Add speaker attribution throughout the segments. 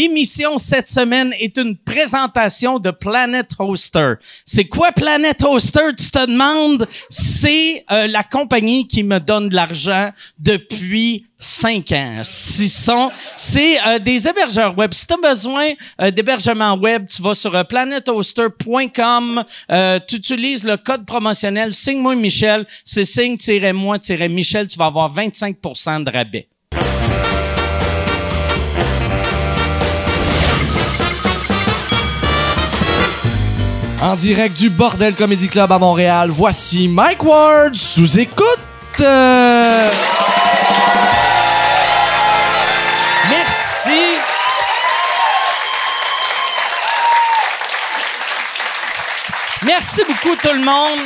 Speaker 1: L'émission cette semaine est une présentation de Planet Hoster. C'est quoi Planet Hoster, tu te demandes? C'est euh, la compagnie qui me donne de l'argent depuis cinq ans. Ils sont, c'est euh, des hébergeurs web. Si tu as besoin euh, d'hébergement web, tu vas sur euh, planethoster.com, euh, tu utilises le code promotionnel signe-moi Michel, c'est signe-moi-michel, tu vas avoir 25 de rabais.
Speaker 2: En direct du Bordel Comedy Club à Montréal, voici Mike Ward sous écoute. Euh,
Speaker 1: Merci. Merci beaucoup tout le monde.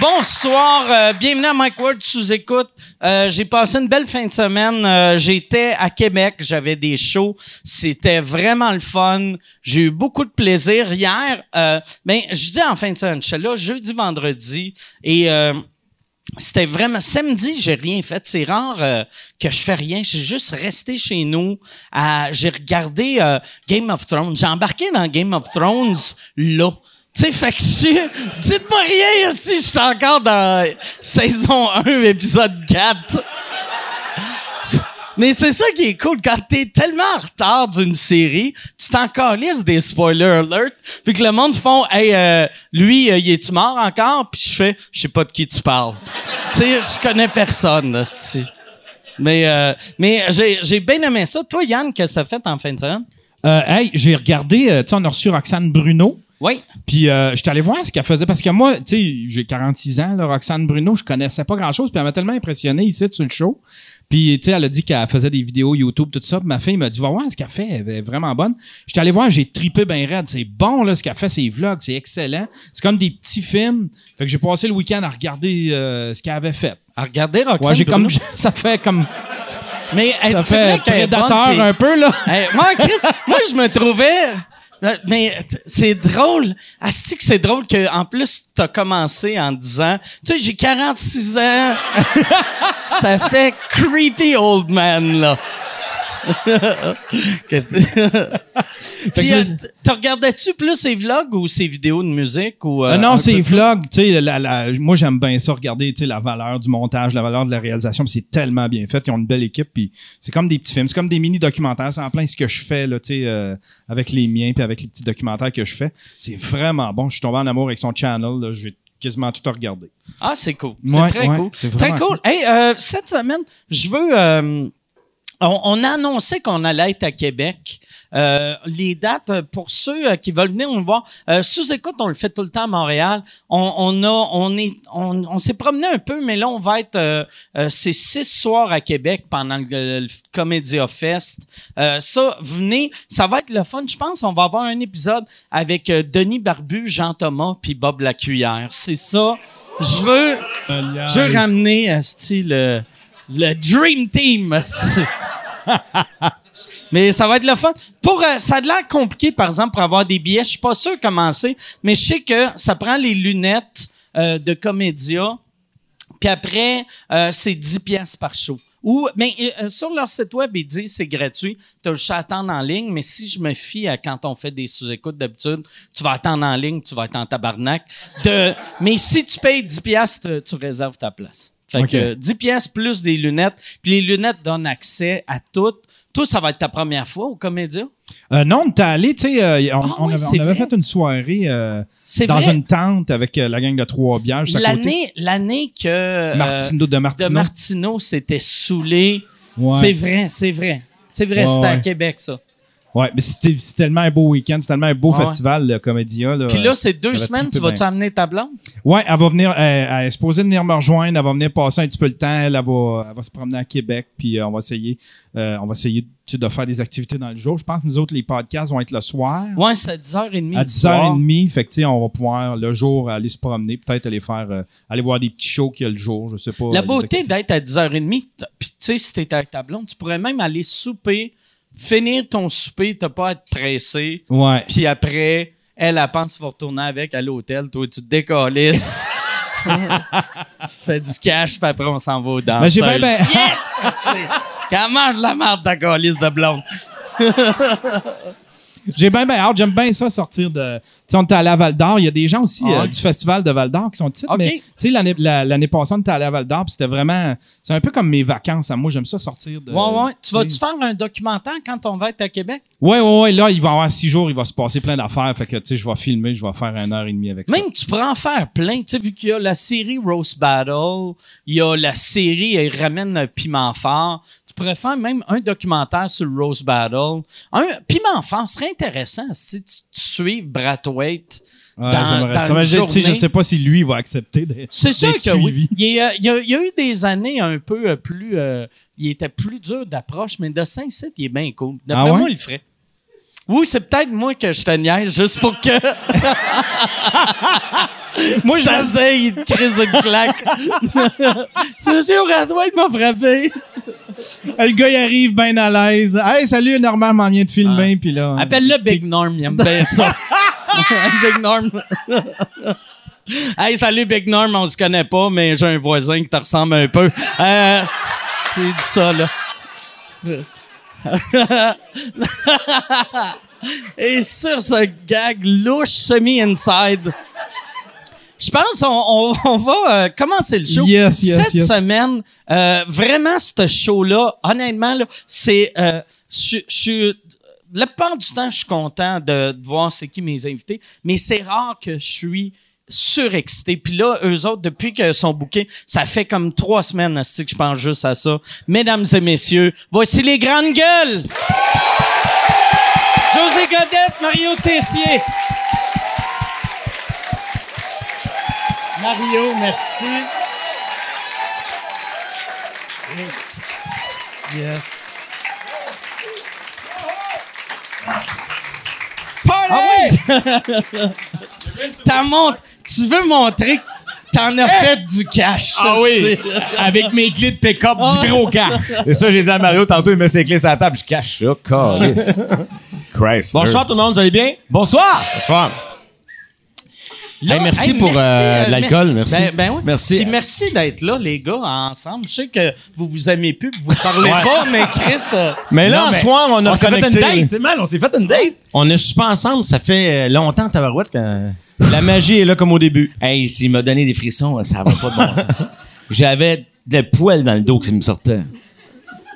Speaker 1: Bonsoir, euh, bienvenue à Mike Ward sous écoute. Euh, j'ai passé une belle fin de semaine. Euh, j'étais à Québec, j'avais des shows. C'était vraiment le fun. J'ai eu beaucoup de plaisir hier. Euh, ben, je dis en fin de semaine, je suis là jeudi, vendredi et euh, c'était vraiment samedi, j'ai rien fait. C'est rare euh, que je fais rien. J'ai juste resté chez nous. à- J'ai regardé euh, Game of Thrones. J'ai embarqué dans Game of Thrones là. Tu sais, fait que je Dites-moi rien si je suis encore dans euh, saison 1, épisode 4. Mais c'est ça qui est cool. Quand t'es tellement en retard d'une série, tu t'en calisses des spoiler alert. Puis que le monde font, hey, euh, lui, euh, il est-tu mort encore? Puis je fais, je sais pas de qui tu parles. tu sais, je connais personne, là, c'ti. Mais, euh, mais j'ai, j'ai bien aimé ça. Toi, Yann, qu'est-ce que ça fait en fin de semaine?
Speaker 3: Euh, hey, j'ai regardé, euh, tu sais, on a reçu Roxane Bruno.
Speaker 1: Oui.
Speaker 3: Puis euh, j'étais allé voir ce qu'elle faisait parce que moi, tu sais, j'ai 46 ans, là, Roxane Bruno, je connaissais pas grand-chose, puis elle m'a tellement impressionné ici sur le show. Puis tu sais, elle a dit qu'elle faisait des vidéos YouTube tout ça, puis ma fille m'a dit "Va voir ce qu'elle fait, elle est vraiment bonne." J'étais allé voir, j'ai tripé ben raide, c'est bon là ce qu'elle fait, ses vlogs, c'est excellent. C'est comme des petits films. Fait que j'ai passé le week-end à regarder euh, ce qu'elle avait fait.
Speaker 1: Regardez Roxane.
Speaker 3: Ouais, j'ai comme
Speaker 1: Bruno.
Speaker 3: ça fait comme
Speaker 1: Mais
Speaker 3: ça
Speaker 1: est-ce
Speaker 3: fait
Speaker 1: vrai qu'elle est bonne,
Speaker 3: prédateur
Speaker 1: puis-
Speaker 3: un peu là.
Speaker 1: Hey, moi, Chris, moi, je me trouvais. Mais t- c'est drôle. Asti que c'est drôle que en plus t'as commencé en disant Tu sais, j'ai 46 ans. Ça fait creepy old man là. Que- Puis, euh, t- t'en regardais-tu plus ses vlogs ou ses vidéos de musique ou euh,
Speaker 3: Euh,
Speaker 1: un
Speaker 3: non, c'est
Speaker 1: peu-
Speaker 3: vlog, tu sais, la- la- moi j'aime bien ça regarder, tu sais, la valeur du montage, la valeur de la réalisation, puis c'est tellement bien fait, ils ont une belle équipe, puis c'est comme des petits films, c'est comme des mini documentaires, c'est en plein ce que je fais là, tu sais, euh, avec les miens puis avec les petits documentaires que je fais, c'est vraiment bon. Je suis tombé en amour avec son channel, là, j'ai quasiment tout regardé.
Speaker 1: Ah, c'est cool.
Speaker 3: Ouais,
Speaker 1: c'est très
Speaker 3: ouais,
Speaker 1: cool.
Speaker 3: c'est
Speaker 1: Très
Speaker 3: vraiment
Speaker 1: cool. Hey, euh, cette semaine, je veux. euh, on, on a annoncé qu'on allait être à Québec. Euh, les dates euh, pour ceux euh, qui veulent venir nous voir euh, sous écoute on le fait tout le temps à Montréal on, on a on est on, on s'est promené un peu mais là on va être euh, euh, c'est six soirs à Québec pendant le, le Comédia Fest euh, ça venez ça va être le fun je pense on va avoir un épisode avec euh, Denis Barbu Jean Thomas puis Bob Lacuillère c'est ça je veux je veux ramener asti, le, le Dream Team. asti. mais ça va être le fun. Pour, euh, ça a l'air compliqué, par exemple, pour avoir des billets. Je suis pas sûr comment c'est, mais je sais que ça prend les lunettes euh, de comédia. Puis après, euh, c'est 10 pièces par show. Ou, mais euh, sur leur site web, ils disent c'est gratuit. Tu as juste à attendre en ligne, mais si je me fie à quand on fait des sous-écoutes d'habitude, tu vas attendre en ligne, tu vas être en tabarnak. De, mais si tu payes 10 pièces, tu, tu réserves ta place. Fait
Speaker 3: Ok.
Speaker 1: que euh, 10 pièces plus des lunettes. Puis les lunettes donnent accès à toutes. Toi, ça va être ta première fois au comédien?
Speaker 3: Euh, non, t'es allé, tu sais, euh, on,
Speaker 1: Ah
Speaker 3: on
Speaker 1: oui,
Speaker 3: avait, on
Speaker 1: c'est
Speaker 3: avait
Speaker 1: vrai.
Speaker 3: fait une soirée euh,
Speaker 1: C'est
Speaker 3: dans
Speaker 1: vrai.
Speaker 3: une tente avec euh, la gang de trois bières juste à côté.
Speaker 1: L'année, l'année que euh,
Speaker 3: Martino de
Speaker 1: de
Speaker 3: Martino.
Speaker 1: Martineau s'était saoulé.
Speaker 3: Ouais.
Speaker 1: C'est vrai, c'est vrai. C'est vrai,
Speaker 3: Ouais,
Speaker 1: c'était à
Speaker 3: ouais.
Speaker 1: Québec, ça.
Speaker 3: Ouais, mais c'était c'est tellement un beau week-end, c'est tellement un beau
Speaker 1: Ah ouais.
Speaker 3: festival, le Comédia. Là,
Speaker 1: Puis là, c'est
Speaker 3: Elle
Speaker 1: deux
Speaker 3: a
Speaker 1: semaines,
Speaker 3: trippé
Speaker 1: tu vas-tu
Speaker 3: bien.
Speaker 1: amener ta blonde?
Speaker 3: Ouais, elle va venir, elle, elle est supposée venir me rejoindre, elle va venir passer un petit peu le temps, elle, elle va, elle va se promener à Québec, puis euh, on va essayer, euh, on va essayer tu sais, de faire des activités dans le jour. Je pense que nous autres, les podcasts vont être le soir.
Speaker 1: Ouais, c'est à 10h30.
Speaker 3: À
Speaker 1: du soir.
Speaker 3: 10h30, fait que, tu sais, on va pouvoir le jour aller se promener, peut-être aller faire euh, aller voir des petits shows qu'il y a le jour, je sais pas. euh,
Speaker 1: La
Speaker 3: les
Speaker 1: beauté
Speaker 3: activités.
Speaker 1: d'être à 10h30, t- puis tu sais, si t'es avec ta blonde, tu pourrais même aller souper, finir ton souper, t'as pas à être pressé,
Speaker 3: Ouais.
Speaker 1: puis après, elle, elle pense qu'il faut retourner avec à l'hôtel, toi, tu te décalisses. tu fais du cash, puis après, on s'en va aux danseuses.
Speaker 3: Ben, j'ai bien, ben-
Speaker 1: Yes! Comment je la marre ta calisse de blonde?
Speaker 3: J'ai bien, bien hâte. J'aime bien ça sortir de. Tu sais, on était allé à Val d'Or. Il y a des gens aussi
Speaker 1: Ah
Speaker 3: euh,
Speaker 1: ouais.
Speaker 3: du festival de Val d'Or qui sont petites.
Speaker 1: Ok.
Speaker 3: Mais tu sais, l'année- la- l'année passée, on était allé à Val d'Or. Puis c'était vraiment. C'est un peu comme mes vacances. à Moi, j'aime ça sortir de.
Speaker 1: ouais, ouais. Tu vas-tu
Speaker 3: sais.
Speaker 1: faire un documentaire quand on va être à Québec?
Speaker 3: Ouais, ouais, ouais. Là, il va y avoir six jours. Il va se passer plein d'affaires. Fait que, tu sais, je vais filmer. Je vais faire une heure et demie avec ça.
Speaker 1: Même tu pourrais en faire plein, tu sais, vu qu'il y a la série Roast Battle, il y a la série Elle ramène un piment fort. Tu pourrais faire même un documentaire sur le Roast Battle. Un piment fort serait intéressant si tu, tu suis Brathwaite.
Speaker 3: Ouais,
Speaker 1: dans-
Speaker 3: j'aimerais
Speaker 1: dans
Speaker 3: ça.
Speaker 1: une
Speaker 3: Mais je, tu sais, je
Speaker 1: journée.
Speaker 3: sais pas si lui va accepter. de-
Speaker 1: C'est sûr
Speaker 3: d'être
Speaker 1: que oui.
Speaker 3: suivi.
Speaker 1: Il y, a, il y a- il y a eu des années un peu euh, plus. euh, il était plus dur d'approche, mais de Saint-Cyr, il est bien cool. D'après
Speaker 3: Ah ouais?
Speaker 1: moi, il le ferait. Oui, c'est peut-être moi que je te niaise juste pour que. moi, je il te crise une claque. C'est monsieur Radouin qui m'a frappé.
Speaker 3: Le gars, il arrive bien à l'aise. Hey, salut, Normand m'en vient de filmer. Puis là. hein.
Speaker 1: Appelle-le Big Norm, il aime bien ça. Big Norm. hey, salut Big Norm, on se connaît pas, mais j'ai un voisin qui te ressemble un peu. Euh, tu dis ça, là. Et sur ce gag louche semi-inside, je pense on, on- on va euh, commencer le show.
Speaker 3: Yes, yes,
Speaker 1: Cette
Speaker 3: yes.
Speaker 1: semaine, euh, vraiment, ce show-là, honnêtement, là, c'est... euh, je je suis... La plupart du temps, je suis content de, de voir c'est qui mes invités, mais c'est rare que je suis surexcité. Puis là, eux autres, depuis qu'ils sont bouqués, ça fait comme trois semaines asti, que je pense juste à ça. Mesdames et messieurs, voici les grandes gueules! José Godette, Mario Tessier. Mario, merci. Yes. Party!
Speaker 2: Ah
Speaker 1: T'as mont- Tu veux montrer que t'en as fait du cash.
Speaker 4: Ah
Speaker 1: ça,
Speaker 4: oui!
Speaker 1: c'est-
Speaker 4: Avec mes clés de pick-up
Speaker 1: Ah.
Speaker 4: du gros camp. Et ça, j'ai dit à Mario tantôt, il met ses clés sur la table. Je cache ça, calice. Christ.
Speaker 5: Bonsoir tout le monde, vous allez bien?
Speaker 4: Bonsoir. Bonsoir.
Speaker 1: Là,
Speaker 5: Hey, merci
Speaker 1: hey,
Speaker 5: pour euh,
Speaker 1: euh,
Speaker 5: l'alcool,
Speaker 1: mer-
Speaker 5: merci.
Speaker 1: Ben, ben oui.
Speaker 5: Merci.
Speaker 1: Puis merci d'être là, les gars, ensemble. Je sais que vous vous aimez plus, puis vous parlez pas, mais Chris, euh,
Speaker 5: Mais là,
Speaker 4: Non,
Speaker 5: en
Speaker 4: mais
Speaker 5: soir, on a
Speaker 4: On s'est fait une
Speaker 5: reconnecté.
Speaker 4: date, man, on s'est fait une date.
Speaker 5: On est super ensemble, ça fait euh, longtemps, Tabarouette. que- La magie est là comme au début.
Speaker 4: Hey, s'il m'a donné des frissons, ça va pas de bon sens. J'avais de la poêle dans le dos qui me sortait.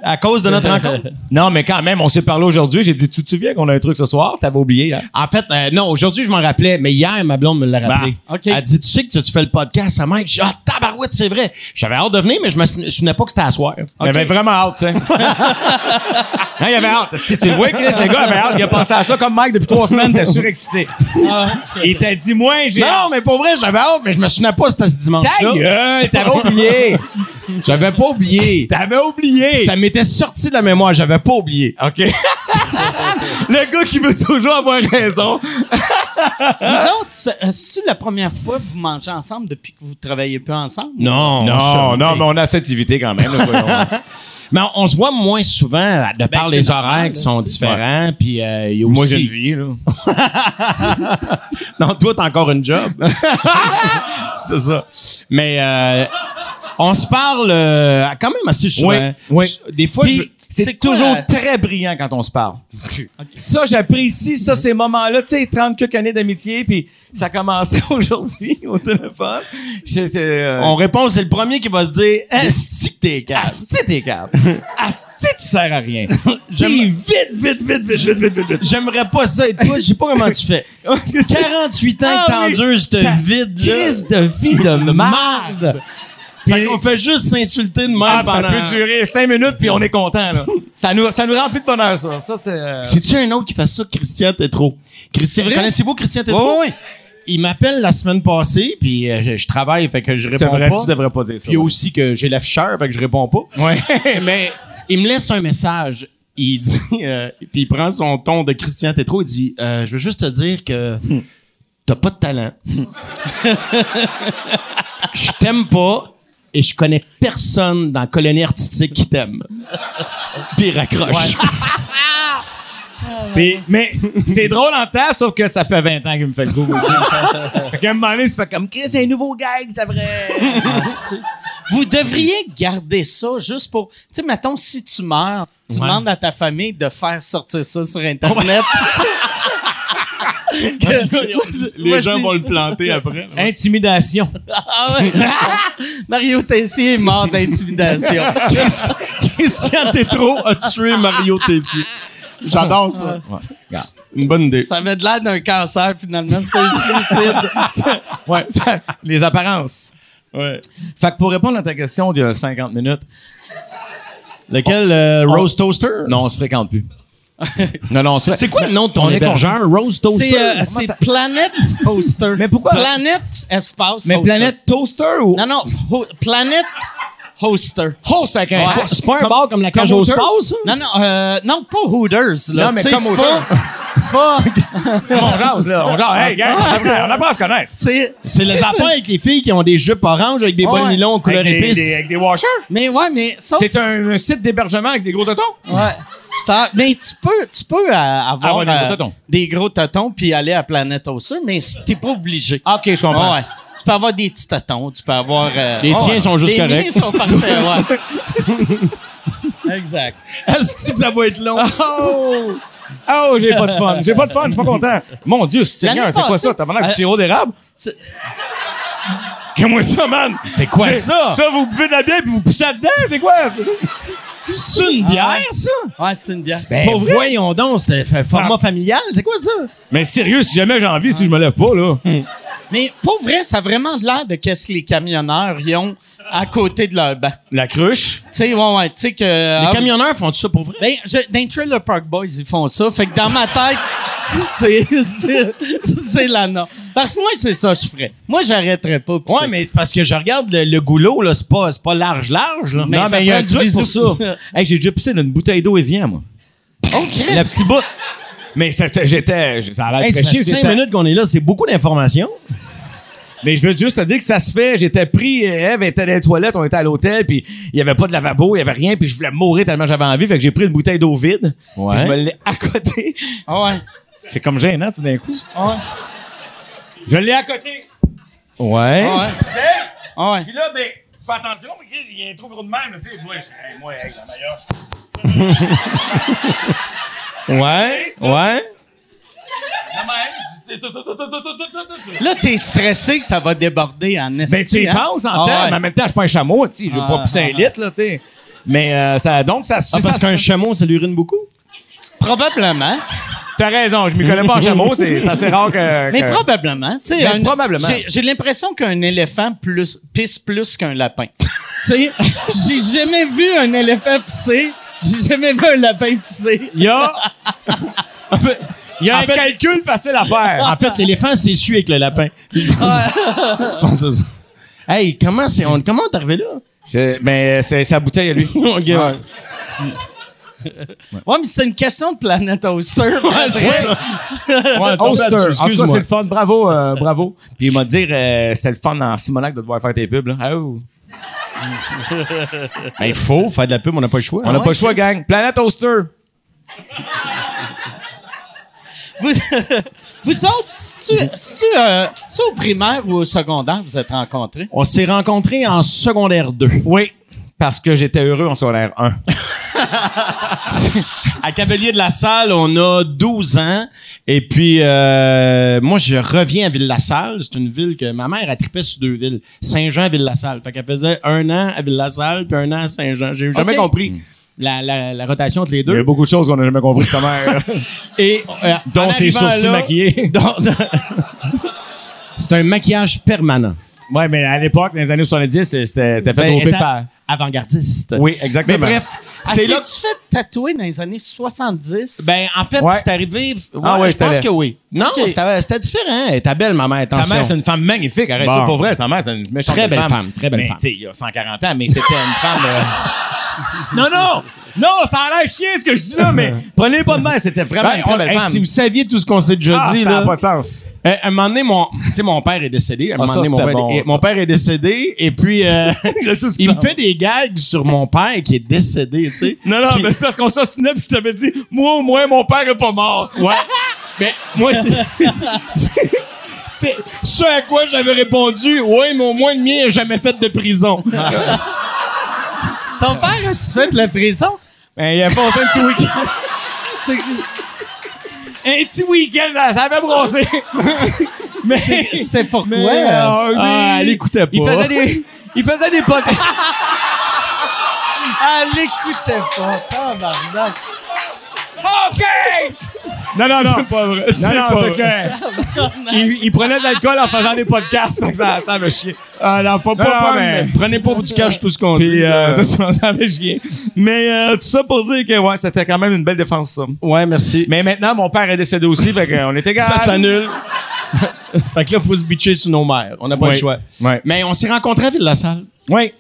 Speaker 5: À cause de notre rencontre.
Speaker 4: Non, mais quand même, on s'est parlé aujourd'hui. J'ai dit, tu te souviens qu'on a un truc ce soir? T'avais oublié, hein?
Speaker 5: En fait, euh, non, aujourd'hui, je m'en rappelais, mais hier, ma blonde me l'a rappelé.
Speaker 1: Bah, OK.
Speaker 5: Elle dit, tu sais que tu, tu fais le podcast à Mike? Je dis, ah, tabarouette, c'est vrai. J'avais hâte de venir, mais je me sou- je me souvenais pas que c'était à soir.
Speaker 4: Il avait vraiment hâte, tu sais. Hein, il avait hâte. Si tu le vois, Chris, le gars avait hâte. Il a pensé à ça comme Mike depuis trois semaines. T'es surexcité. Il t'a dit, moi, j'ai.
Speaker 5: Non, mais pour vrai, j'avais hâte, mais je me souvenais pas que c'était ce
Speaker 4: Ta
Speaker 5: dimanche-là.
Speaker 4: gueule, t'avais oublié.
Speaker 5: J'avais pas oublié.
Speaker 4: T'avais oublié.
Speaker 5: Ça m'était sorti de la mémoire, j'avais pas oublié.
Speaker 4: OK. le gars qui veut toujours avoir raison.
Speaker 5: Ah.
Speaker 1: vous autres, c'est- euh, c'est-tu la première fois que vous mangez ensemble depuis que vous travaillez plus ensemble?
Speaker 5: Non,
Speaker 4: Non, non, mais on a cette activité quand même. là, voyons.
Speaker 5: Mais on, on se voit moins souvent de par
Speaker 1: Ben, c'est
Speaker 5: les
Speaker 1: normal,
Speaker 5: horaires qui
Speaker 1: là,
Speaker 5: sont
Speaker 1: c'est-
Speaker 5: différents. Puis euh, il y a aussi.
Speaker 4: Moi, j'ai une vie, là.
Speaker 5: Non, toi, t'as encore une job. c'est ça. Mais euh, on se parle euh, quand même assez souvent.
Speaker 4: Oui, oui.
Speaker 5: Des fois,
Speaker 4: Puis,
Speaker 5: je... Euh,
Speaker 1: c'est
Speaker 4: c'est
Speaker 1: quoi
Speaker 4: toujours
Speaker 1: la-
Speaker 4: très brillant quand on se parle. Mhm. Ça, j'apprécie ça, ces moments-là. Tu sais, 30 quelques années d'amitié, puis ça a commencé aujourd'hui au téléphone. Je- je- euh,
Speaker 5: on répond, c'est le premier qui va se dire Esti que t'es casse.
Speaker 4: Asti, t'es capable. Asti, tu sers à rien.
Speaker 5: J'aime-
Speaker 4: Puis vite, vite, vite, vite, vite, vite, vite, vite.
Speaker 5: J'aimerais pas ça. Et toi, je sais pas comment tu fais. 48 ans
Speaker 4: Ah
Speaker 5: que t'endures ce
Speaker 4: Ta
Speaker 5: vide là.
Speaker 4: Crise de vie de merde.
Speaker 5: Fait qu'on fait juste s'insulter de même
Speaker 4: Ah, ça
Speaker 5: pendant...
Speaker 4: peut durer 5 minutes, puis on est content. Là. ça, nous, ça nous rend plus de bonheur, ça. Ça, c'est... euh,
Speaker 5: C'est-tu un autre qui fait ça, Christian Tétrault? Christian,
Speaker 4: vrai?
Speaker 5: connaissez-vous Christian
Speaker 4: Ouais,
Speaker 5: Tétrault?
Speaker 4: ouais, ouais.
Speaker 5: Il m'appelle la semaine passée, puis euh, je, je travaille, fait que je réponds pas.
Speaker 4: devrais pas dire ça.
Speaker 5: Puis aussi que j'ai l'afficheur, fait que je réponds pas.
Speaker 4: Ouais.
Speaker 5: Mais il me laisse un message. Il dit, euh, puis il prend son ton de Christian Tétrault, il dit euh, Je veux juste te dire que
Speaker 4: Hmm.
Speaker 5: t'as pas de talent. je t'aime pas et je connais personne dans la colonie artistique qui t'aime. » Puis il raccroche.
Speaker 4: Puis- mais c'est drôle en temps, sauf que ça fait 20 ans qu'il me fait le coup aussi. fait qu'à un moment donné, c'est fait comme, Chris, c'est un nouveau gag, ça vrai.
Speaker 1: Ah, c'est- Vous devriez garder ça juste pour. Tu sais, mettons, si tu meurs, tu demandes à ta famille de faire sortir ça sur Internet.
Speaker 5: Les gens vont le planter après.
Speaker 4: Intimidation.
Speaker 1: Ah ouais. Mario Tessier est mort d'intimidation.
Speaker 5: Christian Tétro a tué Mario Tessier. J'adore ça. Une bonne idée.
Speaker 1: Ça avait de l'air d'un cancer, finalement. C'était un suicide.
Speaker 4: Ouais, ça- les apparences.
Speaker 5: Ouais.
Speaker 4: Fait que pour répondre à ta question d'il y a 50 minutes,
Speaker 5: Lequel, euh, Rose Toaster?
Speaker 4: non, on se fréquente plus. non, non, on se
Speaker 5: C'est
Speaker 4: fréquente.
Speaker 5: quoi le nom de ton
Speaker 4: On est
Speaker 5: hébergeur? Rose Toaster?
Speaker 1: C'est euh, c'est Planet Poster.
Speaker 4: Mais pourquoi-
Speaker 1: Planète Espace
Speaker 4: Mais
Speaker 1: Hoster.
Speaker 4: Planète Toaster ou.
Speaker 1: Non, non. ho- Planète Hoster.
Speaker 4: Host avec un
Speaker 1: Ouais.
Speaker 4: H.
Speaker 5: C'est pas un bar comme la cage
Speaker 4: comme
Speaker 5: au
Speaker 4: Hooters?
Speaker 5: sport, ça?
Speaker 1: Non, non, euh, non, pas Hooters. Là.
Speaker 4: Non, mais
Speaker 1: Tu sais,
Speaker 4: comme
Speaker 1: c'est
Speaker 4: auteur.
Speaker 1: pas- C'est pas...
Speaker 4: on jase, là. On jase. Hey, gang, on apprend- on apprend à se connaître.
Speaker 1: C'est...
Speaker 5: C'est les affaires avec les filles qui ont des jupes oranges avec des bols
Speaker 4: Ouais.
Speaker 5: nylon couleur
Speaker 4: Avec des-
Speaker 5: épice.
Speaker 4: des- Avec des washers.
Speaker 1: Mais ouais, mais sauf...
Speaker 4: C'est un, un site d'hébergement avec des gros tontons.
Speaker 1: Ouais. Ça, mais tu peux, tu peux euh, avoir
Speaker 3: Avoir des gros
Speaker 1: euh,
Speaker 3: totons.
Speaker 1: des gros totons puis aller à Planète Hoster, mais c'est- t'es pas obligé.
Speaker 4: OK, je
Speaker 1: Ah ouais. Tu peux avoir des petits totons, tu peux avoir. euh,
Speaker 5: Les
Speaker 1: ah
Speaker 5: tiens
Speaker 1: ouais.
Speaker 5: sont juste
Speaker 1: les
Speaker 5: corrects.
Speaker 1: miens sont parfaits, ouais. exact.
Speaker 5: Est-ce que ça va être long?
Speaker 4: Oh! Oh, j'ai pas de fun. J'ai pas de fun, je suis pas content. Mon Dieu, Seigneur,
Speaker 1: L'année
Speaker 4: c'est quoi
Speaker 1: passée-
Speaker 4: ça? T'as demandé
Speaker 1: Euh,
Speaker 4: du sirop d'érable?
Speaker 1: C'est-
Speaker 4: Comment ça, man?
Speaker 5: C'est quoi ça?
Speaker 4: Ça, vous buvez de la bière puis vous poussez dedans? C'est quoi?
Speaker 5: C'est une bière, ça?
Speaker 1: Ouais, c'est une bière.
Speaker 5: Ben, voyons donc, c'était fait format familial. C'est quoi ça? Hmm.
Speaker 4: Mais sérieux, si jamais j'ai envie, si je me lève pas, là.
Speaker 1: Mais pour vrai, ça a vraiment de l'air de qu'est-ce que les camionneurs y ont à côté de leur banc.
Speaker 4: La
Speaker 1: Tu
Speaker 4: cruche.
Speaker 1: sais, ouais, ouais, tu sais que.
Speaker 5: Les
Speaker 1: ah,
Speaker 5: camionneurs font ça pour vrai?
Speaker 1: Ben, je, dans les Trailer Park Boys, ils font ça. Fait que dans ma tête, c'est, c'est, c'est la norme. Parce que moi, c'est ça que je ferais. Moi, j'arrêterais pas. puis
Speaker 5: Ouais,
Speaker 1: c'est-
Speaker 5: mais c'est parce que je regarde le, le goulot, là, c'est pas, c'est pas large, large, là.
Speaker 1: Non,
Speaker 4: non,
Speaker 1: ça
Speaker 4: mais il y a
Speaker 1: prend
Speaker 4: un
Speaker 1: du
Speaker 4: truc pour
Speaker 1: bisou.
Speaker 4: ça. hey, j'ai déjà pissé dans une bouteille d'eau Evian, moi.
Speaker 1: Oh, Christ!
Speaker 4: Le petit bout. Mais c'était- j'étais. Ça a l'air
Speaker 5: Hey, ça
Speaker 4: très
Speaker 5: fait
Speaker 4: chier,
Speaker 5: cinq
Speaker 4: j'étais-
Speaker 5: minutes qu'on est là, c'est beaucoup d'informations.
Speaker 4: Mais je veux juste te dire que ça se fait. J'étais pris, euh, Eve était dans les toilettes, on était à l'hôtel, puis il y avait pas de lavabo, il y avait rien, puis je voulais mourir tellement j'avais envie. Fait que j'ai pris une bouteille d'eau vide.
Speaker 5: Ouais.
Speaker 4: puis Je me l'ai à côté.
Speaker 1: Ah ouais.
Speaker 4: C'est comme gênant tout d'un coup.
Speaker 1: Ah ouais.
Speaker 4: Je l'ai à côté.
Speaker 5: Ouais.
Speaker 1: Ah ouais. Ah ouais.
Speaker 4: Puis là, ben, fais attention, mais Chris, il y a un trou gros de même, là, tu sais. Moi, je- hey, moi, hey, la meilleure.
Speaker 5: Ouais. Ouais.
Speaker 4: La même.
Speaker 1: Là, t'es stressé que ça va déborder en esti.
Speaker 4: Ben, tu y
Speaker 1: hein?
Speaker 4: penses en
Speaker 1: Ah
Speaker 4: temps,
Speaker 1: ouais.
Speaker 4: mais en même temps, je suis pas un chameau, tu sais. Je veux
Speaker 1: Ah,
Speaker 4: pas pousser un
Speaker 1: ah,
Speaker 4: litre, là, tu sais. Mais euh, ça, donc, ça se
Speaker 5: Ah, parce
Speaker 4: ça se-
Speaker 5: qu'un chameau, ça l'urine beaucoup?
Speaker 1: Probablement.
Speaker 4: T'as raison, je m'y connais pas en chameau, c'est c'est assez rare que.
Speaker 1: Mais
Speaker 4: que-
Speaker 1: probablement. tu sais,
Speaker 4: Mais
Speaker 1: un-
Speaker 4: Euh, ben, probablement.
Speaker 1: J'ai, j'ai l'impression qu'un éléphant plus, pisse plus qu'un lapin. tu sais, j'ai jamais vu un éléphant pisser. J'ai jamais vu un lapin pisser.
Speaker 4: Il y a, il y a
Speaker 5: En
Speaker 4: un
Speaker 5: fait-
Speaker 4: calcul facile à faire.
Speaker 5: En fait, l'éléphant s'essuie avec le lapin. C'est ça. hey, comment c'est, on, comment t'es arrivé là?
Speaker 4: Je- Mais euh, c'est sa bouteille à lui. Ah,
Speaker 5: Ok, ouais.
Speaker 1: Ouais, mais c'est une question de planète Oster.
Speaker 5: Ouais, t'as
Speaker 4: Oster.
Speaker 5: perdu,
Speaker 4: En tout cas,
Speaker 5: excuse-moi.
Speaker 4: c'est le fun. Bravo, euh, bravo. Puis il m'a dit, euh, c'était le fun en Simonac de devoir faire tes pubs. là. Oh.
Speaker 5: Ben, il faut faire de la pub, on n'a pas le choix.
Speaker 4: On n'a pas le choix, gang. Planète Oster.
Speaker 1: vous, vous autres, si tu, si tu, euh, si au primaire ou au secondaire, vous êtes rencontrés?
Speaker 5: On s'est rencontrés en secondaire 2.
Speaker 4: Oui. Parce que j'étais heureux en solaire 1.
Speaker 5: À Cavalier de la Salle, on a 12 ans. Et puis, euh, moi, je reviens à Ville-la-Salle. C'est une ville que ma mère a trippé sur deux villes. Saint-Jean, Ville-la-Salle. Fait qu'elle faisait un an à Ville-la-Salle, puis un an à Saint-Jean. J'ai jamais compris la, la- la rotation entre les
Speaker 4: Il y a
Speaker 5: deux.
Speaker 4: beaucoup de choses qu'on n'a jamais compris de ta mère.
Speaker 5: Et, euh, en
Speaker 4: Dont ses
Speaker 5: arrivant
Speaker 4: sourcils
Speaker 5: là-
Speaker 4: maquillés.
Speaker 5: dont- C'est un maquillage permanent.
Speaker 4: ouais, mais à l'époque, dans les années 70, c'était c'était fait
Speaker 5: Ben,
Speaker 4: tromper
Speaker 5: étant
Speaker 4: par.
Speaker 5: Avant-gardiste.
Speaker 4: Oui, exactement.
Speaker 5: Mais bref,
Speaker 1: Ah,
Speaker 5: c'est là...
Speaker 1: tu fait tatouer dans les années 70?
Speaker 5: Ben, en fait,
Speaker 4: Ouais.
Speaker 5: c'est arrivé...
Speaker 4: Ah ouais,
Speaker 5: je pense
Speaker 4: c'était-
Speaker 5: que oui. Non,
Speaker 4: Ok.
Speaker 5: c'était c'était différent. Elle était belle, ma mère,
Speaker 4: Ta
Speaker 5: attention.
Speaker 4: mère, c'est une femme magnifique. Arrête
Speaker 5: Bon.
Speaker 4: ça pour vrai. Ta mère, c'est une méchante
Speaker 5: Très belle femme, très belle
Speaker 4: Mais,
Speaker 5: femme.
Speaker 4: tu sais, il y a 140 ans, mais c'était une femme. euh, non, non! Non, ça a l'air chier ce que je dis là, mais prenez pas de mal. C'était vraiment
Speaker 5: Ben,
Speaker 4: une très
Speaker 5: on-
Speaker 4: belle
Speaker 5: hey,
Speaker 4: femme.
Speaker 5: si vous saviez tout ce qu'on s'est déjà
Speaker 4: Ah,
Speaker 5: dit,
Speaker 4: ça
Speaker 5: là.
Speaker 4: n'a pas de sens. Ah,
Speaker 5: Euh, à un moment donné, mon, tu sais, mon père est décédé. À un moment
Speaker 4: ça,
Speaker 5: donné, mon
Speaker 4: c'était
Speaker 5: père,
Speaker 4: bon,
Speaker 5: et-
Speaker 4: ça.
Speaker 5: mon père est décédé. Et puis, euh, il me fait des gags sur mon père qui est décédé, tu sais.
Speaker 4: Non, non,
Speaker 5: Puis-
Speaker 4: mais c'est parce qu'on s'assinait puis je t'avais dit, moi au moins, mon père est pas mort.
Speaker 5: Ouais. Mais moi, c'est. c'est- C'est ce à quoi j'avais répondu, oui, mais au moins le mien n'a jamais fait de prison.
Speaker 4: Ton père, a-tu fait de la prison? Ben, il a pas fait un petit week-end. un petit week-end, ça avait brossé. mais.
Speaker 1: C'était pourquoi?
Speaker 4: mais, euh,
Speaker 5: Ah, elle écoutait pas.
Speaker 4: Il faisait des. Il faisait des podcasts.
Speaker 1: Elle l'écoutait pas. Tabarnak.
Speaker 4: Non, non, non.
Speaker 5: C'est pas vrai. c'est
Speaker 4: Non, non,
Speaker 5: pas
Speaker 4: c'est
Speaker 5: vrai.
Speaker 4: que. il, il prenait de l'alcool en faisant des podcasts, fait que ça, ça me chier.
Speaker 5: Ah non, pas, pas,
Speaker 4: non,
Speaker 5: pas,
Speaker 4: mais-
Speaker 5: mais prenez pas pour du cash tout ce qu'on dit.
Speaker 4: Puis, euh,
Speaker 5: là.
Speaker 4: ça, ça, ça me chier. Mais euh, tout ça pour dire que, ouais, c'était quand même une belle défense, ça.
Speaker 5: ouais, merci.
Speaker 4: Mais maintenant, mon père est décédé aussi, fait qu'on était gars.
Speaker 5: ça s'annule. fait que là, faut se bitcher sur nos mères. On n'a pas
Speaker 4: Ouais.
Speaker 5: le choix.
Speaker 4: Ouais.
Speaker 5: Mais on s'est rencontrés à Ville-la-Salle.
Speaker 4: Oui.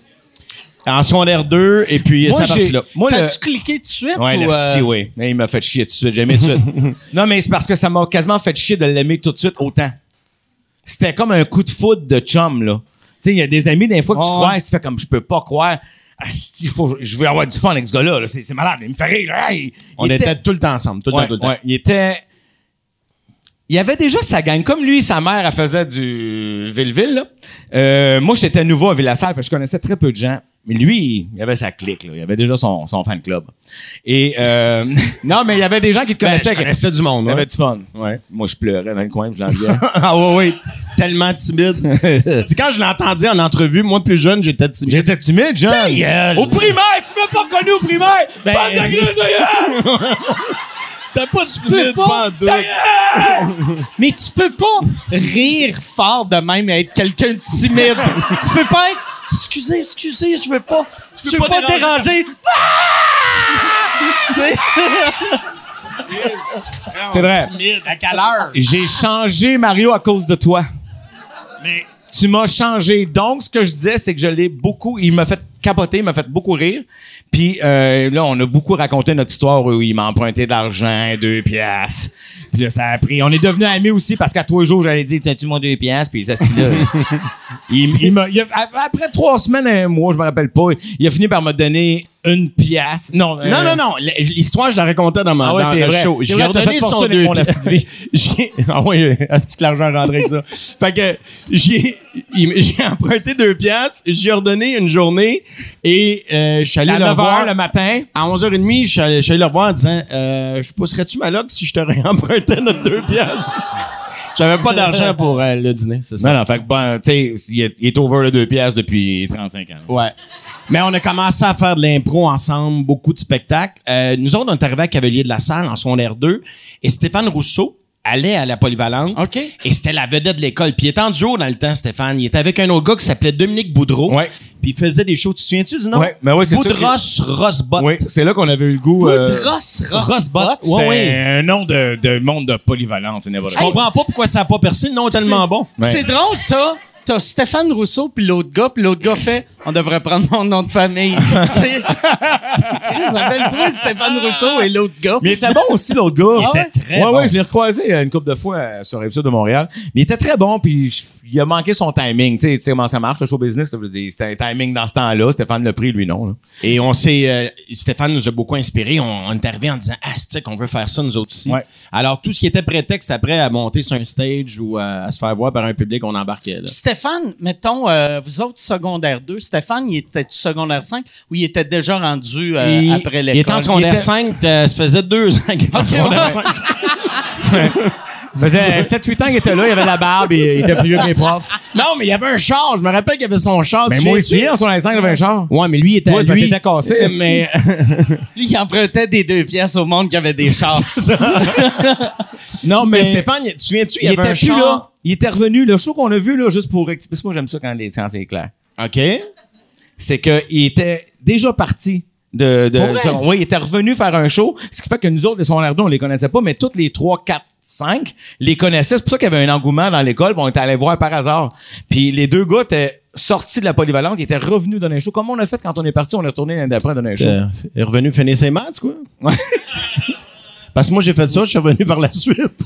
Speaker 5: En secondaire 2, et puis
Speaker 4: Moi,
Speaker 5: ça
Speaker 4: j'ai-
Speaker 5: parti là.
Speaker 4: moi,
Speaker 1: ça
Speaker 4: le-
Speaker 1: a-tu cliqué tout de suite?
Speaker 4: Ouais,
Speaker 1: ou,
Speaker 4: l'esti,
Speaker 1: euh,
Speaker 4: oui. Mais il m'a fait chier tout de suite. J'ai aimé tout de suite. Non, mais c'est parce que ça m'a quasiment fait chier de l'aimer tout de suite autant. C'était comme un coup de foudre de chum, là. Tu sais, il y a des amis, des fois, que tu
Speaker 1: Ouais.
Speaker 4: crois, tu fais comme, je peux pas croire. Asti, faut, je veux avoir du fun avec ce gars-là. là. C'est c'est malade. Il me fait rire. là. Il- il
Speaker 5: On était... tout le temps ensemble, tout le
Speaker 4: Ouais,
Speaker 5: temps, tout le temps.
Speaker 4: ouais, il était. Il avait déjà sa gang. Comme lui, sa mère, elle faisait du Ville-Ville. là. Euh, moi, j'étais nouveau à Ville-la-Salle, parce que je connaissais très peu de gens. Mais lui, il avait sa clique. Là. Il avait déjà son, son fan club. Et euh, non, mais il y avait des gens qui te
Speaker 5: Ben,
Speaker 4: connaissaient.
Speaker 5: je connaissais du monde.
Speaker 4: T'avais
Speaker 5: Ouais.
Speaker 4: du fun.
Speaker 5: Ouais.
Speaker 4: Moi, je pleurais dans le coin, puis je l'enviais.
Speaker 5: ah ouais, ouais. Tellement timide. C'est quand je l'entendais en entrevue, moi plus jeune, j'étais timide.
Speaker 4: J'étais timide, John.
Speaker 5: Ta gueule.
Speaker 4: Au primaire, tu m'as pas connu au primaire.
Speaker 5: Ben,
Speaker 4: Bande de grises de gueule.
Speaker 5: T'es pas timide,
Speaker 1: pas-
Speaker 5: pas en doute.
Speaker 4: Ta gueule.
Speaker 1: Mais tu peux pas rire fort de même et être quelqu'un de timide. tu peux pas être excusez, excusez, je veux pas je veux
Speaker 5: pas
Speaker 1: pas,
Speaker 5: déranger.
Speaker 1: déranger. Ah! Tu sais,
Speaker 4: C'est vrai.
Speaker 5: Timide, à quelle heure?
Speaker 4: J'ai changé Mario à cause de toi.
Speaker 5: Mais-
Speaker 4: Tu m'as changé. Donc, ce que je disais, c'est que je l'ai beaucoup. Il m'a fait capoter, il m'a fait beaucoup rire. Puis euh, là, on a beaucoup raconté notre histoire où il m'a emprunté de l'argent, deux piastres. Puis là, ça a pris. On est devenus amis aussi parce qu'à tous les jours, j'allais dire Tiens-tu moi deux piastres Puis ça, c'est là. il, il m'a- il a- a- après trois semaines, un mois, je me rappelle pas, il a fini par me donner une pièce. Non, euh,
Speaker 5: Non, non, non. l- L'histoire, je la racontais dans, ma,
Speaker 4: Ah ouais,
Speaker 5: dans
Speaker 4: c'est
Speaker 5: le
Speaker 4: vrai.
Speaker 5: show.
Speaker 4: C'est
Speaker 5: J'ai
Speaker 4: vrai, t'as
Speaker 5: ordonné
Speaker 4: fait
Speaker 5: son
Speaker 4: fortune
Speaker 5: deux
Speaker 4: avec mon
Speaker 5: piastres. J'ai- Ah ouais, est-ce que l'argent rentrait avec ça? Fait que j'ai il m- j'ai emprunté deux piastres, j'ai ordonné une journée et euh, je suis allé
Speaker 4: À
Speaker 5: le
Speaker 4: 9 h
Speaker 5: voir.
Speaker 4: le matin.
Speaker 5: À 11h30, je suis allé, je suis allé le revoir en disant euh, Je pousserais-tu ma loque si je te réempruntais notre deux piastres? J'avais pas d'argent pour euh, le dîner, c'est ça?
Speaker 4: Non, non, fait que, ben, tu sais, il est, il est over le deux pièces depuis 35 ans.
Speaker 5: Ouais. Mais on a commencé à faire de l'impro ensemble, beaucoup de spectacles. Euh, nous autres, on est arrivés à Cavalier de la Salle en secondaire 2 et Stéphane Rousseau allait à la polyvalente.
Speaker 1: OK.
Speaker 5: Et c'était la vedette de l'école. Puis il était en duo dans le temps, Stéphane. Il était avec un autre gars qui s'appelait Dominique Boudreau.
Speaker 4: Ouais.
Speaker 5: Puis il faisait des shows. Tu te souviens-tu du nom?
Speaker 4: Ouais, ben ouais, c'est sûr
Speaker 5: Boudros Rosbot.
Speaker 4: Oui, c'est là qu'on avait eu le goût. euh,
Speaker 1: Ross, Ross,
Speaker 5: Rossbot.
Speaker 1: Ross.
Speaker 5: Ouais,
Speaker 4: c'était
Speaker 5: ouais.
Speaker 4: un nom de, de monde de polyvalence, c'est n'importe
Speaker 5: Je comprends pas pourquoi ça a pas percé. Le nom est tellement bon.
Speaker 4: Ouais.
Speaker 1: C'est drôle, t'as, t'as Stéphane Rousseau puis l'autre gars, puis l'autre gars fait on devrait prendre mon nom de famille. Tu sais, Chris, appelle-toi Stéphane Rousseau et l'autre gars.
Speaker 4: Mais il était bon aussi, l'autre gars.
Speaker 1: Il
Speaker 4: était très ouais,
Speaker 5: bon.
Speaker 4: ouais, je l'ai recroisé euh, une couple de fois euh, sur l'épisode de Montréal. Mais il était très bon, puis je- il a manqué son timing. Tu sais, tu sais comment ça marche, le show business. ça veut dire, C'était un timing dans ce temps-là. Stéphane le prix, lui, non. là.
Speaker 5: Et on s'est, euh, Stéphane nous a beaucoup inspiré. On, on est arrivé en disant, ah, c'est qu'on veut faire ça nous autres aussi.
Speaker 4: Ouais.
Speaker 5: Alors tout ce qui était prétexte après à monter sur un stage ou euh, à, à se faire voir par un public, on embarquait là.
Speaker 1: Stéphane, mettons, euh, vous autres, secondaire 2, Stéphane, il était secondaire 5 ou il était déjà rendu euh,
Speaker 5: Il-
Speaker 1: après l'école?
Speaker 5: Il était en secondaire
Speaker 1: Il était-
Speaker 5: 5, euh, ça faisait deux ans qu'il était en
Speaker 1: Ok,
Speaker 5: secondaire
Speaker 1: ouais.
Speaker 5: 5.
Speaker 4: Ça faisait 7-8 ans qu'il était là, il avait la barbe, et il était plus vieux que les profs.
Speaker 5: Non, mais il y avait un char. Je me rappelle qu'il y avait son char.
Speaker 4: Mais
Speaker 5: tu
Speaker 4: moi
Speaker 5: sais-tu?
Speaker 4: aussi, en 65, j'avais un char.
Speaker 5: Ouais, mais lui, il était
Speaker 4: Toi,
Speaker 5: à
Speaker 4: je
Speaker 5: lui. Euh,
Speaker 4: m'étais cassé, est-ce que-
Speaker 5: Mais
Speaker 1: Lui, il empruntait des deux pièces au monde qui avait des chars.
Speaker 4: Non,
Speaker 5: mais Stéphane, tu te souviens-tu, il y
Speaker 4: Euh, il,
Speaker 5: avait
Speaker 4: était
Speaker 5: un
Speaker 4: plus
Speaker 5: char.
Speaker 4: là. Il était revenu. Le show qu'on a vu, là, juste pour expliquer. parce que Moi, j'aime ça quand les séances sont claires.
Speaker 5: OK.
Speaker 4: C'est qu'il était déjà parti. De, de,
Speaker 5: Pour vrai?
Speaker 4: de- oui, il était revenu faire un show. Ce qui fait que nous autres, les secondaires 2, on les connaissait pas, mais toutes les 3, 4, 5 les connaissaient. C'est pour ça qu'il y avait un engouement dans l'école. puis On était allés voir par hasard. Puis les deux gars étaient sortis de la polyvalente. Ils étaient revenus donner un show. Comme on a fait quand on est parti, on est retourné l'année d'après donner un show.
Speaker 5: Euh, il est revenu finir ses maths, quoi.
Speaker 4: Ouais.
Speaker 5: Parce que moi, j'ai fait ça, je suis revenu par la suite.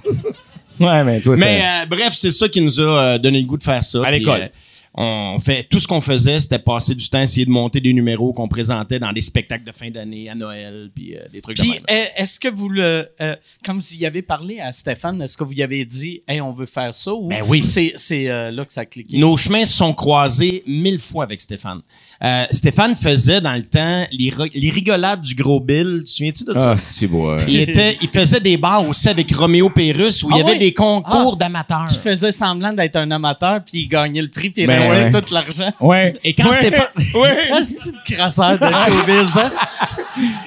Speaker 4: Ouais, mais toi, c'était-
Speaker 5: Mais euh, bref, c'est ça qui nous a euh, donné le goût de faire ça.
Speaker 4: À
Speaker 5: Puis,
Speaker 4: l'école.
Speaker 5: euh, on fait tout ce qu'on faisait, c'était passer du temps à essayer de monter des numéros qu'on présentait dans des spectacles de fin d'année à Noël, puis euh, des trucs de
Speaker 1: Puis,
Speaker 5: même.
Speaker 1: euh, est-ce que vous le. euh, quand vous y avez parlé à Stéphane, est-ce que vous y avez dit, hey, on veut faire ça? Ou
Speaker 5: Ben oui.
Speaker 1: C'est, c'est, euh, là que ça a cliqué.
Speaker 5: Nos chemins se sont croisés mille fois avec Stéphane. Euh, Stéphane faisait dans le temps les, ri- les rigolades du gros Bill. Tu te souviens-tu de ça?
Speaker 4: Ah, c'est beau.
Speaker 5: Il, était, il faisait des bars aussi avec Roméo Pérus où il y
Speaker 1: Ah
Speaker 5: avait
Speaker 1: oui?
Speaker 5: des concours d'amateurs.
Speaker 1: Qui faisait semblant d'être un amateur, puis il gagnait le prix, puis il
Speaker 4: Ben
Speaker 1: gagnait
Speaker 4: ouais.
Speaker 1: tout l'argent.
Speaker 4: Ouais.
Speaker 5: Et quand
Speaker 4: Ouais.
Speaker 5: Stéphane-
Speaker 4: Ouais.
Speaker 1: Ah, c'est une crasseur de showbiz, hein?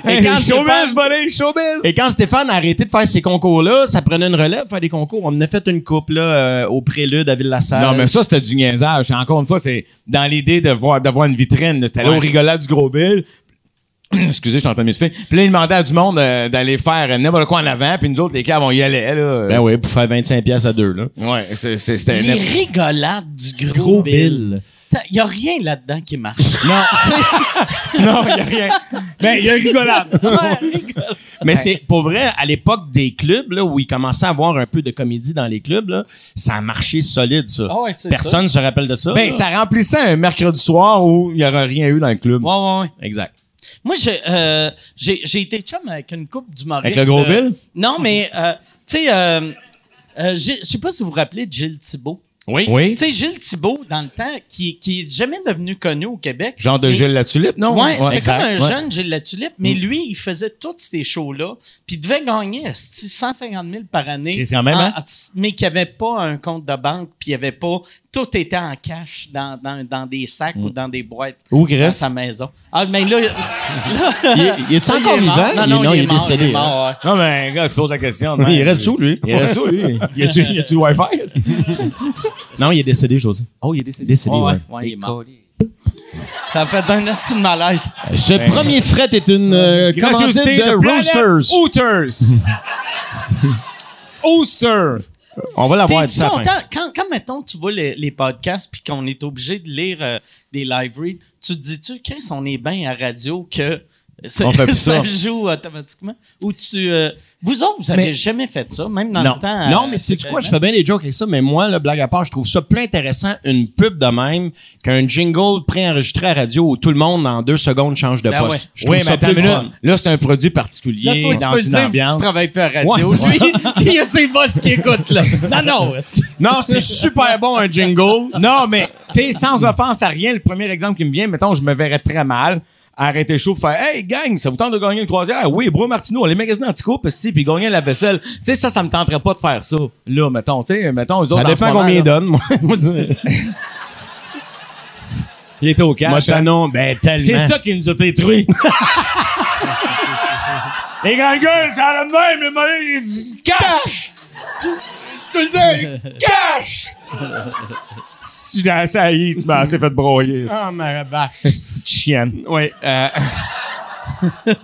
Speaker 5: Et quand Stéphane-
Speaker 4: Showbiz, buddy, showbiz!
Speaker 5: Et quand Stéphane a arrêté de faire ces concours-là, ça prenait une relève, faire des concours. On en a fait une couple là, euh, au prélude à Ville-la-Salle.
Speaker 4: Non, mais ça, c'était du niaisage. Encore une fois, c'est dans l'idée de voir, d'avoir une vitrine. T'es allé
Speaker 5: Ouais.
Speaker 4: au rigolade du gros Bill. Excusez, je t'entends mieux faire. Puis là, il demandait à du monde euh, d'aller faire euh, n'importe quoi en avant, puis nous autres, les caves, on y allait, là.
Speaker 5: Ben oui, pour faire 25 pièces à deux, là.
Speaker 4: Ouais, c'est- c'est- c'était
Speaker 1: Les
Speaker 4: n'importe-
Speaker 1: rigolades du gros, Bill. Il n'y a rien là-dedans qui marche.
Speaker 4: Non, il n'y a rien. Ben, il y a une rigolade.
Speaker 5: Mais c'est pour vrai, à l'époque des clubs, là, où il commençait à avoir un peu de comédie dans les clubs, là, ça a marché solide, ça.
Speaker 1: Ah ouais, c'est
Speaker 5: Personne ne se rappelle de ça.
Speaker 4: Ben,
Speaker 5: là.
Speaker 4: ça remplissait un mercredi soir où il n'y aurait rien eu dans le club.
Speaker 1: Ouais, ouais, ouais.
Speaker 5: Exact.
Speaker 1: Moi, j'ai, euh, j'ai, j'ai été chum avec une coupe
Speaker 4: Avec
Speaker 1: d'humoristes.
Speaker 4: le gros
Speaker 1: euh,
Speaker 4: Bill?
Speaker 1: Non, mais, euh, tu sais, euh, euh, j'ai- je sais pas si vous vous rappelez de Gilles Thibault.
Speaker 4: Oui. Oui.
Speaker 1: Tu sais, Gilles Thibault, dans le temps, qui, qui est jamais devenu connu au Québec.
Speaker 4: Genre de
Speaker 1: mais-
Speaker 4: Gilles la Tulipe, non?
Speaker 1: Ouais, c'est
Speaker 4: exact.
Speaker 1: comme un
Speaker 4: Ouais.
Speaker 1: jeune Gilles La Tulipe, mais lui, il faisait toutes ces shows-là, puis il devait gagner esti, 150 000 par année.
Speaker 4: C'est quand même,
Speaker 1: en-
Speaker 4: hein?
Speaker 1: Mais qu'il avait pas un compte de banque, puis il avait pas. Tout était en cash dans, dans, dans des sacs ou dans des boîtes.
Speaker 4: Où
Speaker 1: dans
Speaker 4: qu'il reste?
Speaker 1: sa maison. Ah, mais là. là
Speaker 5: Il, est
Speaker 1: il
Speaker 5: encore
Speaker 1: est
Speaker 5: vivant?
Speaker 1: mort. Non, non, il est, mort,
Speaker 5: décédé.
Speaker 1: il est mort, ouais.
Speaker 4: Non, mais, gars, tu poses la question.
Speaker 5: hein.
Speaker 4: man.
Speaker 5: Il reste sous, lui.
Speaker 4: Il reste où, lui? Y a-tu y a-tu le Wi-Fi?
Speaker 5: Non, il est décédé, José. Oh, il est décédé.
Speaker 1: Ouais,
Speaker 5: ouais.
Speaker 1: ouais, ouais, il est mort. Ça fait un esti de malaise.
Speaker 5: Ce premier fret est une euh, commandite
Speaker 4: Gracieuseté
Speaker 5: Ben. de
Speaker 4: Planet
Speaker 5: Roosters.
Speaker 4: Hooters. Ooster.
Speaker 5: On va l'avoir
Speaker 1: T'es-tu
Speaker 5: d'ici la fin.
Speaker 1: content? Quand, quand, mettons, tu vois les, les podcasts puis qu'on est obligé de lire euh, des live reads, tu te dis-tu, Chris, on est bien à radio que ça,
Speaker 4: On fait plus ça.
Speaker 1: joue automatiquement? Ou tu. euh, vous autres, vous avez
Speaker 5: Mais-
Speaker 1: jamais fait ça, même dans
Speaker 5: Non.
Speaker 1: le temps.
Speaker 5: non,
Speaker 1: euh,
Speaker 5: mais c'est du quoi?
Speaker 1: vraiment-
Speaker 5: Je fais bien des jokes avec ça, mais moi, le blague à part, je trouve ça plus intéressant une pub de même qu'un jingle préenregistré à radio où tout le monde, en deux secondes, change de
Speaker 1: Ben
Speaker 5: poste.
Speaker 1: ouais.
Speaker 5: Je trouve
Speaker 4: Oui, mais
Speaker 5: ça
Speaker 4: attends
Speaker 5: plus
Speaker 4: une
Speaker 5: fun.
Speaker 4: minute. Là, c'est un produit
Speaker 1: Là,
Speaker 4: particulier
Speaker 1: toi, tu
Speaker 4: dans
Speaker 1: peux le
Speaker 4: une
Speaker 1: dire, tu
Speaker 4: ambiance.
Speaker 1: travailles plus à radio.
Speaker 5: Ouais, c'est
Speaker 1: lui, il y a ses boss qui écoutent, là. Non, non. c'est-
Speaker 5: Non, c'est super bon un jingle.
Speaker 4: Non, mais, tu sais, sans offense à rien, le premier exemple qui me vient, mettons, je me verrais très mal arrêter chaud, faire Hey, gang, ça vous tente de gagner une croisière? Oui, Bro Martineau, allez magasiner Antico, pis puis gagner la vaisselle. Tu sais, ça, ça me tenterait pas de faire ça. Là, mettons, tu sais, mettons, eux autres.
Speaker 5: Ça
Speaker 4: en ce
Speaker 5: dépend
Speaker 4: moment,
Speaker 5: combien il
Speaker 4: là,
Speaker 5: donne. Moi, moi, je-
Speaker 4: Il était au
Speaker 5: moi,
Speaker 4: cash. hein.
Speaker 5: je t'annonce, ben tellement.
Speaker 4: C'est ça qui nous a détruits. Les gangers, ça a le même, le monnaie, du cash! Cash! Si j'ai assailli, tu m'as assez ben, fait broyer.
Speaker 5: Ah, ma vache.
Speaker 4: Petite chienne.
Speaker 5: Oui. euh,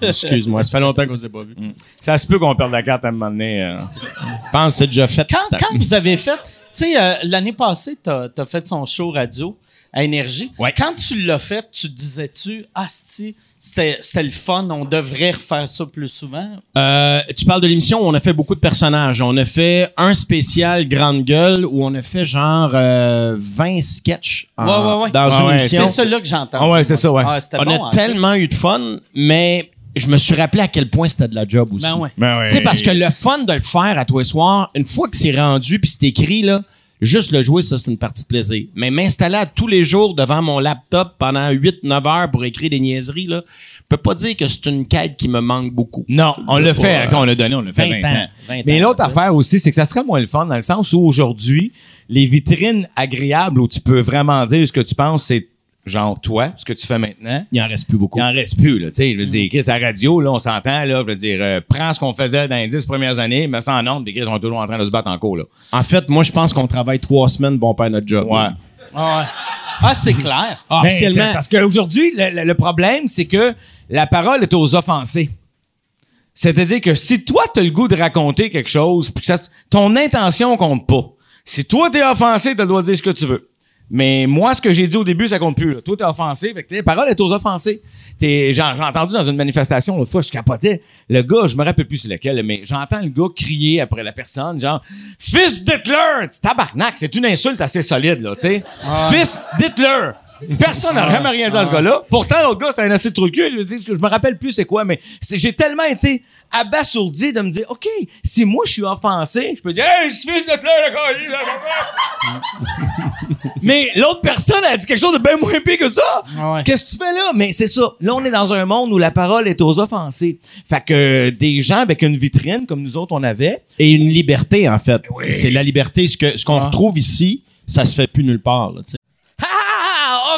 Speaker 5: Excuse-moi, ça fait longtemps qu'on s'est pas vu.
Speaker 4: Ça se peut qu'on perde la carte à un moment donné. euh.
Speaker 5: Je pense que c'est déjà fait.
Speaker 1: Quand, quand vous avez fait, tu sais, euh, l'année passée, tu as, fait son show radio à Énergie.
Speaker 5: Ouais.
Speaker 1: Quand tu l'as fait, tu disais-tu, ah, c'ti, c'était c'était le fun, on devrait refaire ça plus souvent?
Speaker 5: Euh, tu parles de l'émission où on a fait beaucoup de personnages. On a fait un spécial Grande Gueule où on a fait genre euh, 20 sketchs en-
Speaker 1: Ouais, ouais, ouais.
Speaker 5: dans
Speaker 4: Ah
Speaker 5: une
Speaker 4: ouais,
Speaker 5: émission.
Speaker 1: C'est celui-là que j'entends.
Speaker 4: Ah ouais, c'est ça, ouais.
Speaker 1: Ah, c'était
Speaker 5: On
Speaker 1: bon,
Speaker 5: a
Speaker 1: hein,
Speaker 5: tellement eu de fun, mais je me suis rappelé à quel point c'était de la job aussi.
Speaker 1: Ben ouais.
Speaker 4: Ben ouais.
Speaker 5: Tu sais, parce que le fun de le faire à tous les soirs, une fois que c'est rendu puis c'est écrit, là, juste le jouer, ça, c'est une partie de plaisir. Mais m'installer à tous les jours devant mon laptop pendant 8-9 heures pour écrire des niaiseries, là, je peux pas dire que c'est une quête qui me manque beaucoup.
Speaker 4: Non, on l'a
Speaker 5: Pas,
Speaker 4: fait.
Speaker 5: euh,
Speaker 4: on l'a donné, on l'a fait 20,
Speaker 5: 20
Speaker 4: ans.
Speaker 5: ans, 20
Speaker 4: Mais
Speaker 5: ans, tu
Speaker 4: l'autre
Speaker 5: sais.
Speaker 4: affaire aussi, c'est que ça serait moins le fun dans le sens où aujourd'hui, les vitrines agréables où tu peux vraiment dire ce que tu penses, c'est genre toi, ce que tu fais maintenant.
Speaker 5: Il en reste plus beaucoup. Mm.
Speaker 4: Il en reste plus, là. Tu sais, je veux dire, Chris, à la radio, là, on s'entend, là. Je veux dire, euh, prends ce qu'on faisait dans les dix premières années, mais sans nombre, puis Chris, on est toujours en train de se battre en cours, là.
Speaker 5: En fait, moi, je pense qu'on travaille trois semaines bon père notre job.
Speaker 4: Ouais.
Speaker 1: Ah, ouais. Ah, c'est clair.
Speaker 4: Ah,
Speaker 5: Ben,
Speaker 4: officiellement.
Speaker 5: t'as-
Speaker 4: Parce qu'aujourd'hui, le, le- le problème, c'est que la parole est aux offensés. C'est-à-dire que si toi, t'as le goût de raconter quelque chose, puis que ça- ton intention compte pas. Si toi, t'es offensé, t'as le droit de dire ce que tu veux. Mais moi, ce que j'ai dit au début, ça compte plus. là. Toi, t'es offensé. Fait que la parole est aux offensés. T'es- J'en- J'ai entendu dans une manifestation l'autre fois, je capotais. Le gars, je me rappelle plus c'est lequel, mais j'entends le gars crier après la personne, genre Fils d'Hitler! Tabarnak, c'est une insulte assez solide, là, tu sais. Fils d'Hitler! Personne n'a jamais rien dit à ce gars-là. Pourtant, l'autre gars, c'était un assez truc Je veux dire, je me rappelle plus c'est quoi, mais c'est- j'ai tellement été abasourdi de me dire, OK, si moi je suis offensé, je peux dire, Hey, je suis fils d'Hitler, d'accord, mais l'autre personne a dit quelque chose de bien moins pire que ça. Qu'est-ce que tu fais là? Mais c'est ça. Là, on est dans un monde où la parole est aux offensés. Fait que euh, des gens avec une vitrine comme nous autres on avait.
Speaker 5: Et une liberté, en fait. C'est la liberté. Ce qu'on ce qu'on retrouve ici, ça se fait plus nulle part. Là, tu sais.
Speaker 1: Ah,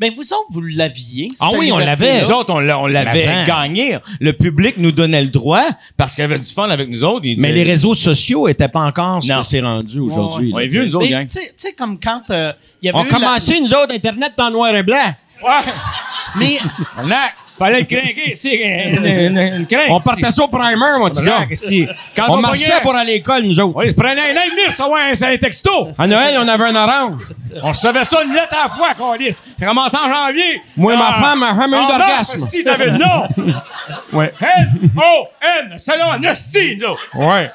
Speaker 1: Mais vous autres, vous l'aviez.
Speaker 4: Ah
Speaker 1: cette
Speaker 4: oui, on
Speaker 1: liberté-là?
Speaker 4: l'avait. Nous autres, on l'a- on l'avait
Speaker 5: L'avant.
Speaker 4: gagné. Le public nous donnait le droit parce qu'il y avait du fun avec nous autres. Il
Speaker 5: Mais
Speaker 4: disait-
Speaker 5: les réseaux sociaux étaient pas encore ce
Speaker 4: Non.
Speaker 5: que c'est rendu aujourd'hui.
Speaker 4: On
Speaker 5: là,
Speaker 4: est
Speaker 5: tu sais.
Speaker 4: vieux, nous autres,
Speaker 1: Mais
Speaker 4: gang.
Speaker 1: tu sais- tu sais, comme quand euh, il y avait
Speaker 5: On
Speaker 1: eu la-
Speaker 5: commençait, nous autres, Internet en noir et blanc.
Speaker 4: Ouais.
Speaker 1: Mais
Speaker 4: Tabarnak. Fallait le craquer, c'est une, une, une crainte.
Speaker 5: On partait ça au primer, mon petit gars.
Speaker 4: Tabarnak, si. Quand
Speaker 5: On
Speaker 4: on
Speaker 5: marchait
Speaker 4: pognait-
Speaker 5: pour aller à l'école, nous autres.
Speaker 4: On se prenait un avenir, ça ouais, un, un texto.
Speaker 5: À Noël, on avait un orange.
Speaker 4: On recevait ça une lettre à la fois, Colis. Ça commençait en janvier.
Speaker 5: Moi et ma
Speaker 4: Ah,
Speaker 5: femme, on a jamais eu
Speaker 4: en
Speaker 5: d'orgasme.
Speaker 4: mars, Si, David, non.
Speaker 5: Ouais.
Speaker 4: N-O-N, selon Nasty, nous autres.
Speaker 5: Ouais.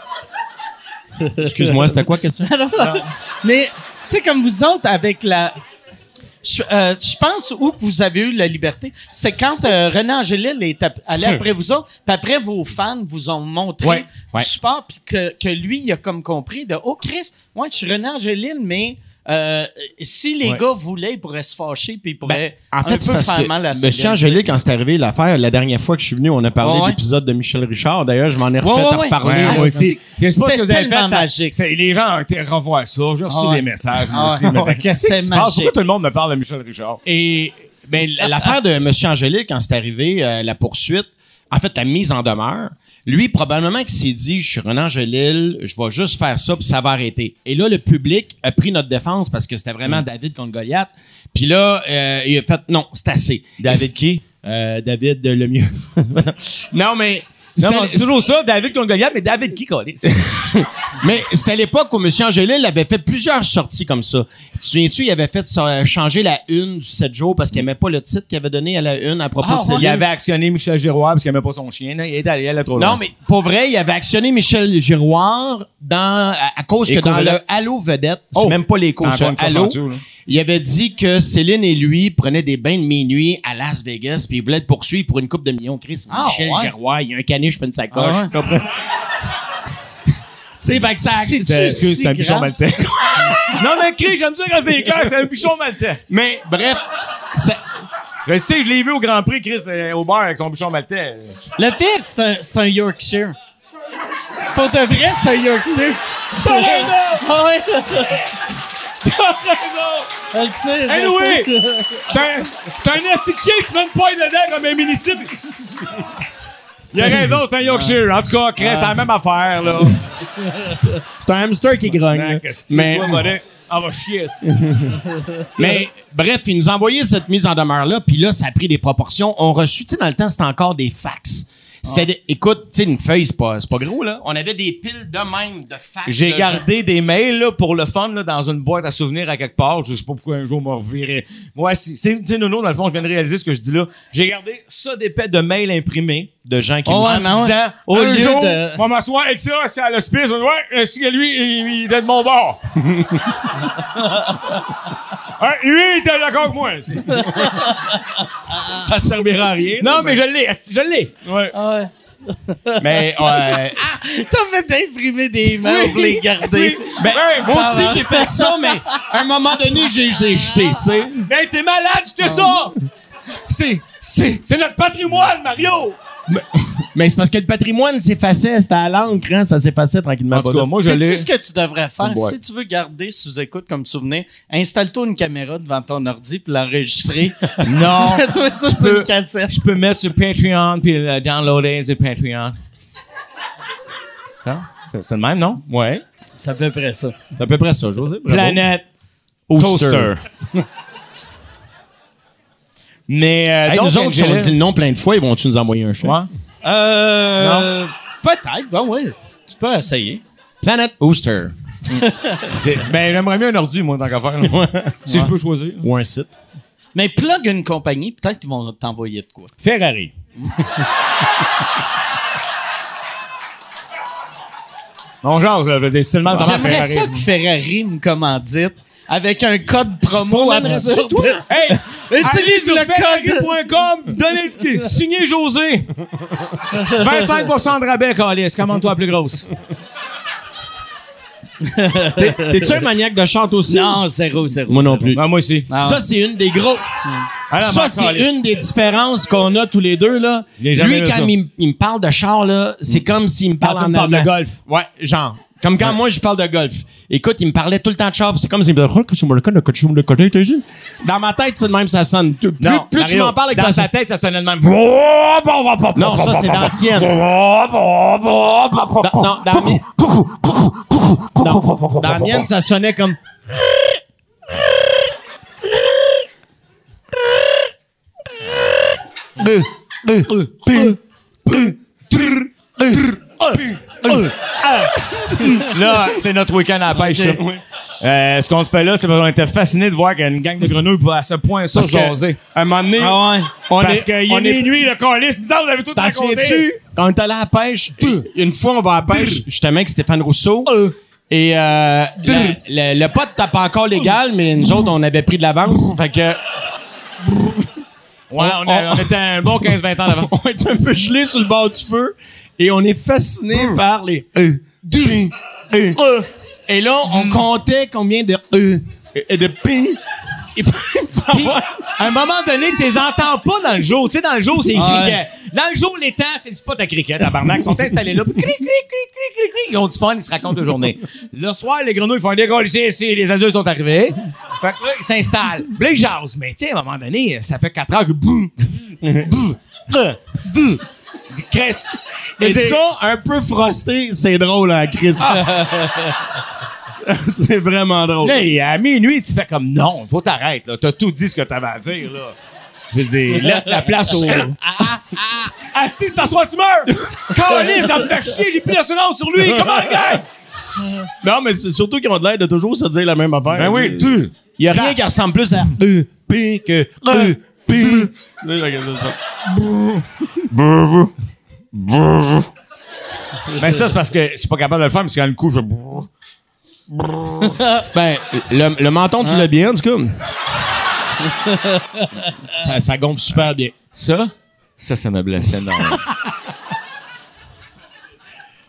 Speaker 5: Excuse-moi, c'était quoi, question?
Speaker 1: Mais, tu sais, comme vous autres, avec la. Je euh, je pense où que vous avez eu la liberté, c'est quand euh, René Angélil est ap- allé
Speaker 5: Hmm.
Speaker 1: après vous autres, puis après vos fans vous ont montré
Speaker 4: Ouais, ouais.
Speaker 1: du support, puis que, que lui, il a comme compris de Oh Chris, moi, je suis René Angélil, mais euh, si les gars voulaient, ils pourraient se fâcher, puis ils pourraient
Speaker 5: Ben, En
Speaker 1: un
Speaker 5: fait, c'est
Speaker 1: peu
Speaker 5: parce
Speaker 1: faire mal à
Speaker 5: que
Speaker 1: la
Speaker 5: Monsieur Angélique, quand c'est arrivé l'affaire, la dernière fois que je suis venu, on a parlé
Speaker 1: Ouais, ouais.
Speaker 5: de l'épisode de Michel Richard. D'ailleurs, je m'en ai
Speaker 1: Ouais,
Speaker 5: refait
Speaker 1: ouais,
Speaker 5: à
Speaker 1: ouais.
Speaker 5: reparler.
Speaker 1: Ouais,
Speaker 5: moi
Speaker 1: ouais.
Speaker 5: aussi.
Speaker 4: Je sais pas ce que
Speaker 1: C'était
Speaker 4: vous avez fait.
Speaker 1: tellement
Speaker 4: ça-
Speaker 1: magique.
Speaker 4: c'est- Les gens ont été revoir ça. J'ai reçu
Speaker 1: Ah ouais.
Speaker 4: des messages.
Speaker 1: Ah
Speaker 4: aussi,
Speaker 1: ouais.
Speaker 4: mais Qu'est-ce qui
Speaker 1: C'était
Speaker 4: se passe? Pourquoi
Speaker 1: magique.
Speaker 4: tout le monde me parle de Michel Richard?
Speaker 5: Et ben, l- l'affaire de M. Angélique, quand c'est arrivé, euh, la poursuite, en fait, la mise en demeure, lui, probablement qu'il s'est dit, je suis Renan Angélil, je vais juste faire ça, puis ça va arrêter. Et là, le public a pris notre défense parce que c'était
Speaker 1: Mm.
Speaker 5: vraiment David contre Goliath. Puis là, euh, il a fait, non, c'est assez.
Speaker 4: David qui?
Speaker 5: Euh, David euh, Lemieux. non, mais...
Speaker 4: Non,
Speaker 5: c'était-
Speaker 4: c'est toujours ça, David contre Goliath, mais David qui, Colis?
Speaker 5: mais c'était à l'époque où M. Angelil avait fait plusieurs sorties comme ça. Tu te souviens-tu, il avait fait euh, changer la une du 7 jours parce qu'il aimait pas le titre qu'il avait donné à la une à propos
Speaker 1: Ah,
Speaker 5: de
Speaker 1: ouais.
Speaker 5: Céline.
Speaker 4: Il avait actionné Michel Giroir parce qu'il n'aimait pas son chien. là. Il était allé- il allait trop loin.
Speaker 5: Non, mais pour vrai, il avait actionné Michel Giroir dans, à, à cause que
Speaker 4: Éco
Speaker 5: dans le
Speaker 4: vedette.
Speaker 5: Halo Vedette, c'est
Speaker 4: Oh!
Speaker 5: même pas les
Speaker 4: C'est
Speaker 5: causes,
Speaker 4: encore une course en
Speaker 5: Halo,
Speaker 4: dessous, là.
Speaker 5: il avait dit que Céline et lui prenaient des bains de minuit à Las Vegas puis ils voulaient le poursuivre pour une coupe de millions. Chris,
Speaker 1: Ah,
Speaker 5: Michel
Speaker 1: ouais.
Speaker 5: Giroir, il a un caniche pas une sacoche.
Speaker 1: Ah, ouais.
Speaker 5: Tu comprends? Tu sais, fait que ça...
Speaker 1: C'est-
Speaker 5: ça-
Speaker 1: Excuse, c'est un bichon
Speaker 4: maltais. non, mais crie, j'aime ça quand c'est clair, c'est un bichon maltais.
Speaker 5: Mais bref, ça-
Speaker 4: Je sais, je l'ai vu au Grand Prix, Chris, euh, au bar avec son bichon maltais.
Speaker 1: Le pire, c'est un, c'est un Yorkshire. Pour de vrai, c'est un Yorkshire. T'as
Speaker 4: raison!
Speaker 1: ouais. Elle le sait. je le
Speaker 4: Anyway!
Speaker 1: sais.
Speaker 4: T'as un esti de chien qui se met une poêle dedans comme un municipal. Il a raison, c'est un Yorkshire. En tout cas, Chris,
Speaker 1: Ah.
Speaker 4: c'est la même affaire, là.
Speaker 5: c'est un hamster qui grogne.
Speaker 4: Mais.
Speaker 5: Mais-
Speaker 4: On va chier, esti.
Speaker 5: Mais bref, ils nous envoyaient cette mise en demeure-là, puis là, ça a pris des proportions. On reçut, tu sais, dans le temps, c'était encore des fax. C'était des- écoute, tu sais, une feuille, c'est pas, c'est pas gros, là. On avait des piles de même de fax.
Speaker 4: J'ai
Speaker 5: de-
Speaker 4: gardé des mails là, pour le fun là, dans une boîte à souvenirs à quelque part. Je sais pas pourquoi un jour me revirait. Moi, si- c'est c'est nono, dans le fond, je viens de réaliser ce que je dis là. J'ai gardé ça des pets de mails imprimés
Speaker 5: de gens qui
Speaker 1: Oh,
Speaker 5: me-
Speaker 1: ouais,
Speaker 4: en
Speaker 1: mais ouais.
Speaker 4: disant
Speaker 1: Au
Speaker 4: un
Speaker 1: lieu
Speaker 4: jour,
Speaker 1: de-
Speaker 4: on va m'asseoir avec ça, c'est à l'hospice. Ouais, est-ce que lui, il, il était de mon bord? Hein, lui, il était d'accord avec moi. c'est-
Speaker 5: ça servira à rien.
Speaker 4: Non, mais je l'ai, esti, je l'ai. Ouais.
Speaker 1: Ah ouais.
Speaker 5: Mais euh,
Speaker 1: T'as fait imprimer des mains pour les garder.
Speaker 5: ben, moi aussi j'ai fait ça, mais à un moment donné, j'ai j'ai jeté, tu sais.
Speaker 4: Hey, ben, t'es malade, j'étais ça! C'est, c'est, c'est notre patrimoine, Mario!
Speaker 5: Mais c'est parce que le patrimoine s'effaçait, c'était à l'encre, hein, ça s'effaçait tranquillement.
Speaker 4: En tout cas, moi, je l'ai.
Speaker 1: Sais-tu ce que tu devrais faire?
Speaker 5: Ouais.
Speaker 1: Si tu veux garder sous écoute comme souvenir, installe-toi une caméra devant ton ordi puis l'enregistrer.
Speaker 4: Non!
Speaker 1: Mets-toi ça
Speaker 4: Je
Speaker 1: sur
Speaker 4: peux-
Speaker 1: une cassette.
Speaker 4: Je peux mettre sur Patreon puis le downloader sur Patreon. Ça? C'est c'est le même, non?
Speaker 5: Ouais.
Speaker 1: C'est à peu près ça.
Speaker 5: C'est à peu près ça, José. Bravo.
Speaker 4: Planète
Speaker 5: Toaster.
Speaker 4: Toaster. Mais euh,
Speaker 5: Hey,
Speaker 4: donc,
Speaker 5: nous autres, si on
Speaker 4: Angela-
Speaker 5: dit le nom plein de fois, ils vont-tu nous envoyer un chèque?
Speaker 4: Ouais.
Speaker 1: Euh, Peut-être. Bon, oui. Tu peux essayer.
Speaker 5: Planet Ooster.
Speaker 4: C'est- Ben, j'aimerais mieux un ordi, moi, tant qu'à faire. là. Si je peux choisir.
Speaker 5: Ou un site.
Speaker 1: Mais plug une compagnie, peut-être qu'ils vont t'envoyer de quoi.
Speaker 4: Ferrari. On jase, là. Je veux dire, c'est seulement ça marche,
Speaker 1: J'aimerais
Speaker 4: Ferrari.
Speaker 1: ça que Ferrari me commandite avec un code promo absurde.
Speaker 4: Hey!
Speaker 1: Utilise le code.
Speaker 4: ferrari.com, donnez, signez José. 25 de rabais, Calis. Commande-toi la plus grosse.
Speaker 5: T'es-tu un maniaque de chante aussi?
Speaker 1: Non, zéro, zéro.
Speaker 5: Moi non
Speaker 1: zéro.
Speaker 5: plus.
Speaker 4: Ah, moi aussi.
Speaker 1: Ah.
Speaker 5: Ça, c'est une des gros.
Speaker 4: Ah, là,
Speaker 5: Ça,
Speaker 4: moi,
Speaker 5: c'est
Speaker 4: Calis.
Speaker 5: une des différences qu'on a tous les deux, là.
Speaker 4: J'ai jamais
Speaker 5: Lui,
Speaker 4: vu
Speaker 5: quand
Speaker 4: ça.
Speaker 5: il, m- il me parle de char, là, c'est comme s'il me
Speaker 4: Quand
Speaker 5: parle
Speaker 4: tu
Speaker 5: en
Speaker 4: me parles de
Speaker 5: allemand.
Speaker 4: golf.
Speaker 5: Ouais, genre. Comme quand moi, je parle de golf. Écoute, il me parlait tout le temps de char, puis c'est comme s'il me disait... Dans ma tête, c'est de même, ça sonne. Plus,
Speaker 4: Non,
Speaker 5: plus tu
Speaker 4: Mario,
Speaker 5: m'en parles avec
Speaker 4: dans
Speaker 5: ta-
Speaker 4: ta tête, ça sonnait le même.
Speaker 5: Non, ça, c'est dans la tienne. Dans- non, dans la mienne- Non, dans la mienne, ça sonnait comme...
Speaker 4: Là, c'est notre week-end à la pêche. ça. Euh, ce qu'on se fait là, c'est parce qu'on était fascinés de voir qu'une gang de grenouilles pouvait à ce point ça
Speaker 5: Parce que,
Speaker 4: jaser.
Speaker 5: à un moment donné,
Speaker 1: Ah ouais.
Speaker 5: on
Speaker 4: Parce
Speaker 5: est-
Speaker 4: qu'il est,
Speaker 5: on est
Speaker 4: minuit, le colis. Bizarre, vous avez tout
Speaker 5: T'en
Speaker 4: raconté.
Speaker 5: souviens-tu? Quand on est allé à la pêche, une fois on va à la pêche, justement avec Stéphane Rousseau. Et euh, la- le, le pote tape encore légal, mais nous autres, on avait pris de l'avance. Fait que
Speaker 4: Ouais, on, a-
Speaker 5: On-
Speaker 4: on était un bon 15-20 ans d'avance.
Speaker 5: on est un peu gelé sur le bord du feu et on est fasciné par les euh, pi, euh, euh. Hmm. Et là, on comptait combien de euh, et de pi. Et puis,
Speaker 4: À un moment donné, tu les entends pas dans le jour. Tu sais, dans le jour, c'est les
Speaker 1: Ah
Speaker 4: criquets. Dans le jour, les temps, c'est le spot à cricket, tabarnak. Ils sont installés là. puis cri, cri, cri, cri, cri, cri. Ils ont du fun, ils se racontent de journée. Le soir, les grenouilles font des ici, ici, les adultes sont arrivés. Fait que là, ils s'installent. Puis là, ils jasent. Mais tu sais, à un moment donné, ça fait quatre heures que boum, boum,
Speaker 5: euh, euh.
Speaker 4: du cresse.
Speaker 5: Et
Speaker 4: c'est-
Speaker 5: ça, un peu frosté, c'est drôle, hein, Chris? c'est vraiment drôle.
Speaker 4: Là, et à minuit, tu fais comme non, faut t'arrêter. là. T'as tout dit ce que t'avais à dire, là. Je veux dire, laisse la place au. Ah, Asti, c'est soir, tu meurs! Caliste, ça me fait chier, j'ai plus d'assurance sur lui! Comment, gars?
Speaker 5: Non, mais c'est surtout qu'ils ont de l'air de toujours se dire la même affaire.
Speaker 4: Ben oui.
Speaker 5: Il y a rien qui ressemble plus à E, P que E, P. Là, regarde ça.
Speaker 4: Mais Ben, ça, c'est parce que je suis pas capable de le faire, parce que dans le coup, je.
Speaker 5: Ben, le, le menton, tu
Speaker 4: Hein?
Speaker 5: l'as bien, en tout cas. ça, ça gonfle super bien.
Speaker 4: Ça? Ça, ça me blesse énormément.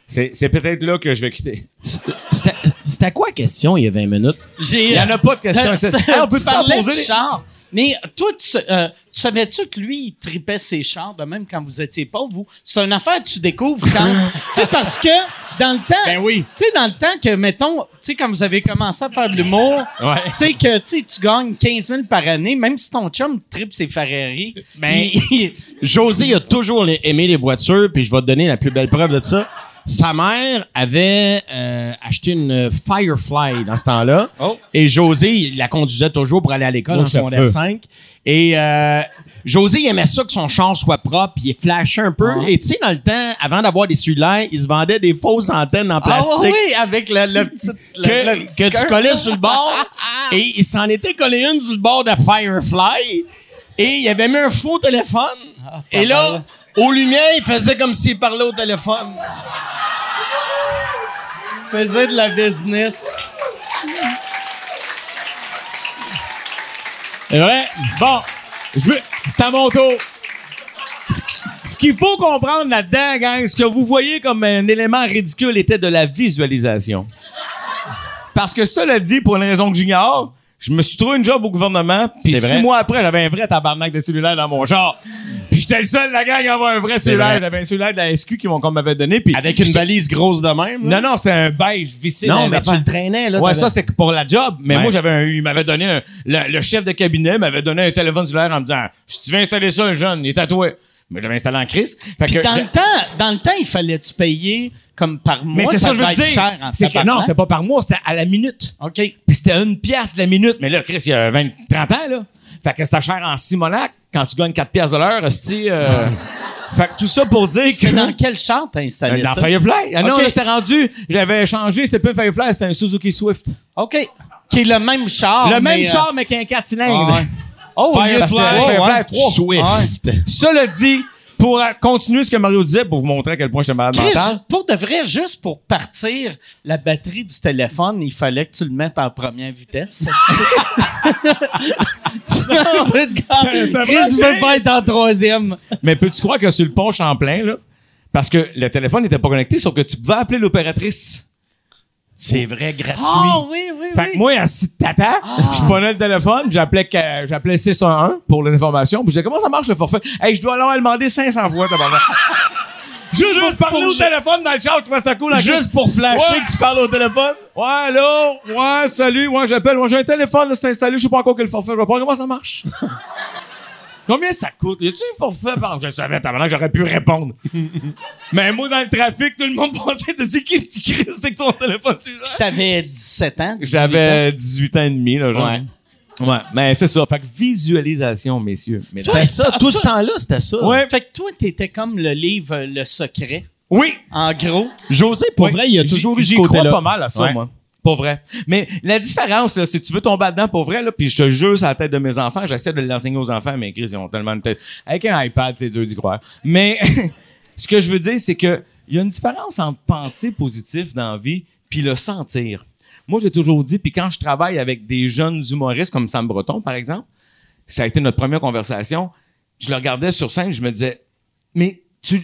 Speaker 4: C'est c'est peut-être là que je vais quitter.
Speaker 5: C'était c'était à quoi la question il y a 20 minutes?
Speaker 1: J'ai,
Speaker 4: Il n'y en
Speaker 1: euh,
Speaker 4: a pas de question.
Speaker 1: Ça-
Speaker 4: C'est- Ah, on peut
Speaker 1: tu
Speaker 4: te faire
Speaker 1: parlais de
Speaker 4: poser.
Speaker 1: char. Mais toi, tu, euh, tu savais-tu que lui, il tripait ses chars de même quand vous étiez pauvre? vous? C'est une affaire que tu découvres quand. tu sais, parce que dans le temps.
Speaker 4: Ben oui.
Speaker 1: Tu sais, dans le temps que, mettons, tu sais, quand vous avez commencé à faire de l'humour,
Speaker 4: Ouais.
Speaker 1: tu sais, que tu sais, tu gagnes 15 000 par année, même si ton chum tripe ses Ferrari.
Speaker 4: Ben-
Speaker 1: il- il-
Speaker 5: José a toujours les- aimé les voitures, puis je vais te donner la plus belle preuve de ça. Sa mère avait euh, acheté une Firefly dans ce temps-là.
Speaker 4: Oh.
Speaker 5: Et José, il la conduisait toujours pour aller à l'école
Speaker 4: Beau
Speaker 5: en secondaire
Speaker 4: chef-feu.
Speaker 5: 5. Et euh, José, il aimait ça que son char soit propre, puis il flashait un peu.
Speaker 1: Ah.
Speaker 5: Et tu sais, dans le temps, avant d'avoir des cellulaires, il se vendait des fausses antennes en
Speaker 1: Ah
Speaker 5: plastique
Speaker 1: oui, oui, avec le, le petit. le- le
Speaker 5: que,
Speaker 1: petit
Speaker 5: que tu
Speaker 1: cœur.
Speaker 5: collais sur le bord.
Speaker 1: Ah.
Speaker 5: et il s'en était collé une sur le bord de Firefly. Et il avait mis un faux téléphone. et là,
Speaker 1: Ah, mal.
Speaker 5: aux lumières, il faisait comme s'il parlait au téléphone.
Speaker 1: faisait de la business.
Speaker 5: Ouais.
Speaker 4: Bon, je veux. C'est à mon tour.
Speaker 5: Ce
Speaker 4: qu'il faut comprendre là-dedans, gang, ce que vous voyez comme un élément ridicule était de la visualisation. Parce que cela dit, pour une raison que j'ignore, je me suis trouvé une job au gouvernement, puis
Speaker 5: C'est
Speaker 4: six
Speaker 5: vrai.
Speaker 4: mois après, j'avais un vrai tabarnak de cellulaire dans mon genre. Puis j'étais le seul de la gang à avoir un vrai cellulaire.
Speaker 5: vrai.
Speaker 4: J'avais un cellulaire de la SQ qui m'ont comme m'avait donné, puis...
Speaker 5: Avec une valise grosse de même. là.
Speaker 4: Non, non, c'était un beige vissé. dans les affaires.
Speaker 5: traînais, là.
Speaker 4: Ouais,
Speaker 5: t'avais-
Speaker 4: ça, c'est que pour la job. Mais
Speaker 5: Ouais.
Speaker 4: moi, j'avais un, il m'avait donné un, le, le chef de cabinet m'avait donné un téléphone cellulaire en me disant, si tu veux installer ça, le jeune, il est tatoué. Mais j'avais installé en crise. Fait que,
Speaker 1: Dans
Speaker 4: j'a-
Speaker 1: le temps, dans le temps, il fallait tu payer comme par mois.
Speaker 4: mais c'est ça, que je
Speaker 1: devait
Speaker 4: veux
Speaker 1: être
Speaker 4: dire.
Speaker 1: cher en
Speaker 4: C'est que, non,
Speaker 1: tabarnak.
Speaker 4: c'était pas par mois, c'était à la minute.
Speaker 1: Ok.
Speaker 4: Puis c'était une pièce la minute. Mais là, Chris, il y a 20, 30 ans, là. Fait que c'était cher en Simonac. Quand tu gagnes 4 pièces de l'heure, hostie, euh, Fait que tout ça pour dire que. Euh,
Speaker 1: C'est dans quel char t'as installé
Speaker 4: dans
Speaker 1: ça?
Speaker 4: Firefly. Ah non,
Speaker 1: Ok.
Speaker 4: là, c'était rendu. J'avais changé. C'était plus un Firefly, c'était un Suzuki Swift.
Speaker 1: OK. Qui est le même char.
Speaker 4: le même
Speaker 1: mais, euh,
Speaker 4: char, mais qu'un 4 cylindres.
Speaker 1: ouais. Oh, au lieu de-
Speaker 4: Firefly,
Speaker 1: Oh, ouais.
Speaker 4: Firefly 3.
Speaker 5: Swift.
Speaker 4: Cela dit, pour euh, continuer ce que Mario disait, pour vous montrer à quel point j'étais malade
Speaker 1: Chris,
Speaker 4: mental.
Speaker 1: pour de vrai, juste pour partir la batterie du téléphone, il fallait que tu le mettes en première vitesse. tu as un peu de gaz.
Speaker 4: vrai,
Speaker 1: Chris, je veux pas être en troisième.
Speaker 4: Mais peux-tu croire que sur le pont Champlain, là, parce que le téléphone n'était pas connecté, sauf que tu pouvais appeler l'opératrice.
Speaker 5: C'est vrai, gratuit.
Speaker 1: Ah oui, oui,
Speaker 4: Fait que moi, assis de tata,
Speaker 5: Ah.
Speaker 4: je prenais le téléphone, j'appelais que- j'appelais 611 pour les informations, puis je disais, comment ça marche le forfait? Hey, je dois aller en demander 500 fois, tabarnak. Juste,
Speaker 5: pour-
Speaker 4: pour parler
Speaker 5: pour-
Speaker 4: au téléphone dans le chat, je trouvais ça cool. en
Speaker 5: Juste pour flasher
Speaker 4: Ouais.
Speaker 5: que tu parles au téléphone.
Speaker 4: Ouais, allô? Ouais, salut. Ouais, j'appelle. Ouais, j'ai un téléphone, là, c'est installé. Je sais pas encore quel forfait. Je vais pas comment ça marche. Combien ça coûte? Y a-tu un forfait? Bon, je le savais, tabarnak, j'aurais pu répondre. Mais moi, dans le trafic, tout le monde pensait, c'est c'est qui qui crie, c'est que son téléphone, tu l'as?
Speaker 1: T'avais 17 ans. 18 ans.
Speaker 4: J'avais 18 ans et demi, là, genre.
Speaker 5: Ouais.
Speaker 4: Ouais, mais c'est ça. Fait que visualisation, messieurs. mesdames.
Speaker 5: C'était ça. Tout ce temps-là, c'était ça.
Speaker 4: Ouais.
Speaker 1: Fait que toi, t'étais comme le livre euh, Le Secret,
Speaker 4: Oui!
Speaker 1: en gros.
Speaker 5: José, pour
Speaker 4: Oui.
Speaker 5: vrai, il a
Speaker 4: J'y-
Speaker 5: toujours eu ce
Speaker 4: J'y crois
Speaker 5: côté-là.
Speaker 4: pas mal à ça,
Speaker 5: Ouais.
Speaker 4: moi. Pour vrai. Mais la différence, là, si tu veux tomber dedans pour vrai, là, puis je te jure sur la tête de mes enfants, j'essaie de l'enseigner aux enfants, mais Chris, ils ont tellement de tête. Avec un iPad, c'est dur d'y croire. Mais ce que je veux dire, c'est que il y a une différence entre penser positif dans la vie puis le sentir. Moi, j'ai toujours dit, puis quand je travaille avec des jeunes humoristes comme Sam Breton, par exemple, ça a été notre première conversation. Je le regardais sur scène, je me disais, mais tu,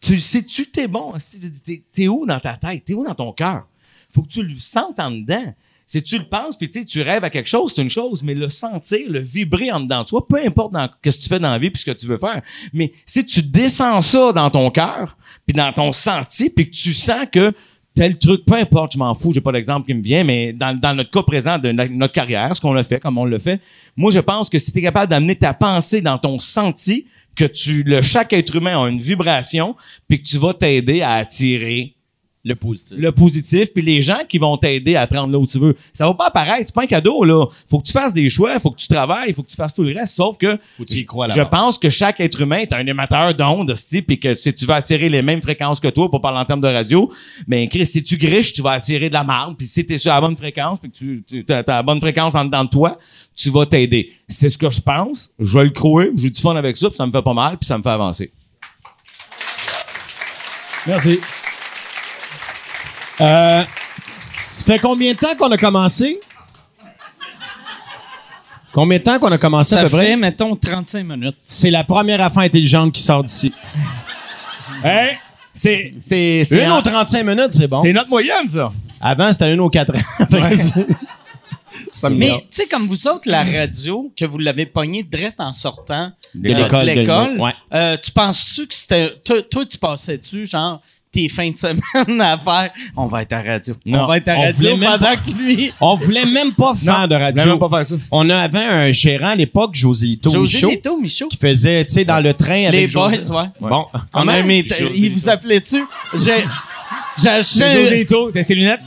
Speaker 4: tu le sais-tu, que t'es bon? Asti? T'es- T'es t'es où dans ta tête? T'es où dans ton cœur? Faut que tu le sentes en dedans. Si tu le penses, puis tu sais, tu rêves à quelque chose, c'est une chose, mais le sentir, le vibrer en dedans de toi, peu importe dans, ce que tu fais dans la vie puis ce que tu veux faire, mais si tu descends ça dans ton cœur, puis dans ton senti, puis que tu sens que tel truc, peu importe, je m'en fous, j'ai pas d'exemple qui me vient, mais dans, dans notre cas présent de no- notre carrière, ce qu'on a fait, comme on le fait, moi, je pense que si tu es capable d'amener ta pensée dans ton senti, que tu, le, chaque être humain a une vibration, puis que tu vas t'aider à attirer
Speaker 5: Le positif.
Speaker 4: le positif, puis les gens qui vont t'aider à te rendre là où tu veux. Ça va pas apparaître, c'est pas un cadeau, là. Faut que tu fasses des choix, faut que tu travailles, faut que tu fasses tout le reste, sauf que
Speaker 5: Faut que tu y croies à
Speaker 4: je
Speaker 5: l'avance.
Speaker 4: pense que chaque être humain est un émetteur d'ondes, type, puis que si tu vas attirer les mêmes fréquences que toi, pour parler en termes de radio, mais Chris, si tu griches, tu vas attirer de la marde, puis si t'es sur la bonne fréquence, puis que tu, tu as, la bonne fréquence en dedans de toi, tu vas t'aider. C'est ce que je pense, je vais le croire, j'ai du fun avec ça, puis ça me fait pas mal, puis ça me fait avancer.
Speaker 3: Merci.
Speaker 5: Euh, ça fait combien de temps qu'on a commencé? Combien de temps qu'on a commencé
Speaker 1: Ça
Speaker 5: à peu
Speaker 1: fait,
Speaker 5: près?
Speaker 1: mettons, 35 minutes.
Speaker 5: C'est la première affaire intelligente qui sort d'ici.
Speaker 4: Hein? C'est, c'est, c'est,
Speaker 5: Une
Speaker 4: en-
Speaker 5: aux 35 minutes, c'est bon.
Speaker 4: c'est notre moyenne, ça.
Speaker 5: Avant, c'était une aux 4 ans. Ça me
Speaker 1: Mais,
Speaker 5: garde.
Speaker 1: tu sais, comme vous autres, la radio, que vous l'avez pognée direct en sortant de,
Speaker 5: De l'école,
Speaker 1: de
Speaker 5: de
Speaker 1: l'école,
Speaker 5: l'école, ouais.
Speaker 1: euh, tu penses-tu que c'était... Toi, toi, tu pensais-tu, genre, tes fins de semaine à faire « On va être à radio.
Speaker 5: Non,
Speaker 1: on va être à
Speaker 5: on
Speaker 1: radio
Speaker 5: voulait » même
Speaker 1: pendant que lui...
Speaker 5: On voulait même pas faire de radio.
Speaker 4: même pas faire ça.
Speaker 5: On avait un gérant à l'époque, José Lito
Speaker 1: José
Speaker 5: Michaud,
Speaker 1: Lito, Michaud.
Speaker 5: qui faisait, tu sais, dans le train avec
Speaker 1: Les boys,
Speaker 5: José.
Speaker 1: ouais.
Speaker 5: Bon,
Speaker 1: On a aimé- il vous appelait-tu? J'ai... J'ai acheté... un-
Speaker 4: t'as ses lunettes?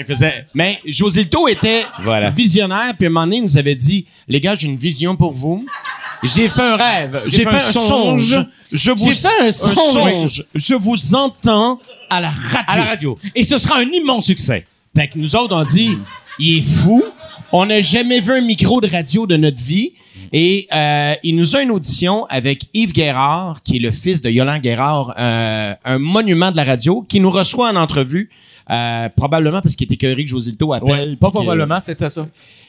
Speaker 5: Il faisait. Mais José Lito était
Speaker 4: Voilà.
Speaker 5: visionnaire, puis à un moment donné, il nous avait dit Les gars, j'ai une vision pour vous.
Speaker 4: J'ai fait un rêve.
Speaker 5: J'ai fait, un songe. Je vous
Speaker 1: J'ai fait un songe.
Speaker 5: Je vous entends à la radio.
Speaker 4: À la radio. Et ce sera un immense succès.
Speaker 5: Fait que nous autres, on dit, il est fou. On n'a jamais vu un micro de radio de notre vie. Et euh, il nous a une audition avec Yves Guérard, qui est le fils de Yolande Guérard, euh, un monument de la radio, qui nous reçoit en entrevue. euh, probablement parce qu'il était écœuré que José Lito appelle. puis que-
Speaker 4: c'était ça.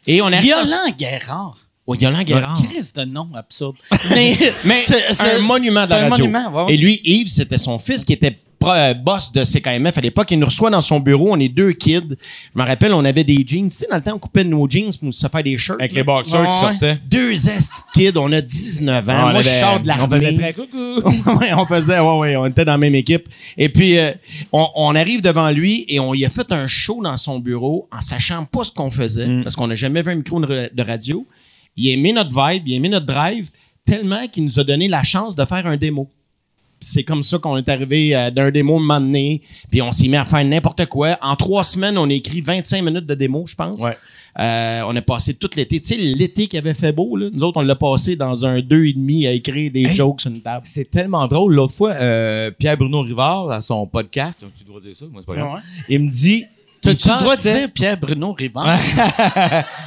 Speaker 5: Et on arrive.
Speaker 1: Violent Guérard.
Speaker 5: Ouais, Yolande
Speaker 1: Un
Speaker 5: Guérard.
Speaker 1: crise de nom absurde. Mais,
Speaker 5: Mais
Speaker 1: c'est-
Speaker 5: c'est
Speaker 1: c'est-
Speaker 5: un monument de
Speaker 1: c'est
Speaker 5: la
Speaker 1: un
Speaker 5: radio.
Speaker 1: monument, ouais, ouais.
Speaker 5: Et lui, Yves, c'était son fils qui était pro- euh, boss de CKMF à l'époque. Il nous reçoit dans son bureau. On est deux kids. Je me rappelle, on avait des jeans. Tu sais, dans le temps, on coupait nos jeans pour se faire des shirts.
Speaker 4: Avec
Speaker 5: là.
Speaker 4: les boxeurs qui
Speaker 1: Ouais.
Speaker 4: sortaient.
Speaker 5: Deux estis de kids. On a 19 ans.
Speaker 4: Ah, On
Speaker 5: Moi, je
Speaker 4: avait-
Speaker 5: sors de l'armée.
Speaker 4: On faisait très coucou.
Speaker 5: ouais, on faisait, ouais, ouais, on était dans la même équipe. Et puis, euh, on, on arrive devant lui et on y a fait un show dans son bureau en sachant pas ce qu'on faisait
Speaker 4: Mm.
Speaker 5: parce qu'on n'a jamais vu un micro de, ra- de radio. Il a aimé notre vibe, il a aimé notre drive tellement qu'il nous a donné la chance de faire un démo. Puis C'est comme ça qu'on est arrivé euh, d'un démo un moment donné, puis on s'est mis à faire n'importe quoi. En trois semaines, on a écrit 25 minutes de démo, je pense.
Speaker 4: Ouais.
Speaker 5: Euh, on a passé tout l'été. Tu sais, l'été qui avait fait beau, là, nous autres, on l'a passé dans un deux et demi à écrire des jokes sur une table.
Speaker 4: C'est tellement drôle. L'autre fois, euh, Pierre-Bruno Rivard, à son podcast, tu dois dire ça, moi, c'est pas grave. Il me dit.
Speaker 1: T'as-tu
Speaker 4: il
Speaker 1: le droit de
Speaker 4: pensait-
Speaker 1: dire Pierre-Bruno Rivard?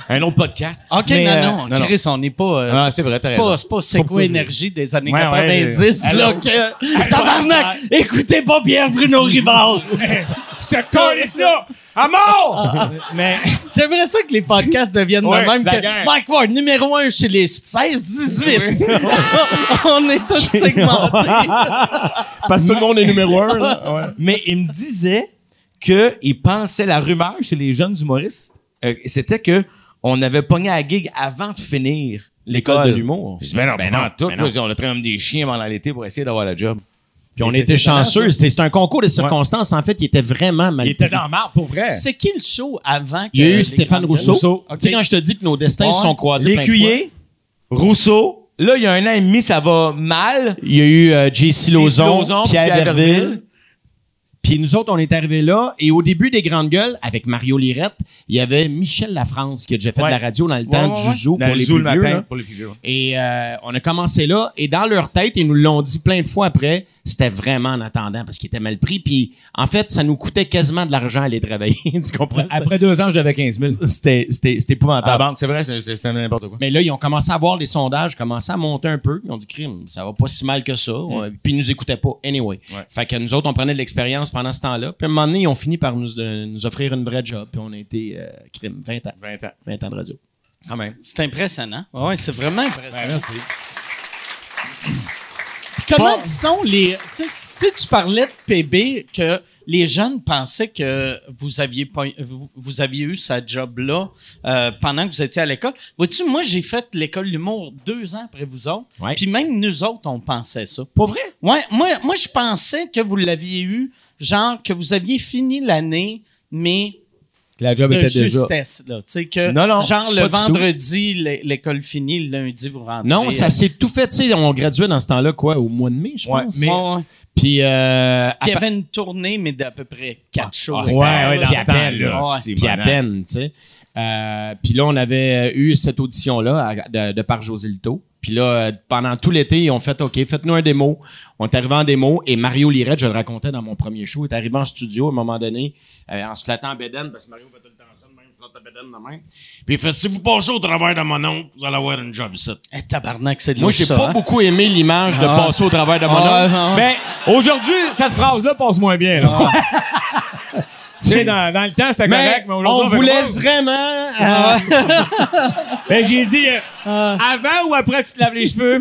Speaker 4: un autre podcast.
Speaker 1: OK,
Speaker 4: Mais, euh,
Speaker 1: non, non, Chris, on n'est pas... euh,
Speaker 4: Ah, c'est vrai, t'as
Speaker 1: c'est
Speaker 4: raison.
Speaker 1: pas, c'est pas C'est quoi énergie des années
Speaker 4: Ouais, ouais,
Speaker 1: 90,
Speaker 4: euh,
Speaker 1: là,
Speaker 4: allô?
Speaker 1: que... Ah, Tabarnak! Écoutez pas Pierre-Bruno Rivard!
Speaker 4: Ce calice-là! À mort! Mais.
Speaker 1: J'aimerais ça que les podcasts deviennent
Speaker 4: Ouais,
Speaker 1: de même
Speaker 4: la
Speaker 1: que
Speaker 4: guerre.
Speaker 1: Mike Ward, numéro un chez les 16-18. on est tous segmentés.
Speaker 5: Parce que tout le monde est numéro un. là.
Speaker 4: Mais il me disait qu'il pensait la rumeur chez les jeunes humoristes, euh, c'était que on avait pogné à la gig avant de finir l'école
Speaker 5: L'école de l'humour.
Speaker 4: Je dis, ben non, ben non, tout. moi, On a pris comme des chiens pendant l'été pour essayer d'avoir la job.
Speaker 5: Puis on était chanceux. C'est c'est un concours des circonstances. En fait, il était vraiment mal.
Speaker 4: Il était dans marre pour vrai.
Speaker 1: C'est qui le show avant que...
Speaker 5: Il y a
Speaker 1: les
Speaker 5: eu Stéphane
Speaker 1: grandes
Speaker 5: Rousseau.
Speaker 4: Rousseau, ok.
Speaker 5: Tu sais, quand je te dis que nos destins se sont croisés. plein de fois.
Speaker 4: L'écuyer, Rousseau. Là, il y a un an et demi, ça va mal.
Speaker 5: Il y a eu euh, JC Lauzon,
Speaker 4: Lauzon,
Speaker 5: Pierre
Speaker 4: Pierre
Speaker 5: Verville.
Speaker 4: Verville.
Speaker 5: Puis nous autres, on est arrivés là. Et au début des Grandes Gueules, avec Mario Lirette, il y avait Michel Lafrance qui a déjà fait
Speaker 4: Ouais.
Speaker 5: de la radio dans le
Speaker 4: Ouais,
Speaker 5: temps
Speaker 4: ouais,
Speaker 5: du
Speaker 4: ouais.
Speaker 5: zoo
Speaker 4: Dans
Speaker 5: pour
Speaker 4: le
Speaker 5: les
Speaker 4: zoo
Speaker 5: plus
Speaker 4: le
Speaker 5: vieux,
Speaker 4: matin,
Speaker 5: là.
Speaker 4: pour les plus vieux. ouais.
Speaker 5: Et euh, on a commencé là, et dans leur tête, ils nous l'ont dit plein de fois après, c'était vraiment en attendant parce qu'ils étaient mal pris. Puis en fait, ça nous coûtait quasiment de l'argent à aller travailler. tu comprends?
Speaker 4: Après deux ans, je devais 15 000.
Speaker 5: C'était c'était- c'était
Speaker 4: À la
Speaker 5: épouvantable.
Speaker 4: banque, Ah, c'est vrai, c'est- c'est- c'était n'importe quoi.
Speaker 5: Mais là, ils ont commencé à voir les sondages, commencé à monter un peu. Ils ont dit, crime, ça va pas si mal que ça. Ouais. Puis ils nous écoutaient pas, anyway.
Speaker 4: Mm. Ouais.
Speaker 5: Fait que nous autres, on prenait de l'expérience pendant ce temps-là. Puis à un moment donné, ils ont fini par nous, de- nous offrir une vraie job. Puis on a été, euh, crime, 20 ans.
Speaker 4: 20 ans.
Speaker 5: 20 ans de radio.
Speaker 4: Quand même.
Speaker 1: C'est impressionnant. Oui, c'est vraiment impressionnant.
Speaker 5: Ben,
Speaker 4: merci.
Speaker 1: Comment
Speaker 4: Bon.
Speaker 1: ils sont les. Tu sais- tu sais, tu parlais de PB que les jeunes pensaient que vous aviez, pas- vous, vous aviez eu sa job-là euh, pendant que vous étiez à l'école. Vois-tu, moi, j'ai fait l'école d'humour deux ans après vous autres.
Speaker 5: Ouais.
Speaker 1: Puis même nous autres, on pensait ça.
Speaker 5: Pour vrai?
Speaker 1: Ouais, moi, moi, je pensais que vous l'aviez eu, genre, que vous aviez fini l'année, mais
Speaker 4: La job
Speaker 1: de
Speaker 4: était déjà.
Speaker 1: justesse, là. Tu sais, que,
Speaker 4: Non, non,
Speaker 1: genre,
Speaker 4: pas
Speaker 1: le
Speaker 4: du tout.
Speaker 1: vendredi, l'é- l'école finie, le lundi, vous rentrez.
Speaker 5: Non, ça
Speaker 1: Euh,
Speaker 5: s'est tout fait. Tu sais, on graduait dans ce temps-là, quoi, au mois de mai, je
Speaker 4: Ouais,
Speaker 5: pense.
Speaker 4: mais-
Speaker 1: ouais, ouais.
Speaker 5: Puis, euh, à
Speaker 1: Puis il y
Speaker 5: pa-
Speaker 1: avait une tournée, mais d'à peu près quatre shows.
Speaker 5: ah, c'était-
Speaker 4: Ouais, ouais, dans
Speaker 5: puis
Speaker 4: ce
Speaker 5: à peine,
Speaker 4: temps-là,
Speaker 5: là,
Speaker 4: c'est
Speaker 5: puis à
Speaker 4: bon, hein.
Speaker 5: peine, tu sais. Euh, puis là, on avait eu cette audition-là à- de, de par José Lito. Puis là, euh, pendant tout l'été, ils ont fait OK, faites-nous un démo. On est arrivé en démo et Mario Lirette, je le racontais dans mon premier show, est arrivé en studio à un moment donné euh, en se flattant à Beden parce que Mario fait tout le temps ça, de même, il flotte à Beden de même. Puis il fait Si vous passez au travers de mon oncle, vous allez avoir une job ici.
Speaker 1: Eh, tabarnak, c'est de
Speaker 5: Moi,
Speaker 1: l'eau,
Speaker 5: j'ai
Speaker 1: ça,
Speaker 5: pas
Speaker 1: hein?
Speaker 5: beaucoup aimé l'image de
Speaker 1: Ah.
Speaker 5: passer au travers de mon
Speaker 1: Ah,
Speaker 5: oncle.
Speaker 1: ah, ah.
Speaker 4: Ben, aujourd'hui, cette phrase-là passe moins bien. Là. tu sais, dans, dans le temps, c'était correct, Ah. mais aujourd'hui,
Speaker 5: on
Speaker 4: fait
Speaker 5: voulait
Speaker 4: comme,
Speaker 5: vraiment.
Speaker 1: Ah.
Speaker 4: oh, Ben, j'ai dit, euh, avant ou après que tu te laves les cheveux?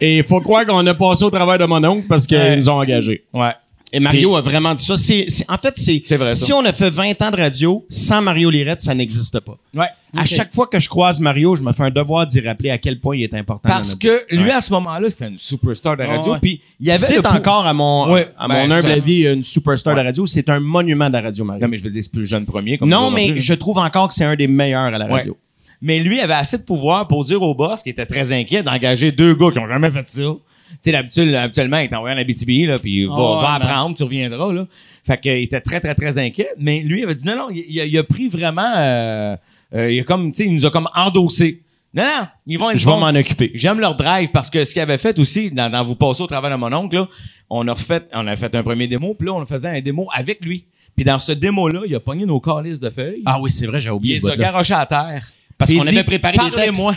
Speaker 5: Et il faut croire qu'on a passé au travers de mon oncle parce qu'ils
Speaker 4: Ouais.
Speaker 5: nous ont engagés.
Speaker 4: ouais.
Speaker 5: Et Mario a vraiment dit ça. C'est- c'est- en fait, c'est,
Speaker 4: C'est vrai, ça.
Speaker 5: si on a fait 20 ans de radio, sans Mario Lirette, ça n'existe pas.
Speaker 4: Ouais.
Speaker 5: À chaque fois que je croise Mario, je me fais un devoir d'y rappeler à quel point il est important.
Speaker 4: Parce
Speaker 5: dans notre-
Speaker 4: que lui, à ce moment-là, c'était une superstar de la radio.
Speaker 1: ouais.
Speaker 4: Puis il y avait
Speaker 5: c'est
Speaker 4: le pou-
Speaker 5: encore, à mon,
Speaker 4: Ouais,
Speaker 5: à
Speaker 4: ben,
Speaker 5: mon humble
Speaker 4: c'est-
Speaker 5: avis, une superstar de la radio. C'est un monument de la radio, Mario.
Speaker 4: Non, mais je veux dire, c'est plus le jeune premier. Comme
Speaker 5: Non,
Speaker 4: aujourd'hui,
Speaker 5: mais
Speaker 4: là.
Speaker 5: je trouve encore que c'est un des meilleurs à la
Speaker 4: Ouais.
Speaker 5: radio.
Speaker 4: Mais lui avait assez de pouvoir pour dire au boss, qui était très inquiet, d'engager deux gars qui ont jamais fait ça. Tu sais, d'habitude, habituellement, il t'envoie en Abitibi, là, puis va,
Speaker 1: Ah ouais,
Speaker 4: va
Speaker 1: ben.
Speaker 4: apprendre, tu reviendras, là. Fait qu'il était très, très, très inquiet. Mais lui, il avait dit non, non, il, il a, il a pris vraiment, euh, euh, il a comme, tu sais, il nous a comme endossé. Non, non, ils vont être
Speaker 5: Je vais
Speaker 4: bons.
Speaker 5: m'en occuper.
Speaker 4: J'aime leur drive parce que ce qu'ils avaient fait aussi, dans, dans Vous passez au travail de mon oncle, là, on a refait, on a fait un premier démo, puis là, on faisait un démo avec lui. Puis dans ce démo-là, il a pogné nos calices de feuilles.
Speaker 5: Ah oui, c'est vrai, j'ai
Speaker 4: il
Speaker 5: oublié ce
Speaker 4: les a
Speaker 5: bout-là.
Speaker 4: garochés à terre.
Speaker 5: Parce
Speaker 4: Puis
Speaker 5: qu'on
Speaker 4: il dit,
Speaker 5: avait préparé des textes.
Speaker 4: Parlez-moi.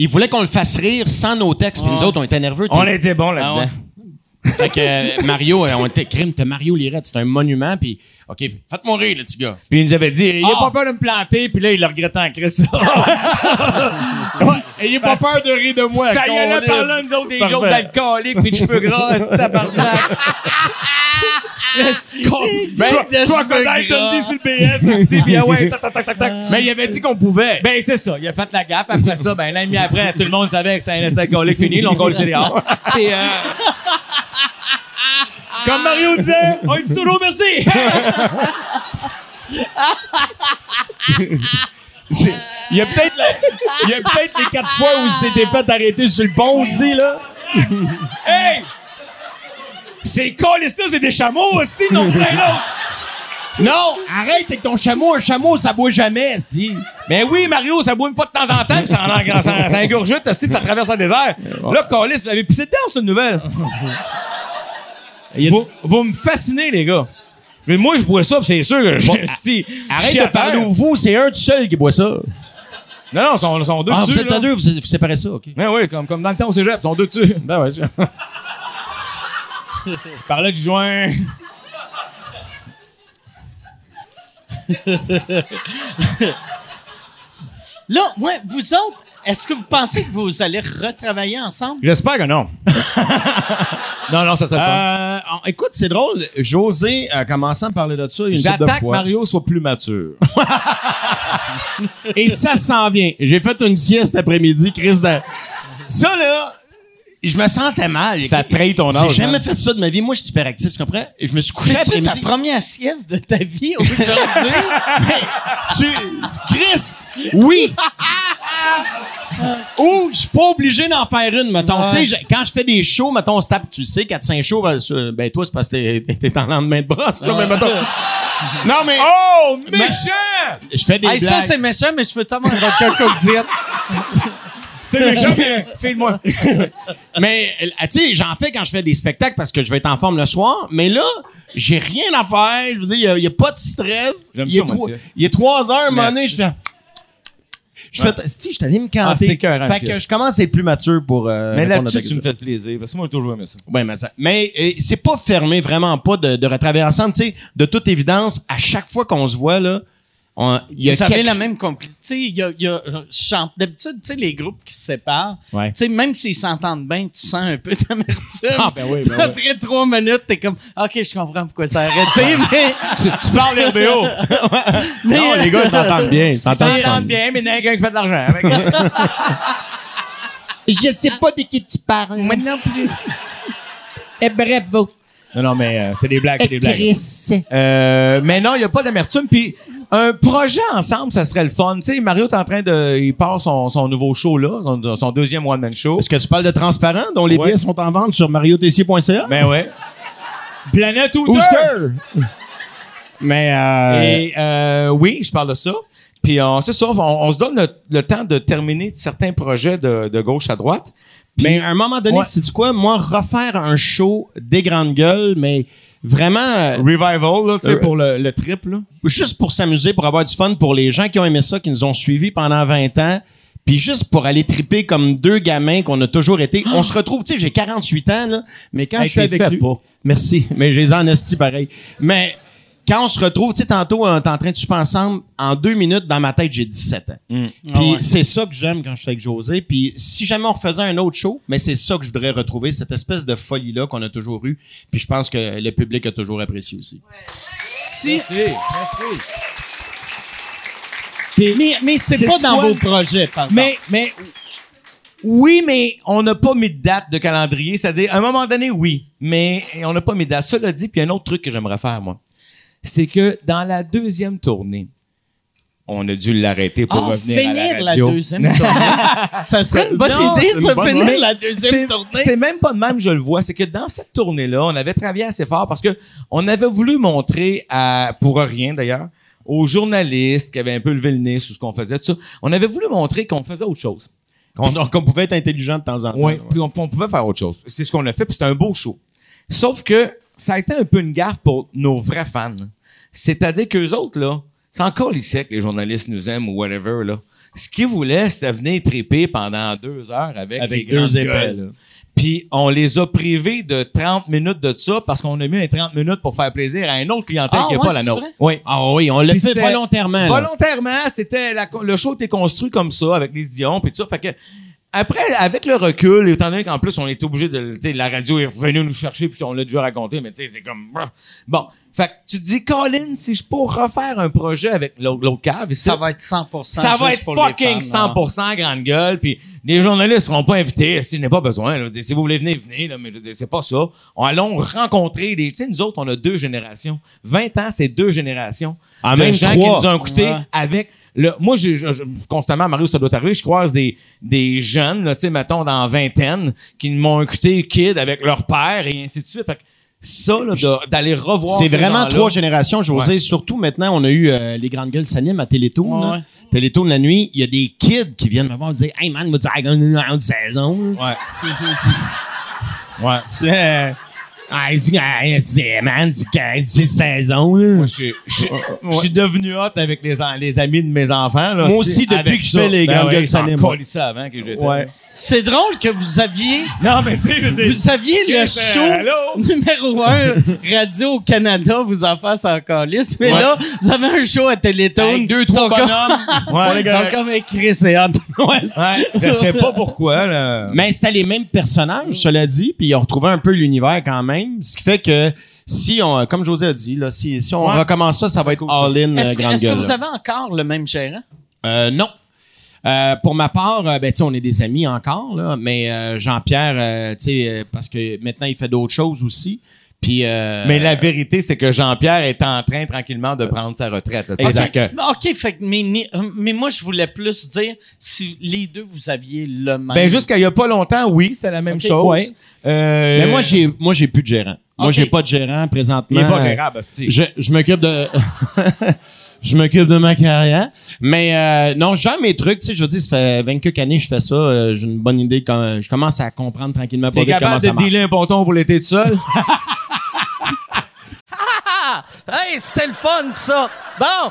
Speaker 5: Il voulait qu'on le fasse rire sans nos textes, puis nous autres, on était nerveux.
Speaker 4: On était bons
Speaker 1: Ah
Speaker 4: là-dedans.
Speaker 1: ouais.
Speaker 5: Fait que euh, Mario, euh, on était crime, t'as Mario Lirette, c'est un monument, puis OK, faites mourir le petit gars.
Speaker 4: Puis il nous avait dit, ayez
Speaker 5: Ah.
Speaker 4: pas peur de me planter, puis là, il le regrettait en crise.
Speaker 5: Ayez pas peur de rire de moi.
Speaker 4: Ça y est, là, par là, nous autres, des jokes d'alcooliques, puis de cheveux gras, c'est tabarnak.
Speaker 5: Ben,
Speaker 4: Crocodile Dundee sur le BS, c'est bien, ah ouais, tac, tac, tac, tac, tac.
Speaker 5: Mais il avait dit qu'on pouvait.
Speaker 4: Ben, c'est ça. Il a fait la gaffe. Après ça, ben, l'an et demi après, tout le monde savait que c'était un instant alcoolique fini. L'on collé dehors. Et, euh, Comme Mario disait, on dit toujours merci.
Speaker 5: C'est- Il y a peut-être la- il y a peut-être les quatre fois où il s'était fait arrêter sur le pont aussi, là.
Speaker 4: hey! C'est collé, ça, c'est des chameaux aussi, non, plein d'autres.
Speaker 5: Non! Ben, Arrête avec ton chameau, un chameau, ça boit jamais, se dit.
Speaker 4: Mais oui, Mario, ça boit une fois de temps en temps, puis ça, en, ça, ça ingurgite, aussi, ça traverse le désert. Là, collé, vous avez pissé dedans, c'est une nouvelle. Vous, vous me fascinez, les gars. Mais moi, je bois ça, puis c'est sûr que je. Esti,
Speaker 5: Arrête
Speaker 4: j'ai
Speaker 5: de parler
Speaker 4: peur.
Speaker 5: au vous, c'est un tout seul qui boit ça.
Speaker 4: Non, non, ils sont, ils sont deux
Speaker 5: Ah,
Speaker 4: dessus.
Speaker 5: vous êtes
Speaker 4: là.
Speaker 5: à deux, vous, vous séparez ça, OK.
Speaker 4: Ouais, ouais, comme, comme dans le temps au cégep, ils sont deux dessus. Ben ouais, Je parlais du joint.
Speaker 1: Là, ouais, vous autres, est-ce que vous pensez que vous allez retravailler ensemble?
Speaker 4: J'espère que non. non, non, ça, ça pas.
Speaker 5: Euh, en- écoute, c'est drôle. José a commencé à me parler de ça une couple de
Speaker 4: J'attaque
Speaker 5: fois.
Speaker 4: Mario soit plus mature.
Speaker 5: Et ça s'en vient. J'ai fait une sieste après-midi, Chris. de- Ça, là, je me sentais mal.
Speaker 4: Ça trahit ton âge,
Speaker 5: J'ai jamais
Speaker 4: hein.
Speaker 5: fait ça de ma vie. Moi, je suis hyperactif, tu comprends? Je me suis couché
Speaker 1: C'est-tu ta
Speaker 5: après-midi.
Speaker 1: première sieste de ta vie aujourd'hui?
Speaker 5: Tu... Chris! Oui! Ou je suis pas obligé d'en faire une, mettons. Tu sais, je- quand je fais des shows, mettons, on se tape, tu le sais, 4-5 shows, ben, sur- ben, toi, c'est parce que t'es- t'es en lendemain de brosse, là, mais mettons. Non, mais
Speaker 4: Oh, méchant!
Speaker 5: je fais des
Speaker 1: Hey, ça,
Speaker 5: blagues.
Speaker 1: c'est méchant, mais je peux t'avoir un
Speaker 4: C'est méchant, mais fais-moi.
Speaker 5: Mais, euh, tu sais, j'en fais quand je fais des spectacles parce que je vais être en forme le soir. Mais là, j'ai rien à faire. Je veux dire, il n'y a, pas de stress.
Speaker 4: J'aime
Speaker 5: Il est
Speaker 4: ça, moi,
Speaker 5: trois-
Speaker 4: la sieste.
Speaker 5: il est trois heures, à un moment donné, je fais. Je fais, si, je suis allé me canter.
Speaker 4: Ah, c'est écœurant, la
Speaker 5: fait que
Speaker 4: sieste.
Speaker 5: je commence à être plus mature pour. euh,
Speaker 4: Mais
Speaker 5: répondre à ta
Speaker 4: là-dessus, tu
Speaker 5: question.
Speaker 4: me fais plaisir. Parce que moi, j'ai toujours aimé ça.
Speaker 5: Ouais, mais ça- mais euh, c'est pas fermé vraiment pas de, de retravailler ensemble. Tu sais, de toute évidence, à chaque fois qu'on se voit, là, on- il y a
Speaker 1: Vous avez
Speaker 5: quelque-
Speaker 1: la même complicité. Tu sais, il y a- il y a- je chante- D'habitude, tu sais, les groupes qui se séparent,
Speaker 5: Ouais.
Speaker 1: tu sais, même s'ils s'entendent bien, tu sens un peu d'amertume.
Speaker 5: Ah, ben oui, ben oui.
Speaker 1: Après trois minutes, t'es comme, OK, je comprends pourquoi ça a arrêté, mais...
Speaker 5: Tu, tu parles RBO. non, les gars, ils s'entendent bien. Ils s'entendent
Speaker 4: Ça rentre bien, mais il y en a quelqu'un qui fait de l'argent. Avec-
Speaker 5: Je sais pas de qui tu parles.
Speaker 1: Moi non plus.
Speaker 5: Et bravo. Eh,
Speaker 4: non, non, mais euh, c'est des blagues, c'est des blagues.
Speaker 5: Chris.
Speaker 4: Euh, mais non, il n'y a pas d'amertume. Puis un projet ensemble, ça serait le fun. Tu sais, Mario est en train de. Il part son, son nouveau show, là, son, son deuxième one-man show.
Speaker 5: Est-ce que tu parles de transparent dont les
Speaker 4: Ouais.
Speaker 5: billets sont en vente sur mariotessier.ca?
Speaker 4: Ben ouais. Planète
Speaker 5: Ooster! Mais euh,
Speaker 4: Et euh, oui, je parle de ça. Puis on, c'est ça, on, on se donne le, le temps de terminer certains projets de, de gauche à droite. Puis-
Speaker 5: mais à un moment donné,
Speaker 4: Ouais.
Speaker 5: c'est du quoi? Moi, refaire un show des grandes gueules, mais vraiment euh,
Speaker 4: Revival, là, tu sais,
Speaker 5: Euh,
Speaker 4: pour le, le trip, là.
Speaker 5: juste pour s'amuser, pour avoir du fun, pour les gens qui ont aimé ça, qui nous ont suivis pendant 20 ans, puis juste pour aller triper comme deux gamins qu'on a toujours été. On se retrouve, tu sais, j'ai 48 ans, là, mais quand
Speaker 4: Hey,
Speaker 5: je suis
Speaker 4: t'es
Speaker 5: avec
Speaker 4: fait
Speaker 5: lui...
Speaker 4: pas.
Speaker 5: Merci, mais j'ai les en esti pareil. Mais quand on se retrouve, tu sais, tantôt, on est en train de super ensemble, en deux minutes, dans ma tête, j'ai 17 ans.
Speaker 4: Mm.
Speaker 5: Puis
Speaker 1: Ah ouais.
Speaker 5: c'est ça que j'aime quand je suis avec José. Puis si jamais on refaisait un autre show, mais c'est ça que je voudrais retrouver, cette espèce de folie-là qu'on a toujours eue. Puis je pense que le public a toujours apprécié aussi.
Speaker 1: Si,
Speaker 4: Merci.
Speaker 1: mais mais c'est
Speaker 4: C'est
Speaker 1: pas dans
Speaker 4: quoi?
Speaker 1: vos projets, par exemple.
Speaker 4: Mais, mais, oui, mais on n'a pas mis de date de calendrier. C'est-à-dire, à un moment donné, oui, mais on n'a pas mis de date. Cela dit, puis il y a un autre truc que j'aimerais faire, moi. C'est que dans la deuxième tournée, on a dû l'arrêter pour
Speaker 1: Ah,
Speaker 4: revenir à
Speaker 1: finir
Speaker 4: la
Speaker 1: la,
Speaker 4: radio.
Speaker 1: deuxième tournée. ça serait une bonne
Speaker 4: Non,
Speaker 1: idée,
Speaker 4: c'est
Speaker 1: ça,
Speaker 4: une bonne
Speaker 1: finir
Speaker 4: idée.
Speaker 1: la deuxième
Speaker 4: C'est-
Speaker 1: tournée.
Speaker 4: C'est même pas de même, je le vois. C'est que dans cette tournée-là, on avait travaillé assez fort parce que on avait voulu montrer à, pour rien d'ailleurs, aux journalistes qui avaient un peu levé le nez sur ce qu'on faisait, tout ça. On avait voulu montrer qu'on faisait autre chose.
Speaker 5: Qu'on qu'on pouvait être intelligent de temps en temps.
Speaker 4: Ouais,
Speaker 5: là, ouais.
Speaker 4: puis on, on pouvait faire autre chose. C'est ce qu'on a fait, puis c'était un beau show. Sauf que ça a été un peu une gaffe pour nos vrais fans. C'est-à-dire qu'eux autres, là, c'est encore les secs, les journalistes nous aiment ou whatever, là. Ce qu'ils voulaient, c'était venir triper pendant deux heures avec,
Speaker 5: Avec
Speaker 4: les grandes
Speaker 5: deux épais,
Speaker 4: gueules.
Speaker 5: là.
Speaker 4: Puis on les a privés de 30 minutes de ça parce qu'on a mis les 30 minutes pour faire plaisir à une autre clientèle
Speaker 1: Ah,
Speaker 4: qui n'est
Speaker 1: ouais,
Speaker 4: pas la
Speaker 1: c'est
Speaker 4: nôtre.
Speaker 1: vrai?
Speaker 4: Oui.
Speaker 5: Ah oui, on l'a
Speaker 4: Puis
Speaker 5: fait
Speaker 4: c'était-
Speaker 5: volontairement. là.
Speaker 4: Volontairement, c'était la- le show était construit comme ça avec les Dion puis tout ça. Fait que après, avec le recul, étant donné qu'en plus on était obligé de, tu sais, la radio est revenue nous chercher puis on l'a déjà raconté, mais tu sais, c'est comme brr. bon. Fait que tu te dis, Colin, si je peux refaire un projet avec l'autre l'autre cave, ici,
Speaker 1: Ça va être 100
Speaker 4: ça va
Speaker 1: juste
Speaker 4: être
Speaker 1: pour les
Speaker 4: fucking
Speaker 1: fans, hein.
Speaker 4: 100% grande gueule, puis les journalistes seront pas invités s'il n'est pas besoin. là. Je veux dire, si vous voulez venir, venez, là, mais je veux dire, c'est pas ça. On allons rencontrer des. Tu sais, nous autres, on a deux générations. 20 ans, c'est deux générations.
Speaker 5: Ah,
Speaker 4: de
Speaker 5: même
Speaker 4: gens
Speaker 5: trois.
Speaker 4: qui nous ont coûté
Speaker 1: Ouais.
Speaker 4: avec. Le, moi, j'ai- je- je- constamment, Mario, ça doit arriver, je croise des, des jeunes, là, tu sais, mettons, dans vingtaine, qui m'ont écouté kid avec leur père et ainsi de suite. Fait que ça, là, de- d'aller revoir.
Speaker 5: C'est
Speaker 4: ces
Speaker 5: vraiment
Speaker 4: gens-là,
Speaker 5: trois générations, José. Surtout maintenant, on a eu euh, les grandes gueules s'animent à Télétoon.
Speaker 1: Ouais,
Speaker 5: là.
Speaker 1: ouais.
Speaker 5: Télétoon la nuit, il y a des kids qui viennent me voir et disent Hey man, moi, tu as gagné une grande saison. là.
Speaker 4: Ouais.
Speaker 5: Euh, Ah, il dit, Ah, c'est man, c'est 15 saison. là.
Speaker 4: Moi, je suis- je suis- je suis devenu hot avec les, en- les amis de mes enfants. Là,
Speaker 5: Moi aussi, depuis que je fais les grandes gueules
Speaker 4: ça
Speaker 5: salées, moi.
Speaker 4: ça avant que j'étais.
Speaker 5: Ouais.
Speaker 1: C'est drôle que vous aviez
Speaker 4: Non, mais tu sais, je veux dire,
Speaker 1: Vous aviez le
Speaker 4: Qu'est-ce que-
Speaker 1: show
Speaker 4: allô?
Speaker 1: numéro un Radio au Canada, vous en face en calice. Mais
Speaker 5: Ouais.
Speaker 1: là, vous avez un show à Télétoon.
Speaker 5: Avec deux, trois
Speaker 1: Ils sont
Speaker 5: bonhommes.
Speaker 1: Comme,
Speaker 4: Ouais,
Speaker 1: ils sont comme écrit, c'est hot.
Speaker 4: ouais, je sais pas pourquoi.
Speaker 1: Euh,
Speaker 4: Là.
Speaker 5: Mais c'était les mêmes personnages, cela dit, puis on retrouvait un peu l'univers quand même. Ce qui fait que si on, comme José a dit, là, si, si on
Speaker 4: Ouais.
Speaker 5: recommence ça, ça va être all-in euh,
Speaker 1: Est-ce que,
Speaker 5: grande
Speaker 1: est-ce que
Speaker 5: gueule.
Speaker 1: vous
Speaker 5: là.
Speaker 1: avez encore le même gérant?
Speaker 5: Euh, non. Euh, pour ma part, euh, ben, tu sais, on est des amis encore, là, mais euh, Jean-Pierre, euh, tu sais, euh, parce que maintenant, il fait d'autres choses aussi. Puis, euh,
Speaker 4: Mais la vérité, c'est que Jean-Pierre est en train tranquillement de prendre sa retraite. là, tu sais,
Speaker 5: Exact.
Speaker 4: fait que-
Speaker 1: Mais OK, fait que, mais, ni- euh, mais moi, je voulais plus dire si les deux, vous aviez le même.
Speaker 4: Ben, jusqu'à il y a pas longtemps, oui, c'était la même
Speaker 1: Ok,
Speaker 4: chose.
Speaker 5: ouais.
Speaker 4: Euh,
Speaker 5: mais moi, j'ai, moi, j'ai plus de gérant. Moi,
Speaker 1: Ok.
Speaker 5: j'ai pas de gérant présentement.
Speaker 4: Il est pas gérable, hostie.
Speaker 5: Je, je m'occupe de. Je m'occupe de ma carrière. Mais euh, non, je gère mes trucs. Tu sais, je veux dire, ça fait 20 quelques années que je fais ça. euh, j'ai une bonne idée. Quand je commence à comprendre tranquillement pas
Speaker 4: T'es
Speaker 5: vite comment
Speaker 4: capable
Speaker 5: ça
Speaker 4: de
Speaker 5: marche.
Speaker 4: dealer un ponton pour l'été tout seul?
Speaker 1: Ah! Hey, c'était le fun, ça! Bon!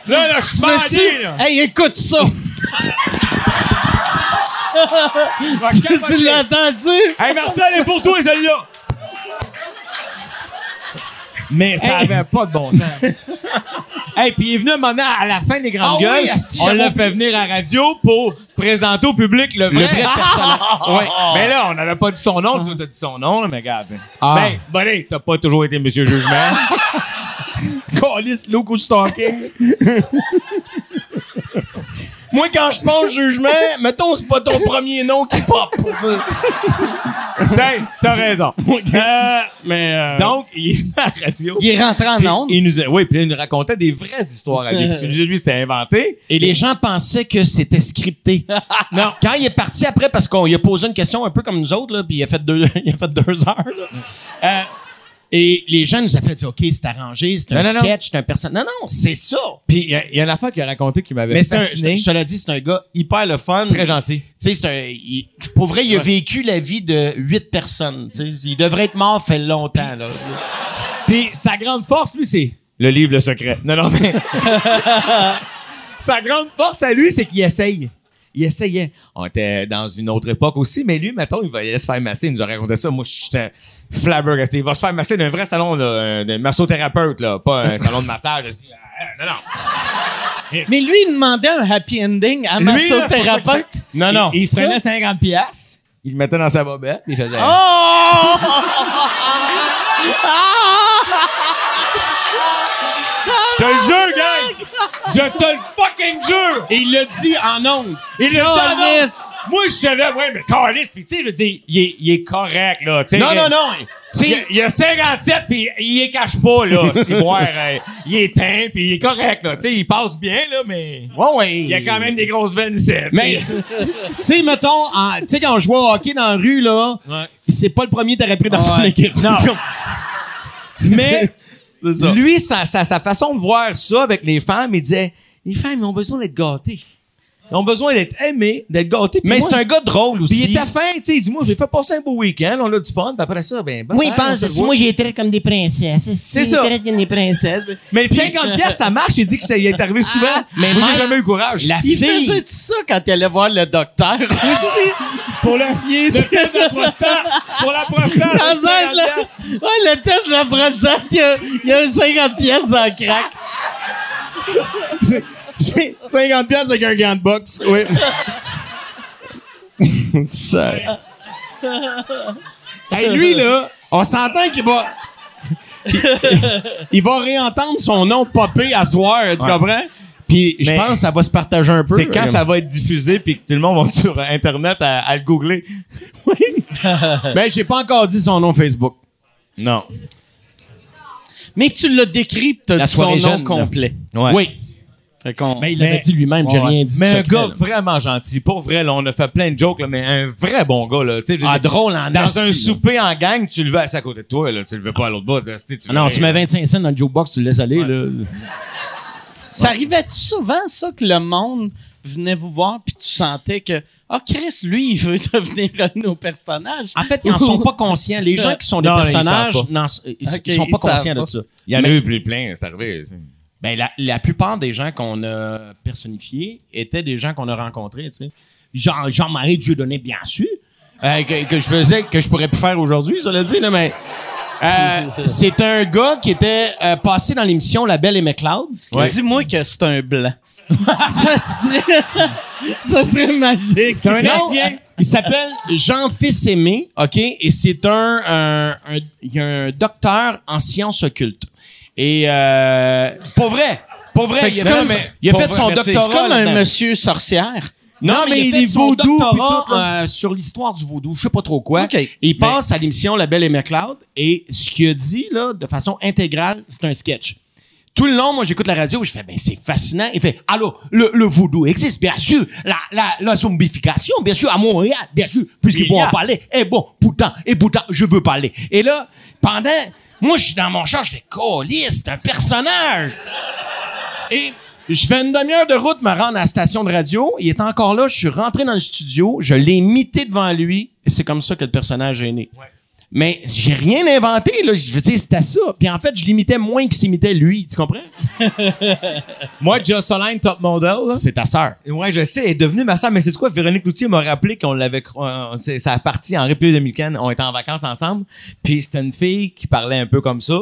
Speaker 4: Là, là, je suis
Speaker 1: Veux-tu- Hey, écoute ça. tu tu l'as entendu?
Speaker 4: Hey, Marcel, est pour toi, celle-là. Mais ça avait pas de bon sens. hey, puis il est venu maintenant à la fin des grandes
Speaker 5: Ah oui,
Speaker 4: gueules.
Speaker 5: asti,
Speaker 4: on
Speaker 5: j'avais
Speaker 4: l'a fait venir à radio pour présenter au public le vrai.
Speaker 5: Le vrai personnage. Ouais.
Speaker 4: Mais là, on n'avait pas dit son nom. Toi, t'as dit son nom, là, mais regarde.
Speaker 5: Ah.
Speaker 4: Ben, bonnet, t'as pas toujours été Monsieur Jugement.
Speaker 5: Calice, loco stalking. Moi, quand je pense jugement, mettons, c'est pas ton premier nom qui pop.
Speaker 4: T'as- Ben, T'as raison. Euh,
Speaker 6: Mais euh,
Speaker 4: donc, il est à la radio.
Speaker 1: Il est rentré en
Speaker 4: Puis
Speaker 1: onde.
Speaker 4: Il nous, a- oui, puis là, il nous racontait des vraies histoires à lui. Puis celui lui, c'était inventé.
Speaker 5: Et les gens pensaient que c'était scripté. non. Quand il est parti après, parce qu'on lui a posé une question un peu comme nous autres, là, puis il a fait deux, il a fait deux heures. là. Euh, et les gens nous appelaient, OK, c'est arrangé, c'est un
Speaker 4: Non, non, non.
Speaker 5: sketch, c'est un personnage. Non, non, c'est ça.
Speaker 4: Puis il y, a- il y a une affaire qu'il a raconté qui m'avait
Speaker 5: Mais c'est un,
Speaker 4: fasciné.
Speaker 5: c'est- cela dit, c'est un gars hyper le fun.
Speaker 4: Très gentil.
Speaker 5: Tu sais, c'est un- il- pour vrai, il a vécu la vie de huit personnes. tu sais. il devrait être mort fait longtemps. Là.
Speaker 4: Puis sa grande force, lui, c'est le livre Le Secret. Non, non, mais. sa grande force à lui, c'est qu'il essaye. Il essayait. On était dans une autre époque aussi, mais lui, mettons, il va aller se faire masser. Il nous a raconté ça. Moi, je suis flabbergasté. Il va se faire masser d'un vrai salon là, de massothérapeute, là, pas un salon de massage. euh, Non, non.
Speaker 1: Mais lui, il demandait un happy ending à massothérapeute.
Speaker 6: non, non.
Speaker 4: Il, il prenait 50 pièces, il le mettait dans sa bobette, puis il faisait Je te le jure, gang! Je te le fucking jure! Et il l'a dit en ondes. Il l'a dit en ondes.
Speaker 1: Calice.
Speaker 4: Moi, je savais, ouais, mais Carlis, puis tu sais, je veux dire, il est, il est correct, là. tu sais.
Speaker 5: Non, non, non.
Speaker 4: Tu sais, Il, il a 57, puis il les cache pas, là, si voir. euh, il est teint, puis il est correct, là. Tu sais, il passe bien, là, mais
Speaker 5: Ouais, ouais.
Speaker 4: il y a quand même des grosses veines ici.
Speaker 5: Mais, tu sais, mettons, en- tu sais, quand on jouait au hockey dans la rue, là,
Speaker 4: Ouais.
Speaker 5: c'est pas le premier que t'aurais pris dans ton équipe.
Speaker 4: Non. mais
Speaker 6: C'est ça.
Speaker 4: lui, sa, sa- sa façon de voir ça avec les femmes, il disait Les femmes, elles ont besoin d'être gâtées. Elles ont besoin d'être aimées, d'être gâtées. Puis
Speaker 5: Mais
Speaker 4: moi,
Speaker 5: c'est un gars drôle
Speaker 4: Puis
Speaker 5: aussi.
Speaker 4: il était fin, tu sais. Il dit Moi, j'ai fait passer un beau week-end, on a du fun, puis après ça, ben. bonne
Speaker 5: Oui, il
Speaker 4: affaire, on
Speaker 5: pense,
Speaker 4: se
Speaker 5: si
Speaker 4: voit.
Speaker 5: moi, j'ai traité comme des princesses.
Speaker 4: C'est ça.
Speaker 5: traite comme des princesses.
Speaker 4: Mais le 50 pièces, ça marche. Il dit que ça y est arrivé souvent. mais moi, j'ai
Speaker 5: Mike,
Speaker 4: jamais eu le courage.
Speaker 5: Ah. La
Speaker 1: Il
Speaker 5: fille.
Speaker 1: faisait tout ça quand il allait voir le docteur aussi.
Speaker 4: Pour le. le test de prostate. Pour la prostate.
Speaker 1: Dans un,
Speaker 4: 50
Speaker 1: là,
Speaker 4: piastres.
Speaker 1: ouais, le test de la prostate, il y a, il y a 50 pièces dans le crack.
Speaker 6: 50 pièces avec un gant de boxe. Oui. ça. hey, lui là, on s'entend qu'il va il va réentendre son nom popper à soir, tu comprends Puis je
Speaker 4: Mais-
Speaker 6: pense que ça va se partager un peu.
Speaker 4: C'est quand ça va être diffusé puis que tout le monde va sur Internet à, à le googler.
Speaker 6: Ben j'ai pas encore dit son nom Facebook.
Speaker 4: Non.
Speaker 1: Mais tu l'as décrit, pis t'as
Speaker 6: La
Speaker 1: dit son
Speaker 6: soirée
Speaker 1: nom
Speaker 6: jeune, là.
Speaker 1: complet.
Speaker 4: Ouais.
Speaker 6: Oui.
Speaker 1: Fait qu'on...
Speaker 5: Ben, il l'avait
Speaker 4: Mais-
Speaker 5: dit lui-même, j'ai
Speaker 6: Ouais.
Speaker 5: rien dit. de
Speaker 4: Mais un
Speaker 5: secret,
Speaker 4: gars
Speaker 5: là.
Speaker 4: vraiment gentil. Pour vrai, là, on a fait plein de jokes, là, mais un vrai bon gars. Là, Tu sais, je veux
Speaker 5: Ah,
Speaker 4: dire,
Speaker 5: drôle en
Speaker 4: dans
Speaker 5: asti,
Speaker 4: un
Speaker 5: là.
Speaker 4: souper en gang, tu le veux c'est à côté de toi. Là, tu le veux pas à l'autre bout. là, tu sais,
Speaker 5: Ah Non, tu
Speaker 4: veux-
Speaker 5: mets 25 cents dans le jukebox, tu le laisses aller, là.
Speaker 1: Ça arrivait souvent, ça, que le monde venait vous voir, puis tu sentais que, ah, Chris, lui, il veut devenir un de nos personnages.
Speaker 5: En fait, ils en sont pas conscients. Les gens qui sont des
Speaker 4: Non, ils
Speaker 5: personnages,
Speaker 4: savent
Speaker 5: n'en- ils,
Speaker 1: Ok,
Speaker 5: ils sont
Speaker 1: ils
Speaker 5: pas
Speaker 1: savent
Speaker 5: conscients
Speaker 1: pas.
Speaker 5: de ça.
Speaker 4: Il y en a eu plus plein, c'est arrivé. tu sais.
Speaker 5: Ben, la, la plupart des gens qu'on a personnifiés étaient des gens qu'on a rencontrés, tu sais. Jean- Jean-Marie Dieudonné, bien sûr, euh, que, que je faisais, que je pourrais plus faire aujourd'hui, ça l'a dit, là, mais... euh, c'est un gars qui était euh, passé dans l'émission La Belle et McLeod.
Speaker 4: Ouais.
Speaker 1: Dis-moi que c'est un blanc. ça, serait... ça serait magique.
Speaker 4: C'est un
Speaker 5: Non,
Speaker 4: Indien.
Speaker 5: euh, il s'appelle Jean-Fils Aimé, OK? Et c'est un, un- un- il y a un docteur en sciences occultes. Et euh, pour vrai, pour vrai,
Speaker 4: Fait que
Speaker 5: il a
Speaker 4: c'est
Speaker 5: fait,
Speaker 4: comme un-
Speaker 5: il a
Speaker 4: pour
Speaker 5: fait
Speaker 4: vrai,
Speaker 5: son
Speaker 4: merci.
Speaker 5: doctorat.
Speaker 1: C'est comme un
Speaker 5: là-dedans.
Speaker 1: monsieur sorcière.
Speaker 5: Non, mais, il,
Speaker 1: est
Speaker 5: fait son
Speaker 1: vaudou, puis
Speaker 5: doctorat,
Speaker 1: tout,
Speaker 5: euh, sur l'histoire du vaudou, je sais pas trop quoi.
Speaker 1: OK. Ben,
Speaker 5: Et Il passe à l'émission La Belle et McLeod et ce qu'il a dit là, de façon intégrale, c'est un sketch. Tout le long, moi, j'écoute la radio et je fais, ben, c'est fascinant. Il fait, allô, le, le vaudou existe, bien sûr. La, la, la zombification, bien sûr, à Montréal, bien sûr, puisqu'ils
Speaker 4: Il y
Speaker 5: vont
Speaker 4: a.
Speaker 5: en parler. Et bon, pourtant, et pourtant, je veux parler. Et là, pendant, moi, je suis dans mon char, je fais, colis, c'est un personnage. Et je fais une demi-heure de route me rendre à la station de radio. Il est encore là. Je suis rentré dans le studio. Je l'ai mité devant lui. Et c'est comme ça que le personnage est né. Mais j'ai rien inventé, là. Je veux dire, c'était ça. Puis en fait, je l'imitais moins qu'il s'imitait lui. Tu comprends?
Speaker 4: Moi, Jocelyn Top Model, là,
Speaker 5: C'est ta sœur.
Speaker 4: Ouais, je sais, elle est devenue ma sœur, mais c'est quoi? Véronique Loutier m'a rappelé qu'on l'avait, cro- euh, on- c'est- ça partie en République dominicaine, on était en vacances ensemble, puis c'était une fille qui parlait un peu comme ça,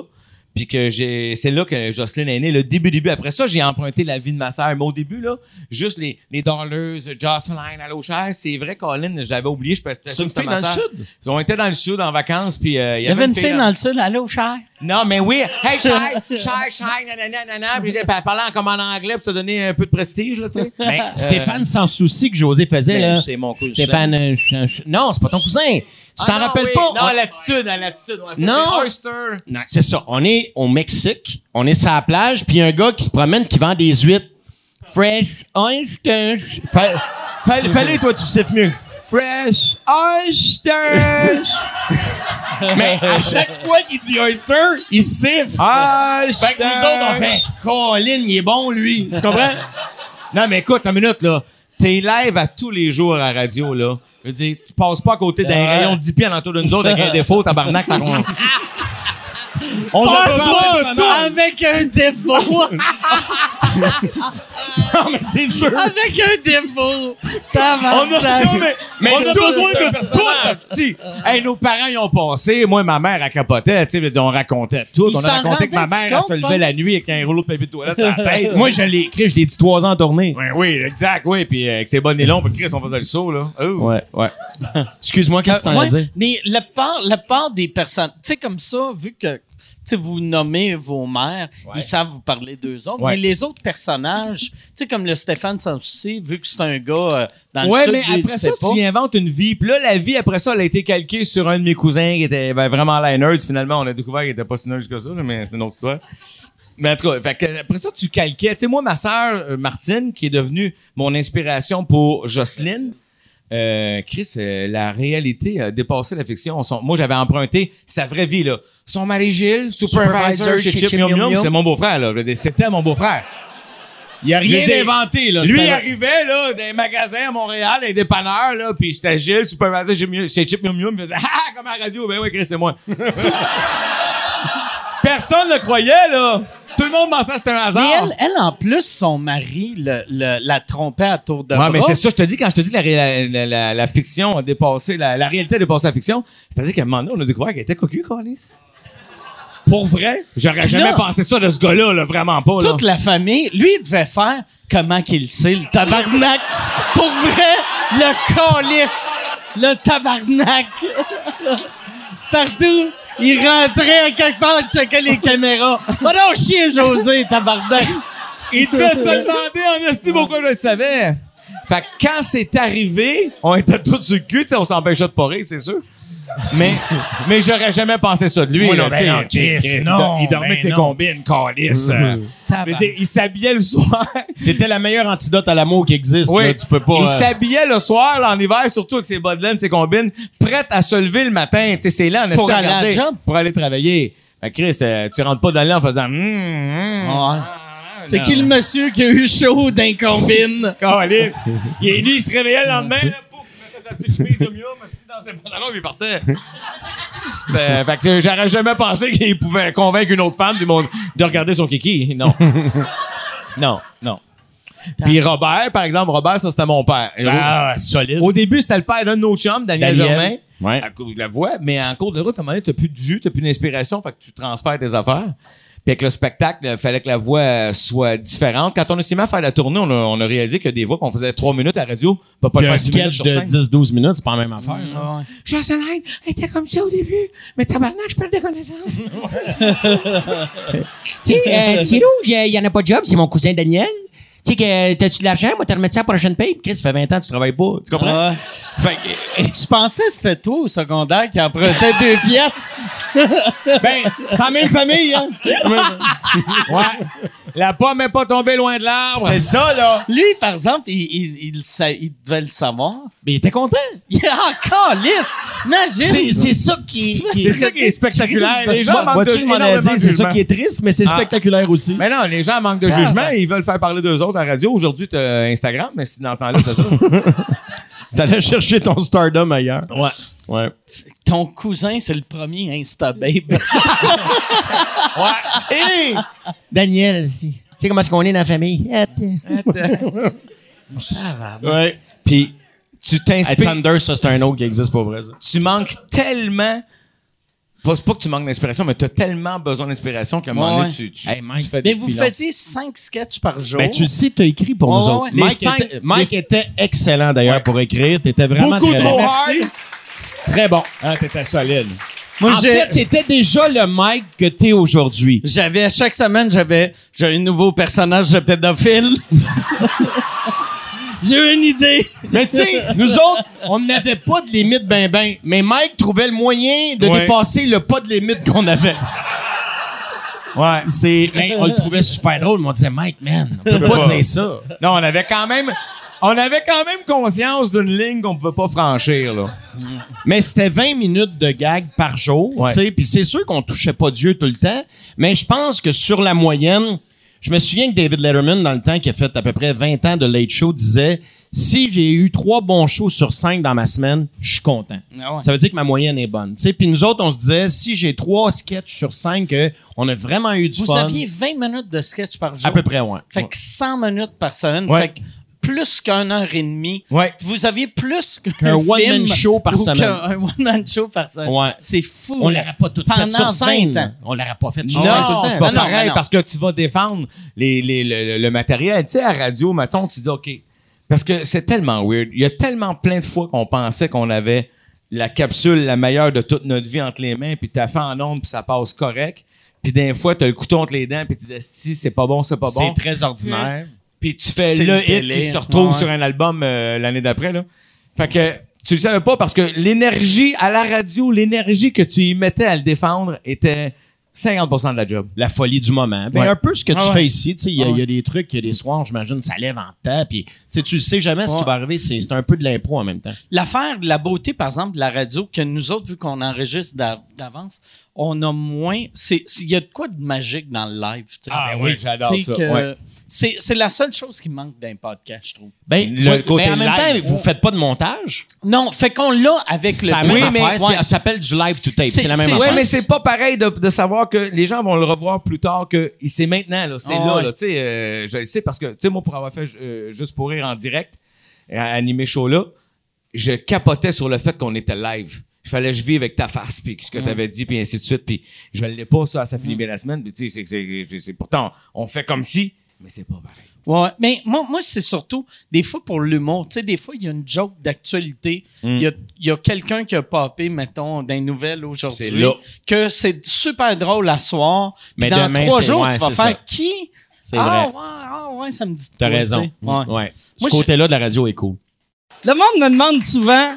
Speaker 4: puis que j'ai, c'est là que Jocelyne est née, le début, début. Après ça, j'ai emprunté la vie de ma sœur, mais au début, là, juste les, les dolleuses, Jocelyn, Allo Cher, c'est vrai, Colin, j'avais oublié, je pensais que
Speaker 5: C'est une
Speaker 4: c'était
Speaker 5: fille
Speaker 4: ma
Speaker 5: dans le
Speaker 4: sœur. On était dans le sud en vacances, puis euh,
Speaker 1: Il y avait une fille dans le sud, allô, cher.
Speaker 4: Non, mais oui. Hey, shy, shy, shy, nanana, nanana. Puis j'ai parlé en comme en anglais pour se donner un peu de prestige, là, tu sais.
Speaker 7: Ben, Stéphane sans souci que José faisait,
Speaker 4: Ben,
Speaker 7: là.
Speaker 4: c'est mon cousin.
Speaker 7: Stéphane, euh, je- je- non, c'est pas ton cousin. Tu
Speaker 4: Ah
Speaker 7: t'en
Speaker 4: non,
Speaker 7: rappelles
Speaker 4: oui.
Speaker 7: pas?
Speaker 4: Non,
Speaker 7: On-
Speaker 4: à l'attitude, à l'attitude. ouais, ça,
Speaker 7: Non.
Speaker 4: c'est Oyster.
Speaker 7: Non,
Speaker 5: C'est ça. On est au Mexique. On est sur la plage. Puis il y a un gars qui se promène qui vend des huîtres.
Speaker 7: Fresh oysters.
Speaker 5: Fallait, fallait, toi, tu sais mieux.
Speaker 7: Fresh oysters.
Speaker 5: Mais à chaque fois qu'il dit oyster, il siffle.
Speaker 4: Ah,
Speaker 5: Fait que nous autres, on fait Colin, il est bon, lui.
Speaker 4: Tu comprends? non, mais écoute, une minute, là. T'es live à tous les jours à la radio, là. Je veux dire, tu passes pas à côté d'un rayon de 10 pieds alentour de nous autres avec un défaut, tabarnak, ça compte. On a besoin de
Speaker 5: Passe-moi un
Speaker 4: personnel.
Speaker 5: tour.
Speaker 7: Avec un défaut.
Speaker 5: Non, mais c'est sûr.
Speaker 7: Avec un défaut.
Speaker 5: On a, non, mais,
Speaker 4: Mais
Speaker 5: on
Speaker 4: le
Speaker 5: a
Speaker 4: tout,
Speaker 5: besoin
Speaker 4: c'est un
Speaker 5: de
Speaker 4: personnage.
Speaker 5: tout.
Speaker 4: Si. Hey, nos parents y ont passé. Moi, ma mère, elle capotait. Tu sais, je veux dire, on racontait tout.
Speaker 1: Ils
Speaker 4: on a
Speaker 1: s'en
Speaker 4: raconté que ma
Speaker 1: rendaient-tu
Speaker 4: mère, elle se
Speaker 1: compte,
Speaker 4: levait la nuit avec un rouleau de papier de toilette à la tête. Ben
Speaker 5: Moi, je l'ai écrit, je l'ai dit trois ans en tournée.
Speaker 4: Oui, oui, exact, oui. Puis euh, avec ses bonnets longs, puis Chris, on faisait le saut, là. Oh.
Speaker 5: Ouais, ouais. Excuse-moi, qu'est-ce que t'en as
Speaker 1: Ouais,
Speaker 5: dit?
Speaker 1: mais la part, la part des personnes, tu sais, comme ça, vu que tu sais, vous nommez vos mères, ils savent vous parler d'eux autres,
Speaker 4: Ouais.
Speaker 1: mais les autres personnages, tu sais, comme le Stéphane sans souci, vu que c'est un gars euh, dans
Speaker 4: Ouais,
Speaker 1: le sud,
Speaker 4: mais
Speaker 1: lui, il
Speaker 4: après
Speaker 1: sait
Speaker 4: ça,
Speaker 1: pas.
Speaker 4: tu y inventes une vie. Puis là, la vie, après ça, elle a été calquée sur un de mes cousins qui était ben, vraiment la nerd. Finalement, on a découvert qu'il était pas si nerd que ça, là, mais c'est une autre histoire. Mais en tout cas, fait que après ça, tu calquais. Tu sais, moi, ma sœur euh, Martine, qui est devenue mon inspiration pour Jocelyne, euh, Chris, euh, la réalité a dépassé la fiction. Son- moi, j'avais emprunté sa vraie vie, là. Son mari Gilles, supervisor, chez Chip Yum Yum, c'est mon beau-frère, là. Je veux dire, C'était mon beau-frère.
Speaker 5: Il n'y a
Speaker 4: rien
Speaker 5: inventé, là.
Speaker 4: Lui, il arrivait, là, dans les magasins à Montréal, dans les dépanneurs, là, puis j'étais Gilles, supervisor chez Miu- chez Chip Mium Mium, il faisait « Ah, comme à la radio, ben oui, Chris, c'est moi. » Personne ne croyait, là. Tout le monde pensait que c'était un hasard.
Speaker 1: Mais elle, elle, en plus, son mari le- le- la trompait à tour de
Speaker 4: Ouais,
Speaker 1: bras.
Speaker 4: mais c'est ça, je te dis, quand je te dis que la, ré- la, la- la- la fiction a dépassé, la, la réalité a dépassé la fiction, c'est-à-dire qu'à un moment donné, on a découvert qu'elle était cocu, Carlis. Pour vrai? J'aurais
Speaker 1: Puis
Speaker 4: jamais
Speaker 1: là-
Speaker 4: pensé ça de ce gars-là, là, vraiment pas, là.
Speaker 1: Toute la famille, lui, il devait faire comment qu'il sait, le tabarnak. Pour vrai, le calice, le tabarnak. Partout, il rentrait à quelque part, il checkait les caméras. Va donc chier, José, tabarnak.
Speaker 4: Il devait se demander en esti pourquoi je le savais. Fait que quand c'est arrivé, on était tous sur le cul, tu sais, on s'empêchait de porrer, c'est sûr. Mais, mais j'aurais jamais pensé ça de lui.
Speaker 5: Moi,
Speaker 4: là,
Speaker 5: non, ben
Speaker 4: tu sais.
Speaker 5: non, Chris,
Speaker 4: il,
Speaker 5: non,
Speaker 4: il dormait
Speaker 5: ben
Speaker 4: de ses
Speaker 5: non. Mm-hmm.
Speaker 4: combines, calice. euh. Mais
Speaker 1: Tabarnak.
Speaker 4: t'sais, il s'habillait le soir.
Speaker 5: C'était la meilleure antidote à l'amour qui existe.
Speaker 4: Oui.
Speaker 5: là. Tu peux pas.
Speaker 4: Il
Speaker 5: euh,
Speaker 4: s'habillait le soir, là, en hiver, surtout avec ses bas de laine, ses combines, prête à se lever le matin. Tu sais, c'est là, on
Speaker 1: Pour aller à la job.
Speaker 4: Pour aller travailler. Fait que Chris, euh, tu rentres pas dans le lait en faisant... Hum, hum.
Speaker 1: Ah, Ouais. C'est qui le monsieur qui a eu chaud d'un combine?
Speaker 4: Calif. Il est venu, il se réveillait le lendemain, là, pouf, il mettait sa petite chemise de mieux, dans ses pantalons, puis il partait. C'était- Euh, Fait que j'aurais jamais pensé qu'il pouvait convaincre une autre femme du monde de regarder son kiki. Non. non, non. Puis Robert, par exemple, Robert, ça, c'était mon père.
Speaker 5: Ah, solide.
Speaker 4: Au début, c'était le père d'un de nos chums, Daniel,
Speaker 5: Daniel.
Speaker 4: Germain.
Speaker 5: Ouais.
Speaker 4: À cause de la voix, mais en cours de route, à un moment donné, t'as plus de jus, t'as plus d'inspiration, fait que tu transfères tes affaires. Puis avec le spectacle, il fallait que la voix euh, soit différente. Quand on a essayé à faire la tournée, on a, on a réalisé que des voix qu'on faisait trois minutes à la radio, on peut pas
Speaker 5: Puis
Speaker 4: le
Speaker 5: un
Speaker 4: faire six minutes
Speaker 5: sketch
Speaker 4: sur
Speaker 5: de
Speaker 4: scène.
Speaker 5: 10-12 minutes, c'est pas la même affaire.
Speaker 4: Jocelyne, elle était comme ça au début, mais tabarnak, je perds des connaissances.
Speaker 7: Tu sais, euh, Thierry, il y en a pas de job, c'est mon cousin Daniel. Tu sais, que euh, t'as-tu de l'argent? Moi, t'as remettre ça à la prochaine paye. Chris, ça fait 20 ans que tu travailles pas. Tu
Speaker 5: Ah.
Speaker 7: comprends?
Speaker 1: Ouais.
Speaker 5: Fait que,
Speaker 1: Je pensais que c'était toi au secondaire qui empruntait deux pièces.
Speaker 5: ben, c'est la même famille, hein?
Speaker 4: ouais. La pomme est pas tombée loin de l'arbre.
Speaker 5: C'est ça, là.
Speaker 1: Lui, par exemple, il, il, il sa- il devait le savoir.
Speaker 7: Mais il était content.
Speaker 1: Il est encore lisse!
Speaker 7: C'est
Speaker 1: Imagine!
Speaker 7: c'est ça qui. qui-
Speaker 4: C'est ça qui est spectaculaire. Les gens manquent de,
Speaker 5: Vois-tu, je m'en ai
Speaker 4: énormément de
Speaker 5: dit, c'est
Speaker 4: jugement.
Speaker 5: ça qui est triste, mais c'est
Speaker 4: Ah.
Speaker 5: spectaculaire aussi.
Speaker 4: Mais non, les gens manquent de jugement, ils veulent faire parler d'eux autres à la radio. Aujourd'hui, t'as Instagram, mais c'est dans ce temps-là, c'est ça.
Speaker 5: T'allais chercher ton stardom ailleurs.
Speaker 4: Ouais.
Speaker 5: Ouais.
Speaker 1: Ton cousin, c'est le premier Instababe.
Speaker 7: Daniel, si. tu sais comment est-ce qu'on est dans la famille? Ah, t'es-
Speaker 5: Ouais.
Speaker 4: Puis tu t'inspires,
Speaker 5: Thunder, ça, c'est un autre qui existe pour vrai, ça.
Speaker 4: tu manques tellement. Pas, c'est pas que tu manques d'inspiration, mais tu as tellement besoin d'inspiration qu'à un moment donné,
Speaker 1: Ouais.
Speaker 4: tu, tu,
Speaker 5: Hey, Mike.
Speaker 4: tu fais des
Speaker 1: Mais vous
Speaker 4: filons.
Speaker 1: faisiez cinq sketchs par jour.
Speaker 5: Ben, tu le sais, t'as écrit pour
Speaker 1: Ouais,
Speaker 5: nous
Speaker 1: ouais,
Speaker 5: autres.
Speaker 1: ouais.
Speaker 5: Mike,
Speaker 1: Les cinq-
Speaker 5: était, Mike
Speaker 1: les-
Speaker 5: était excellent, d'ailleurs, pour écrire. T'étais vraiment
Speaker 4: Beaucoup
Speaker 5: très
Speaker 4: trop
Speaker 5: bon.
Speaker 4: hard.
Speaker 5: Très bon.
Speaker 4: Ah, t'étais solide.
Speaker 1: Moi,
Speaker 7: en
Speaker 1: j'ai-
Speaker 7: fait, t'étais déjà le Mike que t'es aujourd'hui.
Speaker 1: J'avais chaque semaine, j'avais j'ai un nouveau personnage de pédophile. j'ai une idée.
Speaker 7: Mais tu sais, nous autres, on n'avait pas de limite ben ben, mais Mike trouvait le moyen de
Speaker 4: Ouais.
Speaker 7: dépasser le pas de limite qu'on avait.
Speaker 4: Ouais.
Speaker 7: C'est, mais on le trouvait super drôle, mais on disait Mike, man, on peut
Speaker 4: peux
Speaker 7: pas
Speaker 4: pas.
Speaker 7: dire ça.
Speaker 4: Non, on avait quand même, on avait quand même conscience d'une ligne qu'on pouvait pas franchir, là.
Speaker 5: Mais c'était 20 minutes de gag par jour,
Speaker 4: Ouais.
Speaker 5: tu sais, puis c'est sûr qu'on touchait pas Dieu tout le temps, mais je pense que sur la moyenne, je me souviens que David Letterman, dans le temps qui a fait à peu près 20 ans de Late Show, disait « Si j'ai eu trois bons shows sur cinq dans ma semaine, je suis content.
Speaker 1: Ah ouais.
Speaker 5: Ça veut dire que ma moyenne est bonne. Tu sais, Puis nous autres, on se disait « Si j'ai trois sketchs sur cinq, euh, on a vraiment eu du
Speaker 1: Vous
Speaker 5: fun.
Speaker 1: aviez 20 minutes de sketch par jour.
Speaker 5: À peu près, ouais.
Speaker 1: Fait que 100 minutes par semaine.
Speaker 5: Ouais.
Speaker 1: Fait que plus qu'une heure et demie.
Speaker 5: Ouais.
Speaker 1: Vous aviez plus
Speaker 5: Qu'un
Speaker 1: qu'un
Speaker 5: one-man
Speaker 1: film
Speaker 5: show par
Speaker 1: ou
Speaker 5: semaine.
Speaker 1: qu'un one-man show par semaine.
Speaker 5: Ouais.
Speaker 1: C'est fou.
Speaker 7: On
Speaker 1: là.
Speaker 7: l'aurait pas tout
Speaker 1: Pendant
Speaker 7: fait sur
Speaker 1: 20 ans.
Speaker 7: scène. On l'aurait pas fait sur
Speaker 1: Non,
Speaker 7: scène.
Speaker 1: tout le temps.
Speaker 4: c'est pas
Speaker 1: Non, non,
Speaker 4: pareil
Speaker 1: non.
Speaker 4: parce que tu vas défendre les, les- le, le- le matériel. Tu sais, à radio, mettons, tu dis OK. Parce que c'est tellement weird. Il y a tellement plein de fois qu'on pensait qu'on avait la capsule la meilleure de toute notre vie entre les mains, puis t'as fait en onde, puis ça passe correct. Puis des fois, t'as le couteau entre les dents, puis tu dis Asti, c'est pas bon, c'est pas bon. Mm.
Speaker 5: C'est très ordinaire.
Speaker 4: Puis tu fais
Speaker 1: C'est
Speaker 4: le
Speaker 1: le
Speaker 4: hit
Speaker 1: délire.
Speaker 4: qui se retrouve
Speaker 1: Ouais.
Speaker 4: sur un album euh, l'année d'après. là. Fait que tu le savais pas parce que l'énergie à la radio, l'énergie que tu y mettais à le défendre était 50 de la job.
Speaker 5: La folie du moment. Ben,
Speaker 4: Ouais.
Speaker 5: Un peu ce que tu
Speaker 4: Ah ouais.
Speaker 5: fais ici. tu sais, Il y, a- il y a des trucs, il y a des soirs, j'imagine, ça lève en temps. Puis, tu sais, tu sais jamais ce qui
Speaker 1: Ouais.
Speaker 5: va arriver. C'est c'est un peu de l'impro en même temps.
Speaker 1: L'affaire de la beauté, par exemple, de la radio, que nous autres, vu qu'on enregistre d'a- d'avance, on a moins. c'est- c'est- Il y a de quoi de magique dans le live. tu sais.
Speaker 4: Ah ben oui,
Speaker 1: Tu sais
Speaker 4: j'adore ça,
Speaker 1: que-
Speaker 4: ouais.
Speaker 1: C'est c'est la seule chose qui manque d'un podcast, je trouve.
Speaker 5: Ben,
Speaker 4: Le
Speaker 5: ouais,
Speaker 4: côté
Speaker 5: mais en même
Speaker 4: live.
Speaker 5: temps, vous faites pas de montage.
Speaker 1: Non, fait qu'on l'a avec le.
Speaker 5: Ça la même
Speaker 1: Oui,
Speaker 5: affaire,
Speaker 1: ouais.
Speaker 5: c'est- ça s'appelle du live to tape.
Speaker 1: C'est-
Speaker 5: C'est la même
Speaker 1: c'est-
Speaker 5: affaire.
Speaker 4: Ouais,
Speaker 1: Chance.
Speaker 4: mais c'est pas pareil de, de savoir que les gens vont le revoir plus tard que il- c'est maintenant là, c'est
Speaker 1: Ah
Speaker 4: là,
Speaker 1: ouais.
Speaker 4: là tu sais euh, je le sais parce que tu sais moi pour avoir fait euh, juste pour rire en direct euh, animé show là, je capotais sur le fait qu'on était live. Il fallait que je vive avec ta face puis ce que t'avais dit puis ainsi de suite puis je l'ai pas ça ça finit bien la semaine puis tu sais c'est- c'est c'est- c'est- pourtant on fait comme si mais c'est pas pareil.
Speaker 1: Ouais, mais moi, moi c'est surtout des fois pour l'humour. Tu sais, des fois, il y a une joke d'actualité.
Speaker 5: Mm.
Speaker 1: Il y a, il y a quelqu'un qui a popé, mettons, d'un nouvelle
Speaker 5: C'est
Speaker 1: aujourd'hui,
Speaker 5: là.
Speaker 1: que c'est super drôle à soir.
Speaker 5: Mais
Speaker 1: Mais dans
Speaker 5: demain,
Speaker 1: trois
Speaker 5: c'est-
Speaker 1: jours,
Speaker 5: ouais,
Speaker 1: tu vas
Speaker 5: c'est
Speaker 1: faire
Speaker 5: ça.
Speaker 1: qui?
Speaker 5: C'est
Speaker 1: ah,
Speaker 5: vrai.
Speaker 1: ouais, ah, ouais, ça me dit.
Speaker 5: T'as
Speaker 1: quoi,
Speaker 5: raison. Mm.
Speaker 1: tu sais.
Speaker 5: Ouais.
Speaker 1: Ouais.
Speaker 5: Ce
Speaker 1: Moi, je-
Speaker 5: côté-là de la radio est cool.
Speaker 1: Le monde me demande souvent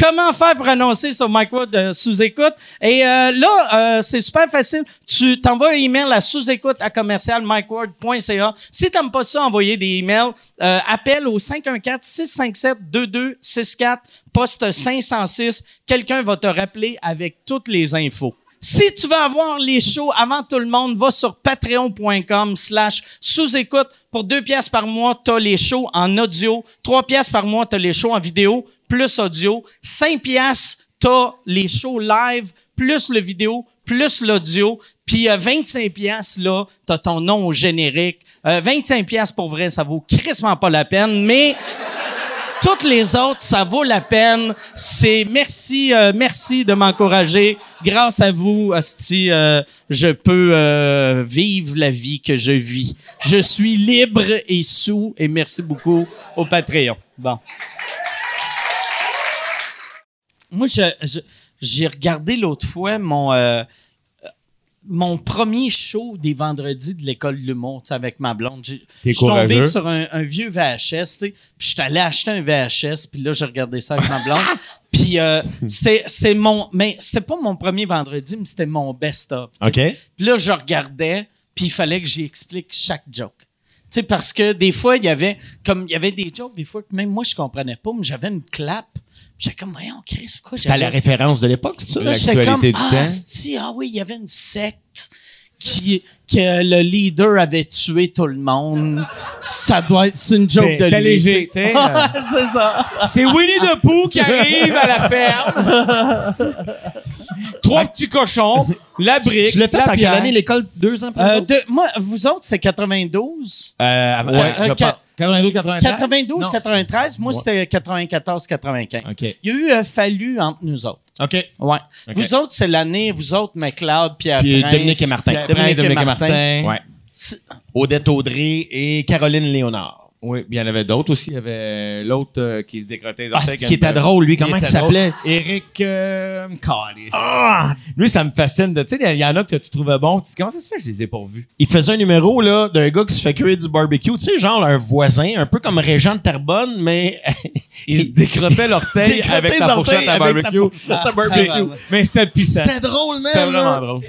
Speaker 1: comment faire pour annoncer sur Mike Ward euh, sous-écoute. Et euh, là, euh, c'est super facile. Tu t'envoies un email à sous-écoute à commercial mikeward.ca. Si t'aimes pas ça, envoyer des emails. Euh, appelle au 514-657-2264, poste 506. Quelqu'un va te rappeler avec toutes les infos. Si tu veux avoir les shows avant tout le monde, va sur patreon.com slash sous-écoute. Pour deux pièces par mois, t'as les shows en audio. Trois pièces par mois, t'as les shows en vidéo, plus audio. Cinq pièces, t'as les shows live, plus le vidéo, plus l'audio. Puis euh, 25 pièces là, t'as ton nom au générique. Euh, 25 pièces pour vrai, ça vaut crissement pas la peine, mais... Toutes les autres, ça vaut la peine. C'est merci, euh, merci de m'encourager. Grâce à vous, Asti, euh, je peux euh, vivre la vie que je vis. Je suis libre et sous et merci beaucoup au Patreon. Bon. Moi, je- je- j'ai regardé l'autre fois mon euh, mon premier show des vendredis de l'école de l'humour, tu sais, avec ma blonde. J'ai- Je suis tombé
Speaker 4: courageux.
Speaker 1: sur un, un vieux VHS, tu sais, puis je suis allé acheter un VHS, puis là, j'ai regardé ça avec ma blonde. Puis euh, c'était c'était mon... Mais c'était pas mon premier vendredi, mais c'était mon best-of. tu sais.
Speaker 5: OK?
Speaker 1: Puis là, je regardais, puis il fallait que j'y explique chaque joke. Tu sais, parce que des fois, il y avait comme il y avait des jokes, des fois que même moi, je comprenais pas, mais j'avais une clap. Puis J'étais comme, voyons, Chris, pourquoi
Speaker 5: T'as la
Speaker 1: j'avais...
Speaker 5: référence de l'époque, c'est ça?
Speaker 1: Là, j'étais
Speaker 4: l'actualité
Speaker 1: comme, ah,
Speaker 4: du temps.
Speaker 1: sti, ah oui, il y avait une secte qui, que le leader avait tué tout le monde. Ça doit être... C'est une joke
Speaker 4: C'est-
Speaker 1: de
Speaker 4: c'était
Speaker 1: lui.
Speaker 4: léger,
Speaker 1: tu sais.
Speaker 4: tu sais, euh.
Speaker 1: c'est ça.
Speaker 4: C'est Winnie the Pooh qui arrive à la ferme. Trois petits cochons, la brique,
Speaker 5: Tu l'as fait
Speaker 4: la
Speaker 5: en quelle
Speaker 4: pierre.
Speaker 5: année l'école? Deux ans plus
Speaker 1: Euh, de- moi, vous autres, c'est 92?
Speaker 5: Euh,
Speaker 4: Ouais,
Speaker 1: Euh,
Speaker 4: je
Speaker 1: euh,
Speaker 4: pense.
Speaker 3: 92, 93.
Speaker 1: 92, 93. Moi, c'était 94, 95.
Speaker 5: OK.
Speaker 1: Il y a eu euh, Fallu entre nous autres.
Speaker 5: OK.
Speaker 1: Ouais.
Speaker 5: OK.
Speaker 1: Vous autres, c'est l'année, vous autres, McLeod, Pierre
Speaker 5: Puis
Speaker 1: Prince,
Speaker 5: Dominique et Martin.
Speaker 1: Pierre
Speaker 5: Dominique
Speaker 1: Prince
Speaker 5: et Martin. Ouais.
Speaker 1: C'est-
Speaker 5: Odette Audrey et Caroline Léonard.
Speaker 4: Oui, puis il y en avait d'autres aussi. Il y avait l'autre euh, qui se décrottait les
Speaker 5: Ah,
Speaker 4: orteils.
Speaker 5: c'est
Speaker 4: qui
Speaker 5: qui était drôle, lui. Comment il s'appelait? Ah!
Speaker 4: Eric euh, Callis. Lui, ça me fascine. de- Tu sais, il y en a que tu trouvais bon. Tu dis, comment ça se fait que je les ai pas revus?
Speaker 5: Il faisait un numéro là d'un gars qui se fait cuire du barbecue. Tu sais, genre un voisin, un peu comme Régent de Terrebonne, mais
Speaker 4: Ils se décrottaient l'orteil
Speaker 5: décrottaient
Speaker 4: avec
Speaker 5: les
Speaker 4: sa fourchette
Speaker 5: orteils
Speaker 4: à
Speaker 5: avec sa
Speaker 4: barbecue.
Speaker 5: fourchette à barbecue.
Speaker 4: C'est- Mais c'était puissant.
Speaker 5: C'était drôle, même.
Speaker 4: C'était
Speaker 5: là.
Speaker 4: vraiment drôle.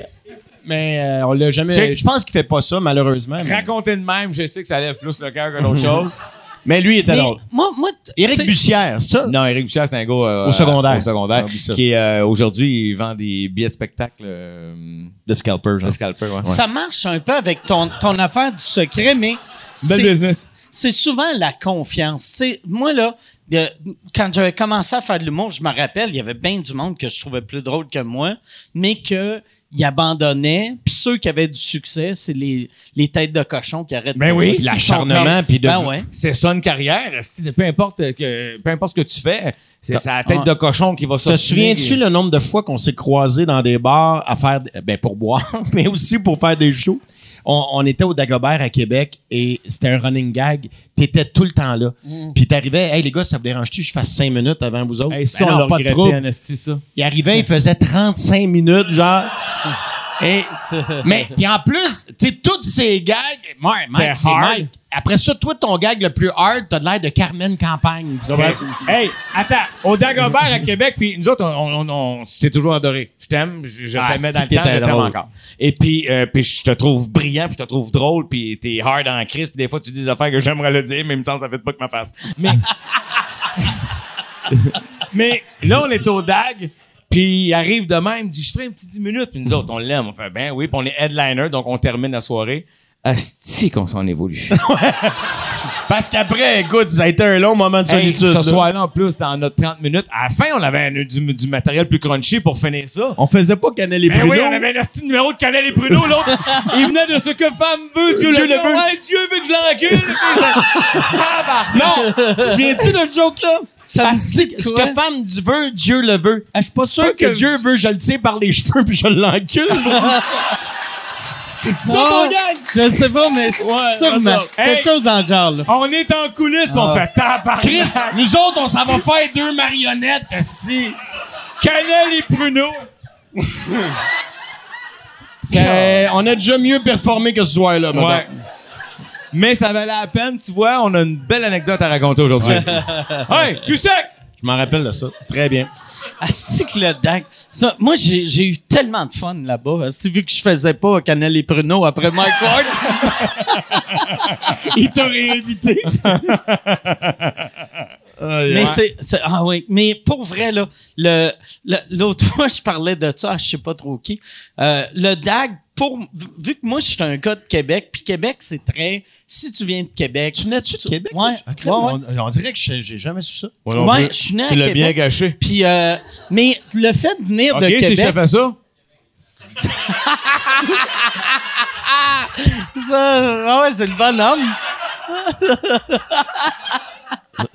Speaker 5: Mais euh, on l'a jamais.
Speaker 4: J'ai-
Speaker 5: Je pense qu'il fait pas ça, malheureusement. mais-
Speaker 4: Raconter de même, je sais que ça lève plus le cœur que l'autre chose.
Speaker 5: Mais lui, il était
Speaker 1: Mais
Speaker 5: drôle.
Speaker 1: moi, moi, t-
Speaker 5: Éric
Speaker 1: c'est-
Speaker 5: Bussière, c'est ça?
Speaker 4: Non, Eric Bouchard, c'est un gars euh,
Speaker 5: Au secondaire.
Speaker 4: au secondaire,
Speaker 5: Ah, oublie ça.
Speaker 4: qui est, euh, aujourd'hui, il vend des billets de spectacle. euh,
Speaker 5: De Scalper,
Speaker 4: le
Speaker 5: genre.
Speaker 4: scalper, ouais.
Speaker 1: ça marche un peu avec ton, ton affaire du secret,
Speaker 5: Ben,
Speaker 1: mais
Speaker 4: Bel
Speaker 1: c'est-
Speaker 4: business.
Speaker 1: c'est souvent la confiance. Tu sais, moi, là, de- quand j'avais commencé à faire de l'humour, je me rappelle, il y avait bien du monde que je trouvais plus drôle que moi, mais que ils abandonnaient. Puis ceux qui avaient du succès, c'est les, les têtes de cochon qui arrêtent
Speaker 4: Ben
Speaker 1: de-
Speaker 4: oui,
Speaker 1: aussi, ils sont
Speaker 4: l'acharnement
Speaker 1: comme-
Speaker 4: puis de
Speaker 1: Ben ouais.
Speaker 4: c'est ça une carrière, esti, de- peu importe que peu importe ce que tu fais, c'est sa tête
Speaker 1: ah.
Speaker 4: de cochon qui va
Speaker 5: Te
Speaker 4: sortir.
Speaker 5: souviens-tu le nombre de fois qu'on s'est croisés dans des bars à faire, ben pour boire, mais aussi pour faire des shows? On, on était au Dagobert à Québec et c'était un running gag. T'étais tout le temps là. Puis t'arrivais, hey les gars, ça vous dérange-tu que je fasse cinq minutes avant vous autres?
Speaker 4: Mm. Hey, ça,
Speaker 5: Ben
Speaker 4: on
Speaker 5: non,
Speaker 4: l'a
Speaker 5: pas de
Speaker 4: regretté,
Speaker 5: trouble.
Speaker 4: en esti, ça.
Speaker 5: Il arrivait, il faisait 35 minutes, genre. Et, mais, puis en plus, tu sais, toutes ces gags, moi, Mike,
Speaker 4: T'es
Speaker 5: c'est
Speaker 4: hard.
Speaker 5: Mike. Après ça, toi, ton gag le plus hard, t'as de l'air de Carmen Campagne. Tu comprends?
Speaker 4: Hey, attends, au Dagobert à Québec, puis nous autres, on, on, on- on s'est toujours adoré. Je t'aime, je, je
Speaker 5: Ah,
Speaker 4: t'aimais
Speaker 5: c'est
Speaker 4: dans le
Speaker 5: que
Speaker 4: temps,
Speaker 5: t'étais
Speaker 4: je t'aime
Speaker 5: drôle.
Speaker 4: encore. Et puis, euh, puis je te trouve brillant, puis je te trouve drôle, puis t'es hard en crise, puis des fois tu dis des affaires que j'aimerais le dire, mais il me semble que ça fait pas que ma face. Mais, mais là, on est au DAG, puis il arrive de même, il dit, je ferai un petit 10 minutes, puis nous autres, on l'aime, on fait, ben oui, puis on est headliner, donc on termine la soirée. Asti qu'on s'en évolue.
Speaker 5: Parce qu'après, écoute, ça a été un long moment de
Speaker 4: Hey,
Speaker 5: solitude.
Speaker 4: ce
Speaker 5: là.
Speaker 4: soir-là, en plus, dans notre 30 minutes, à la fin, on avait un- du, du matériel plus crunchy pour finir ça.
Speaker 5: On faisait pas Canel et
Speaker 4: Ben
Speaker 5: Bruno.
Speaker 4: oui, on avait un petit numéro de Canel et Bruno, l'autre. il venait de ce que femme veut, Dieu,
Speaker 5: Dieu le
Speaker 4: le veut.
Speaker 5: veut.
Speaker 4: Ouais, Dieu veut que je l'encule.
Speaker 5: Non! tu viens-tu de ce joke-là?
Speaker 1: Ça me
Speaker 5: Asti,
Speaker 1: dit de
Speaker 5: ce
Speaker 1: quoi?
Speaker 5: que femme du- veut, Dieu le veut. Ah, Je suis pas sûr que,
Speaker 4: que-
Speaker 5: Dieu veut, je le tire par les cheveux puis je l'encule. C'était ça, mon gars!
Speaker 1: Je sais pas, mais sûrement.
Speaker 4: c'est ça.
Speaker 1: Quelque
Speaker 4: Hey.
Speaker 1: chose dans le genre, là.
Speaker 4: on est en coulisses, puis on fait tabarnak.
Speaker 5: Ah. Chris, nous autres, on s'en va faire deux marionnettes, asti.
Speaker 4: Canel et Bruno.
Speaker 5: Euh, on a déjà mieux performé que ce soir-là, maintenant.
Speaker 4: Ouais. Mais ça valait la peine, tu vois, on a une belle anecdote à raconter aujourd'hui. hey, tu sec!
Speaker 5: Je m'en rappelle de ça. Très bien.
Speaker 1: Asti que le DAC. Ça, moi, j'ai, j'ai eu tellement de fun là-bas. Asti, vu que je faisais pas Canal et Pruneau après Mike Ward.
Speaker 5: Il t'a réinvité.
Speaker 1: mais c'est, c'est- Ah oui. Mais pour vrai, là, le, le- l'autre fois, je parlais de ça à je sais pas trop qui. Euh, le DAG, pour, vu- vu que moi, je suis un gars de Québec, puis Québec, c'est très. Si tu viens de Québec.
Speaker 5: Tu n'as-tu de Québec?
Speaker 1: Ouais.
Speaker 5: Ah, crème,
Speaker 1: Ouais, ouais.
Speaker 5: On, on dirait que j'ai j'ai jamais su ça.
Speaker 1: Ouais, je suis né à
Speaker 4: Tu l'as bien
Speaker 1: Québec.
Speaker 4: gâché.
Speaker 1: Puis, euh, mais le fait de venir
Speaker 4: Ok,
Speaker 1: de
Speaker 4: si
Speaker 1: Québec.
Speaker 4: je te fais ça.
Speaker 1: Ça, ah ouais, c'est le bonhomme.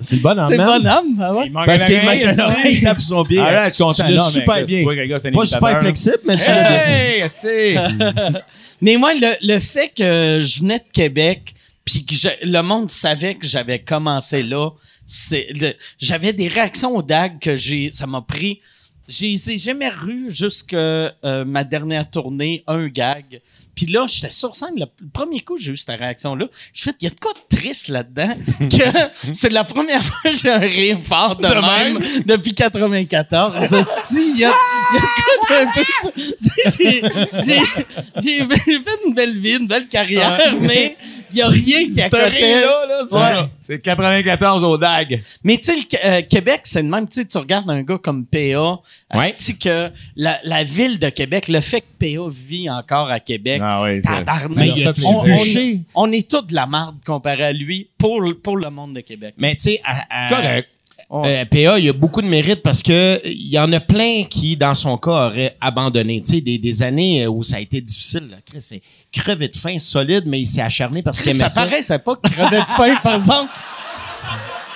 Speaker 5: C'est le bon en
Speaker 1: C'est le bonhomme. Ah ouais.
Speaker 5: Parce qu'il manque un oreille, il tape son pied.
Speaker 4: Ah là, je suis content.
Speaker 5: Tu l'as
Speaker 4: Non, mais
Speaker 5: super
Speaker 4: écoute,
Speaker 5: bien.
Speaker 4: tu vois que le gars, c'est un
Speaker 5: Pas
Speaker 4: imitateur,
Speaker 5: super
Speaker 4: là.
Speaker 5: flexible, mais tu l'as bien.
Speaker 4: Hey, Esti!
Speaker 1: Mais moi, le, le fait que je venais de Québec, puis que je- le monde savait que j'avais commencé là, c'est le- j'avais des réactions au DAG que j'ai, ça m'a pris. J'ai j'ai jamais eu jusqu'à euh, ma dernière tournée un gag. Puis là, j'étais sur scène. Le le premier coup, j'ai eu cette réaction-là. Je fait, il y a de quoi de triste là-dedans que c'est la première fois que j'ai un rire fort de, même, depuis 94. Hostie, il y a, il y a de quoi d'un peu tu sais, j'ai- j'ai j'ai fait une belle vie, une belle carrière, mais il n'y a rien qui accotait.
Speaker 4: Ouais. C'est 94 au DAG.
Speaker 1: Mais tu sais, le Qu- euh, Québec, c'est le même. Tu sais, tu regardes un gars comme PA, asti que la, la ville de Québec, le fait que PA vit encore à Québec,
Speaker 4: Ah oui, ça.
Speaker 1: tabarnak,
Speaker 5: Mais y a-tu
Speaker 1: on,
Speaker 5: bûché?
Speaker 1: on, on est tous de la merde comparé à lui pour, le- pour le monde de Québec.
Speaker 5: Mais tu sais, à- à-
Speaker 4: Correct.
Speaker 5: Euh, PA, il y a beaucoup de mérite parce que il y en a plein qui, dans son cas, auraient abandonné. Tu sais, des, des années euh, où ça a été difficile. Là. Chris, c'est crevé de faim, solide, mais il s'est acharné parce qu'il aimait
Speaker 1: Ça
Speaker 5: ça.
Speaker 1: paraît, c'est pas qu'il crevait de faim, par exemple.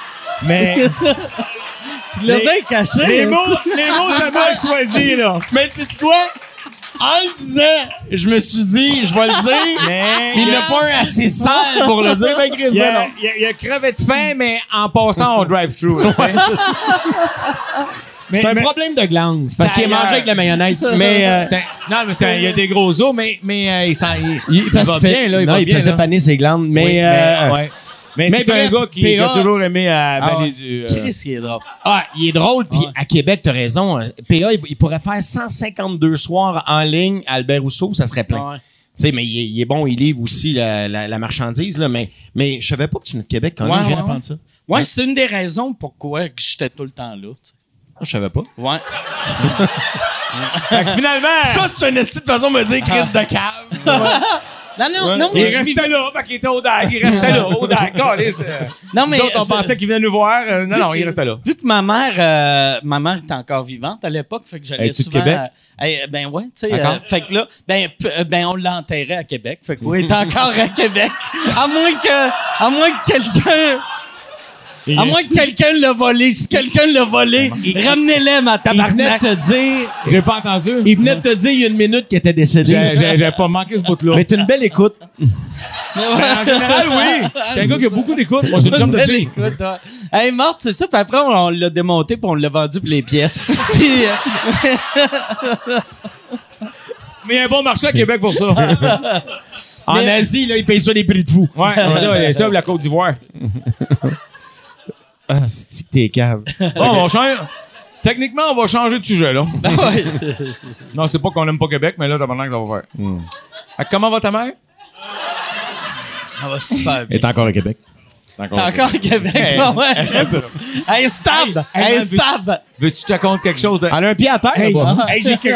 Speaker 4: Mais
Speaker 1: Le mec caché.
Speaker 4: les mots, les mots, ça mal choisi, là.
Speaker 5: Mais c'est quoi? en le disant, je me suis dit, je vais le dire.
Speaker 4: Mais
Speaker 5: mais il n'a pas un assez sale pour le dire. Ben, Chris,
Speaker 4: il
Speaker 5: ben
Speaker 4: a,
Speaker 5: non.
Speaker 4: il a- il a crevé de faim, mais en passant au drive-thru. tu sais. Mais-
Speaker 7: C'est un
Speaker 4: mais-
Speaker 7: problème de glande. C'est Parce qu'il est
Speaker 4: ailleurs.
Speaker 7: mangé avec la mayonnaise.
Speaker 5: Mais, euh,
Speaker 4: C'est un- non, mais c'est un- il y a des gros os, mais, mais euh, il, s'en- il-
Speaker 5: Il- parce
Speaker 4: va
Speaker 5: qu'il fait-
Speaker 4: bien, là. Il
Speaker 5: non,
Speaker 4: va
Speaker 5: il
Speaker 4: bien,
Speaker 5: faisait
Speaker 4: là.
Speaker 5: paner ses glandes, mais,
Speaker 4: Oui,
Speaker 5: euh,
Speaker 4: ouais. Mais,
Speaker 5: mais
Speaker 4: c'est un
Speaker 5: bref,
Speaker 4: gars qui, qui a
Speaker 5: PA
Speaker 4: toujours aimé à
Speaker 5: Ah
Speaker 4: Vallée
Speaker 5: ouais.
Speaker 4: du. euh,
Speaker 1: Chris, il est drôle.
Speaker 5: ah, il est drôle, puis à Québec, t'as raison. hein. PA, il, il pourrait faire 152 soirs en ligne à Albert Rousseau, ça serait plein.
Speaker 1: Ouais.
Speaker 5: Tu sais, mais il est, il est bon, il livre aussi la, la- la marchandise, là, mais, mais je savais pas que tu venais de Québec quand
Speaker 1: Ouais,
Speaker 5: même, je viens
Speaker 1: ouais,
Speaker 5: d'apprendre
Speaker 1: ouais.
Speaker 5: ça.
Speaker 1: Ouais, c'est une des raisons pourquoi que j'étais tout le temps là. tu sais.
Speaker 5: Je savais pas.
Speaker 1: Ouais.
Speaker 4: fait que Finalement,
Speaker 5: Ça, c'est une estime de façon de me dire Chris de cave.
Speaker 1: Non, non, non,
Speaker 4: il
Speaker 1: mais je vivais-
Speaker 4: restait là, fait qu'il était au DAG. Il restait là, au DAG. Calisse, euh,
Speaker 1: Non, mais.
Speaker 4: Nous autres, on
Speaker 1: c'est-
Speaker 4: pensait qu'il venait nous voir. euh,
Speaker 1: Ah
Speaker 4: non, non, il restait là.
Speaker 1: Vu que ma mère, euh, ma mère était encore vivante à l'époque, fait que j'allais
Speaker 4: Es-tu de
Speaker 1: souvent.
Speaker 4: Québec?
Speaker 1: à- eh, ben ouais, tu sais.
Speaker 4: Encore?
Speaker 1: euh, fait que là, ben, p- euh, ben on l'a enterré à Québec. Fait que oui, elle est encore à Québec. À moins que, à moins que quelqu'un. À moins que quelqu'un l'a volé. Si quelqu'un l'a volé, ramenez-le, ma
Speaker 5: Il venait
Speaker 1: tabarnak.
Speaker 5: de te dire,
Speaker 4: J'ai pas entendu.
Speaker 5: il venait de te dire il y a une minute qu'il était décédé.
Speaker 4: J'ai pas manqué ce bout-là.
Speaker 5: Mais t'as une belle écoute.
Speaker 4: Ben, en général, oui. T'es un gars qui a beaucoup d'écoute. Moi, j'ai une jambe de
Speaker 1: Elle
Speaker 4: fille.
Speaker 1: écoute, ouais. Elle est morte, c'est ça. Puis après, on, on l'a démonté puis on l'a vendu pour les pièces. puis, euh,
Speaker 4: Mais il y a un bon marché à Québec pour ça.
Speaker 5: En
Speaker 1: Mais-
Speaker 5: Asie, là, ils payent ça les prix de fou.
Speaker 4: Ouais, ça, les la Côte d'Ivoire.
Speaker 5: Ah, c'est que t'es cave.
Speaker 4: Bon, on change. Techniquement, on va changer de sujet, là. non, c'est pas qu'on aime pas Québec, mais là, t'as pendant que ça va faire. Ah, Comment va ta mère?
Speaker 1: on va Ah, super bien.
Speaker 5: est encore à Québec.
Speaker 1: T'es encore à Québec, ouais, ouais. Elle est stable.
Speaker 4: Hey,
Speaker 1: Elle est
Speaker 4: man,
Speaker 1: stable.
Speaker 4: Veux-tu que je te raconte quelque chose de.
Speaker 5: Elle a un pied à terre, là-bas.
Speaker 4: Hey, j'ai que-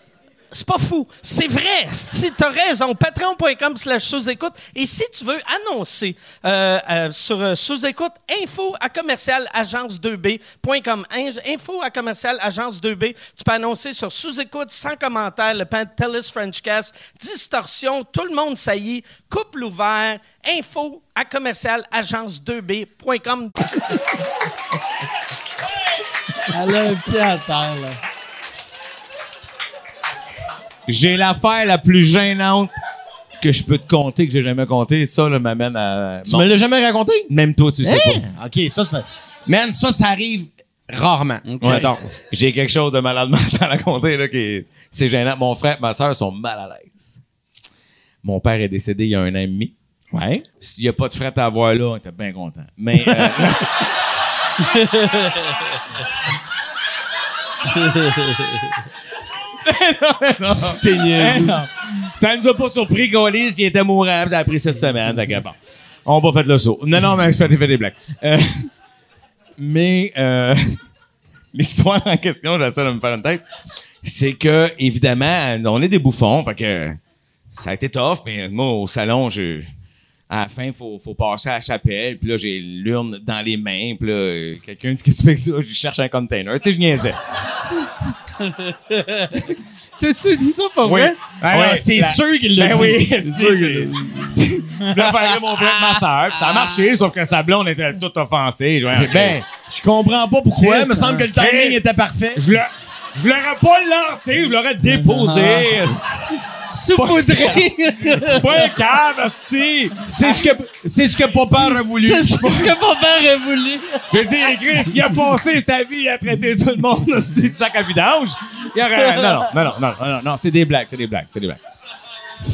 Speaker 8: C'est pas fou. C'est vrai. Si t'as raison, patreon.com slash sous-écoute. Et si tu veux annoncer euh, euh, sur euh, sous-écoute, info à commercial agence 2B.com. In- Info à commercial agence 2B. Tu peux annoncer sur sous-écoute, sans commentaire, le pan TELUS Frenchcast, distorsion, tout le monde saillit, couple ouvert, info à commercial agence 2B.com.
Speaker 1: Elle a un pied à terre, là.
Speaker 4: J'ai l'affaire la plus gênante que je peux te conter, que j'ai jamais conté. Ça, là, m'amène à.
Speaker 2: Tu me l'as jamais raconté?
Speaker 4: Même toi, tu sais pas.
Speaker 2: OK, ça, ça... Man, ça, ça arrive rarement.
Speaker 4: Ouais.
Speaker 2: Mettons.
Speaker 4: J'ai quelque chose de malade mental à compter, là, qui est- c'est gênant. Mon frère et ma soeur sont mal à l'aise. Mon père est décédé il y a un an et demi. Ouais. S'il n'y a pas de fret à avoir là, on était bien content. Mais. euh,
Speaker 5: T'es niaiseux.
Speaker 4: Ça nous a pas surpris qu'on lise, il était mourant, puis ça a pris cette semaine. Fait que bon, on va faire le saut. Non, non, mais je fais fais des blagues. Euh, mais euh, l'histoire en question, j'essaie de me faire une tête, c'est que, évidemment, on est des bouffons, fait que ça a été tough, mais moi, au salon, je, à la fin, il faut, faut passer à la chapelle, puis là, j'ai l'urne dans les mains, puis là, euh, quelqu'un dit « Qu'est-ce que tu fais avec ça? » Je cherche un container. Tu sais, je niaisais.
Speaker 1: T'as-tu dit ça pour
Speaker 4: Oui.
Speaker 1: vrai?
Speaker 4: Ah ouais,
Speaker 5: c'est
Speaker 4: la-
Speaker 5: sûr qu'il l'a
Speaker 4: Ben
Speaker 5: dit.
Speaker 4: oui, c'est sûr que- Puis là, faire mon frère et ma soeur. Puis ça a marché, sauf que sa blonde était toute offensée. Je voyais,
Speaker 5: Ben, je comprends pas pourquoi. Il me semble que le timing
Speaker 4: Chris.
Speaker 5: était parfait.
Speaker 4: hein. je l'a- je l'aurais pas lancé, je l'aurais déposé. esti.
Speaker 1: Saupoudré!
Speaker 4: Je suis pas un cave, esti.
Speaker 5: C'est ce que, c'est ce que papa aurait voulu.
Speaker 1: c'est ce que mon père a voulu.
Speaker 4: Je veux dire, Chris, il a passé sa vie à traiter tout le monde, esti, de sac à vidange. Il aurait- Non, non, non, non, non, non, non, non, c'est des blagues, c'est des blagues, c'est des blagues.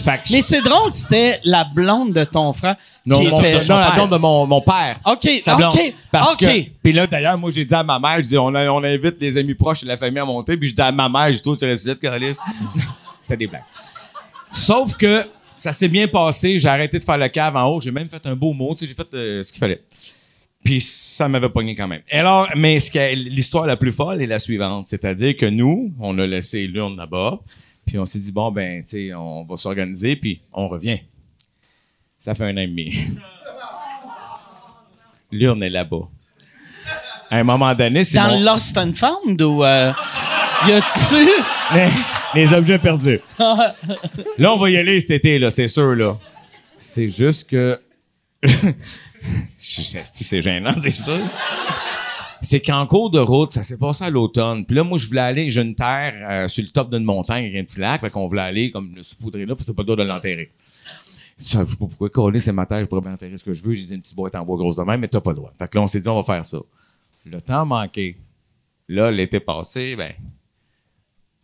Speaker 4: Fait que je-
Speaker 1: Mais c'est drôle, c'était la blonde de ton frère
Speaker 4: Non,
Speaker 1: qui
Speaker 4: mon-
Speaker 1: était...
Speaker 4: non, la blonde de mon, mon père.
Speaker 1: OK,
Speaker 4: sa blonde.
Speaker 1: OK,
Speaker 4: Parce
Speaker 1: OK.
Speaker 4: que- puis là, d'ailleurs, moi, j'ai dit à ma mère, je dis, on, a- on invite les amis proches de la famille à monter, puis je dis à ma mère, je trouve sur le site, Carlis. C'était des blagues. Sauf que ça s'est bien passé, j'ai arrêté de faire le cave en haut, j'ai même fait un beau mot, tu sais, j'ai fait euh, ce qu'il fallait. Puis ça m'avait pogné quand même. Et alors, mais ce qui est- l'histoire la plus folle est la suivante. C'est-à-dire que nous, on a laissé l'urne là-bas. Puis on s'est dit, bon, ben, tu sais, on va s'organiser, puis on revient. Ça fait un an et demi. L'urne est là-bas. À un moment donné, c'est
Speaker 1: Dans
Speaker 4: mon-
Speaker 1: Lost and Found ou. Euh, y a-tu.
Speaker 4: les, les objets perdus. là, on va y aller cet été, là, c'est sûr, là. C'est juste que. Je suis- c'est- c'est gênant, c'est sûr. C'est qu'en cours de route, ça s'est passé à l'automne. Puis là, moi, je voulais aller, j'ai une terre euh, sur le top d'une montagne, il y a un petit lac, fait qu'on voulait aller comme se poudrer là, parce que c'est pas le droit de l'enterrer. Ça, je sais pas pourquoi, coller, c'est ma terre, je pourrais bien enterrer ce que je veux, j'ai une petite boîte en bois grosse de même, mais t'as pas le droit. Fait que là, on s'est dit, on va faire ça. Le temps manqué. Là, l'été passé, ben,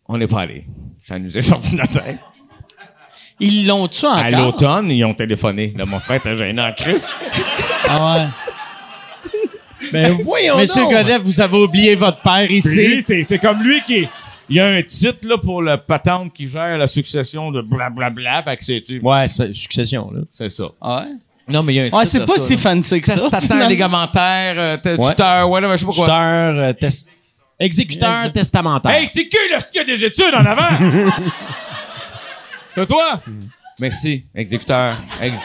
Speaker 4: on n'est pas allé. Ça nous est sorti de la tête.
Speaker 1: Ils l'ont tué encore.
Speaker 4: À l'automne, ils ont téléphoné. Là, mon frère était gênant en Chris.
Speaker 1: Ah ouais.
Speaker 4: Mais voyons
Speaker 1: Monsieur Godet, vous avez oublié votre père ici.
Speaker 4: c'est c'est comme lui qui... Il y a un titre là, pour le patente qui gère la succession de blablabla. Fait que c'est... tu-
Speaker 5: Ouais, c'est- succession, là.
Speaker 4: C'est ça.
Speaker 1: Ah ouais.
Speaker 4: Non, mais il y a un
Speaker 1: Ouais,
Speaker 4: titre
Speaker 1: c'est
Speaker 4: à
Speaker 1: pas
Speaker 4: ça,
Speaker 1: si
Speaker 4: là.
Speaker 1: fancy que ça.
Speaker 4: Testateur, légamentaire, euh, t-
Speaker 5: Ouais.
Speaker 4: tuteur, ouais, là, mais je sais pas quoi.
Speaker 5: Tuteur, euh, test-
Speaker 7: Exécuteur testamentaire.
Speaker 4: Hey, c'est qui le qui a des études en avant? c'est toi? Merci, exécuteur. Ex-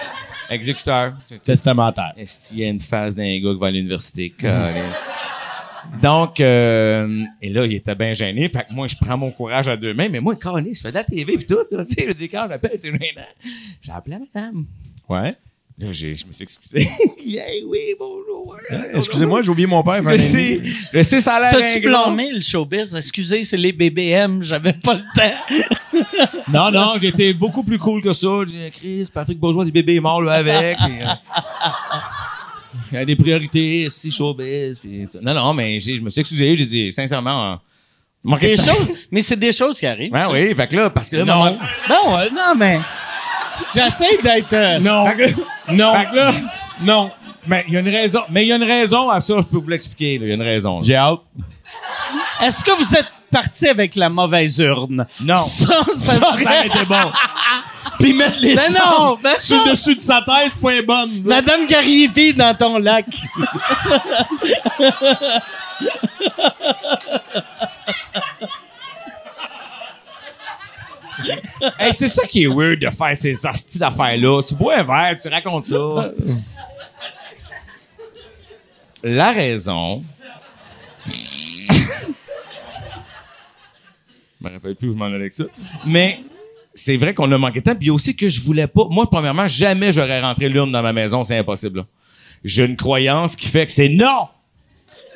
Speaker 4: exécuteur.
Speaker 5: testamentaire.
Speaker 4: Est-ce qu'il y a une phase d'un gars qui va à l'université? Calisse. Donc, euh, et là, il était bien gêné. Fait que moi, je prends mon courage à deux mains. Mais moi, calé, je fais de la TV puis tout. là, tu sais, je dis, quand j'appelle, c'est gênant. J'ai appelé madame.
Speaker 5: Ouais.
Speaker 4: Là, j'ai- je me suis excusé. hey, oui, bonjour.
Speaker 5: Excusez-moi, j'ai oublié mon père.
Speaker 4: Je sais, je sais, ça a l'air
Speaker 1: T'as-tu
Speaker 4: ingrat.
Speaker 1: blâmé le showbiz? Excusez, c'est les BBM, j'avais pas le temps.
Speaker 4: Non, non, j'étais beaucoup plus cool que ça. J'ai dit, Chris, Patrick Bourgeois, des bébés morts là, avec. Puis, euh, Il y a des priorités, si showbiz. Puis, ça. non, non, mais j'ai- je me suis excusé. J'ai dit, sincèrement, euh, manqué
Speaker 1: Des
Speaker 4: de temps.
Speaker 1: choses, mais c'est des choses qui arrivent.
Speaker 4: Ben oui, fait que là, parce que là,
Speaker 1: Non,
Speaker 4: non.
Speaker 1: non, euh, non, mais j'essaie d'être. euh,
Speaker 4: Non. non. Fait que là, non. Mais il y a une raison. Mais il y a une raison à ça, je peux vous l'expliquer. là. Il y a une raison. là.
Speaker 5: J'ai hâte.
Speaker 1: Est-ce que vous êtes parti avec la mauvaise urne?
Speaker 5: Non.
Speaker 1: Ça, ça
Speaker 5: Ça, ça
Speaker 1: serait-
Speaker 5: aurait été bon. Puis mettre les
Speaker 1: Ben non, ben
Speaker 5: sur
Speaker 1: non.
Speaker 5: le dessus de sa tête, c'est pas une bonne. là.
Speaker 1: Madame Garivi dans ton lac.
Speaker 4: Hey, c'est ça qui est weird de faire ces astis d'affaires-là. Tu bois un verre, tu racontes ça. La raison. je me rappelle plus où je m'en allais avec ça. Mais c'est vrai qu'on a manqué de temps. Puis aussi que je voulais pas. Moi, premièrement, jamais j'aurais rentré l'urne dans ma maison. C'est impossible. là. J'ai une croyance qui fait que c'est non!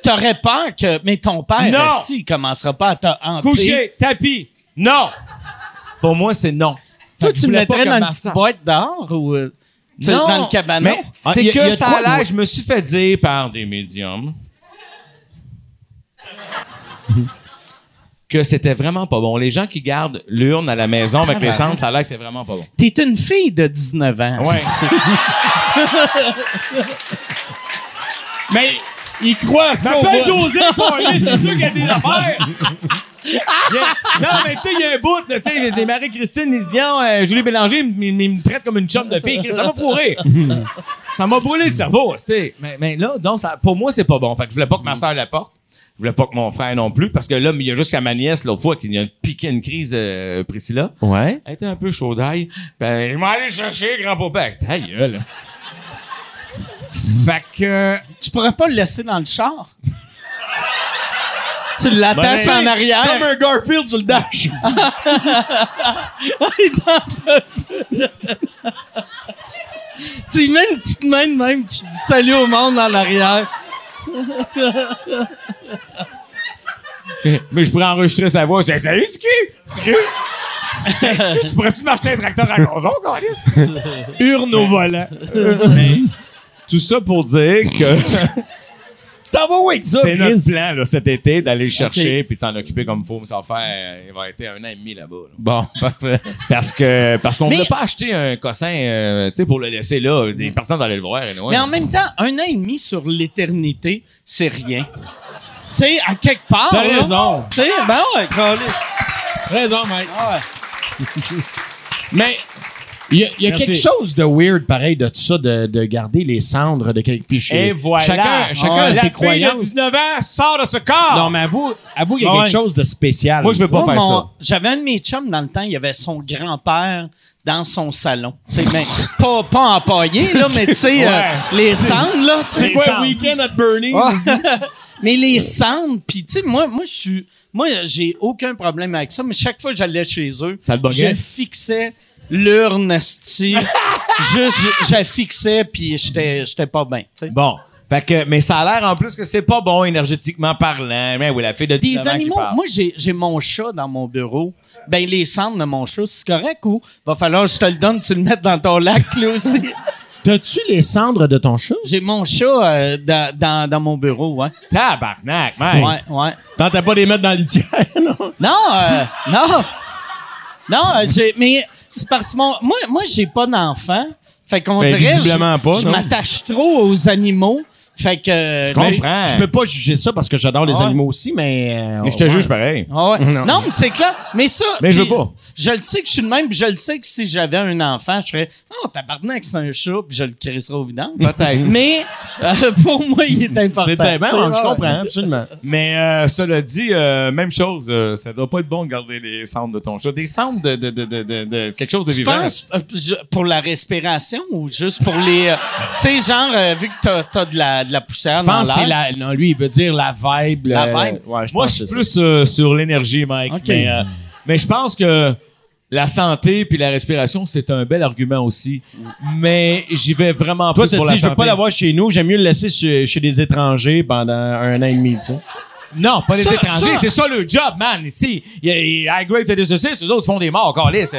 Speaker 1: T'aurais peur que. Mais ton père,
Speaker 4: Non.
Speaker 1: aussi, il commencera pas à te hanter.
Speaker 4: Couché, tapis, non! Pour moi, c'est non.
Speaker 1: Toi,
Speaker 4: Fait que je
Speaker 1: tu me
Speaker 4: voulais pas
Speaker 1: mettrais
Speaker 4: que
Speaker 1: dans une
Speaker 4: ma
Speaker 1: petite
Speaker 4: sœur-
Speaker 1: boîte d'or ou. euh, tu-
Speaker 4: Non,
Speaker 1: dans le cabanon?
Speaker 4: mais
Speaker 5: Ah,
Speaker 4: c'est
Speaker 5: y a- y a
Speaker 4: que
Speaker 5: de
Speaker 4: ça
Speaker 5: quoi
Speaker 4: a
Speaker 5: de-
Speaker 4: l'air, je me suis fait dire par des médiums que c'était vraiment pas bon. Les gens qui gardent l'urne à la maison avec les cendres, ça a l'air que c'est vraiment pas bon.
Speaker 1: T'es une fille de 19 ans.
Speaker 4: Ouais. Mais
Speaker 5: Il croit à ça.
Speaker 4: Appelle José Paulus, c'est sûr qu'il y a des affaires. Il y a- Non, mais tu sais, il y a un bout, là, tu sais, les- les Marie-Christine, ils disent, euh, Julie Bélanger, il, me- il me traite comme une chum de fille. Chris, Ça m'a fourré. ça m'a brûlé le cerveau, tu sais. Mais, mais là, donc, ça, pour moi, c'est pas bon. Fait que je voulais pas que ma soeur la porte. Je voulais pas que mon frère non plus, parce que là, il y a jusqu'à ma nièce, l'autre fois, qu'il y a piqué une crise, euh, Priscilla.
Speaker 5: Ouais.
Speaker 4: Elle était un peu chaud d'ail. Ben, il m'a allé chercher, grand-papa. Ta gueule, hostie. Fait que...
Speaker 1: Tu pourrais pas le laisser dans le char? tu l'attaches
Speaker 4: Ben,
Speaker 1: en arrière.
Speaker 5: Comme un Garfield sur le dash.
Speaker 1: tu y mets une petite main de même qui dit salut au monde en arrière.
Speaker 4: Mais je pourrais enregistrer sa voix. C'est salut, Ticu! Ticu! Ticu, tu pourrais-tu m'acheter un tracteur à gazon, Carlis?
Speaker 5: Urne au volant.
Speaker 4: Tout ça pour dire que
Speaker 5: Tu t'en vas où avec ça,
Speaker 4: c'est notre
Speaker 5: Chris?
Speaker 4: plan là, cet été d'aller le chercher puis de s'en occuper comme il faut. Mais ça va faire, il va être un an et demi là-bas. là.
Speaker 5: Bon, parfait.
Speaker 4: Parce que parce qu'on
Speaker 1: Mais-
Speaker 4: voulait pas acheter un cossin euh, tu sais, pour le laisser là. Des personnes d'aller le voir. anyway.
Speaker 1: Mais en même temps, un an et demi sur l'éternité, c'est rien. Tu sais, à quelque part.
Speaker 3: T'as
Speaker 1: là,
Speaker 3: raison.
Speaker 1: Tu sais, ben ouais, câlisse.
Speaker 3: Raison, mec.
Speaker 4: Mais
Speaker 5: Il y a, il y a
Speaker 4: Merci.
Speaker 5: quelque chose de weird, pareil, de ça, de, de garder les cendres de quelque puis je-
Speaker 4: Et voilà. Ah,
Speaker 5: Chacun, chacun a
Speaker 4: la
Speaker 5: ses
Speaker 4: fille
Speaker 5: croyances.
Speaker 4: de 19 ans sort de ce corps.
Speaker 5: Non, mais avoue, avoue, il y a
Speaker 4: Ouais.
Speaker 5: quelque chose de spécial.
Speaker 4: Moi, je veux pas
Speaker 1: Moi,
Speaker 4: faire
Speaker 1: mon-
Speaker 4: ça.
Speaker 1: J'avais un de mes chums dans le temps, il avait son grand-père dans son salon. Tu sais, mais pas, pas empaillé, là, mais tu sais, euh, les cendres, là. tu sais.
Speaker 5: C'est quoi, Weekend at Bernie?
Speaker 1: Mais les cendres, puis tu sais, moi, moi, je suis. Moi, j'ai aucun problème avec ça, mais chaque fois que j'allais chez eux,
Speaker 4: Ça te buguait?
Speaker 1: je fixais l'urne esti. Juste, je- je la fixais, puis j'étais j'étais pas bien, tu sais.
Speaker 4: Bon. Fait que, mais ça a l'air en plus que c'est pas bon énergétiquement parlant. Mais oui, la fille de 19 ans
Speaker 1: Des
Speaker 4: qui
Speaker 1: animaux.
Speaker 4: parle.
Speaker 1: Moi, j'ai j'ai mon chat dans mon bureau. Ben, les cendres de mon chat, c'est correct ou va falloir que je te le donne, tu le mettes dans ton lac, là aussi.
Speaker 5: T'as-tu les cendres de ton chat?
Speaker 1: J'ai mon chat euh, dans, dans, dans mon bureau, ouais.
Speaker 4: Tabarnak, mec.
Speaker 1: Ouais, ouais.
Speaker 5: T'entends pas les mettre dans le litière, non?
Speaker 1: Non, euh, non. Non, euh, j'ai, mais c'est parce que mon- moi, moi, j'ai pas d'enfant. Fait qu'on
Speaker 5: Ben,
Speaker 1: dirait,
Speaker 5: visiblement
Speaker 1: je,
Speaker 5: pas,
Speaker 1: je
Speaker 5: non.
Speaker 1: m'attache trop aux animaux. Fait que. euh,
Speaker 4: comprends.
Speaker 1: mais-
Speaker 4: Comprends.
Speaker 5: Je peux pas juger ça parce que j'adore les
Speaker 1: Ouais.
Speaker 5: animaux aussi, mais. euh,
Speaker 4: Mais je te
Speaker 5: ouais.
Speaker 4: juge pareil.
Speaker 1: Ah ouais. Non. mais c'est clair. Mais ça.
Speaker 4: Mais je
Speaker 1: puis,
Speaker 4: veux pas.
Speaker 1: Je le sais que je suis le même, puis je le sais que si j'avais un enfant, je ferais Oh, tabarnak, c'est un chat, puis je le crisserais au vidange. mais euh, pour moi, il est important.
Speaker 5: C'est bien, ben,
Speaker 1: Tu sais,
Speaker 4: hein?
Speaker 5: je
Speaker 1: ouais.
Speaker 5: comprends, absolument.
Speaker 4: Mais euh, cela dit, euh, même chose, euh, ça doit pas être bon de garder les cendres de ton chat. Des cendres de, de, de, de, de- de quelque chose de
Speaker 1: Tu
Speaker 4: vivant.
Speaker 1: penses euh, je- pour la respiration ou juste pour les. euh, tu sais, genre, euh, vu que t'as, t'as de, la, de la poussière
Speaker 5: Je
Speaker 1: dans
Speaker 5: pense que c'est
Speaker 1: l'air.
Speaker 5: la. Non, lui, il veut dire la vibe.
Speaker 1: La
Speaker 5: euh,
Speaker 1: vibe?
Speaker 5: ouais, je
Speaker 4: Moi,
Speaker 5: pense
Speaker 4: je suis
Speaker 5: que c'est
Speaker 4: plus euh, sur l'énergie, Mike.
Speaker 1: Ok.
Speaker 4: Mais, euh, mais je pense que la santé puis la respiration, c'est un bel argument aussi. Mais j'y vais vraiment
Speaker 5: Toi,
Speaker 4: plus
Speaker 5: t'as
Speaker 4: pour la
Speaker 5: dit, je veux
Speaker 4: santé.
Speaker 5: pas l'avoir chez nous, j'aime mieux le laisser chez, chez des étrangers pendant un an et demi, tu sais.
Speaker 4: Non, pas les
Speaker 1: Ça,
Speaker 4: étrangers.
Speaker 1: ça-
Speaker 4: C'est ça le job, man. Ici, il y a, Grave fait des saucisses, eux autres font des morts, câlisse. Euh,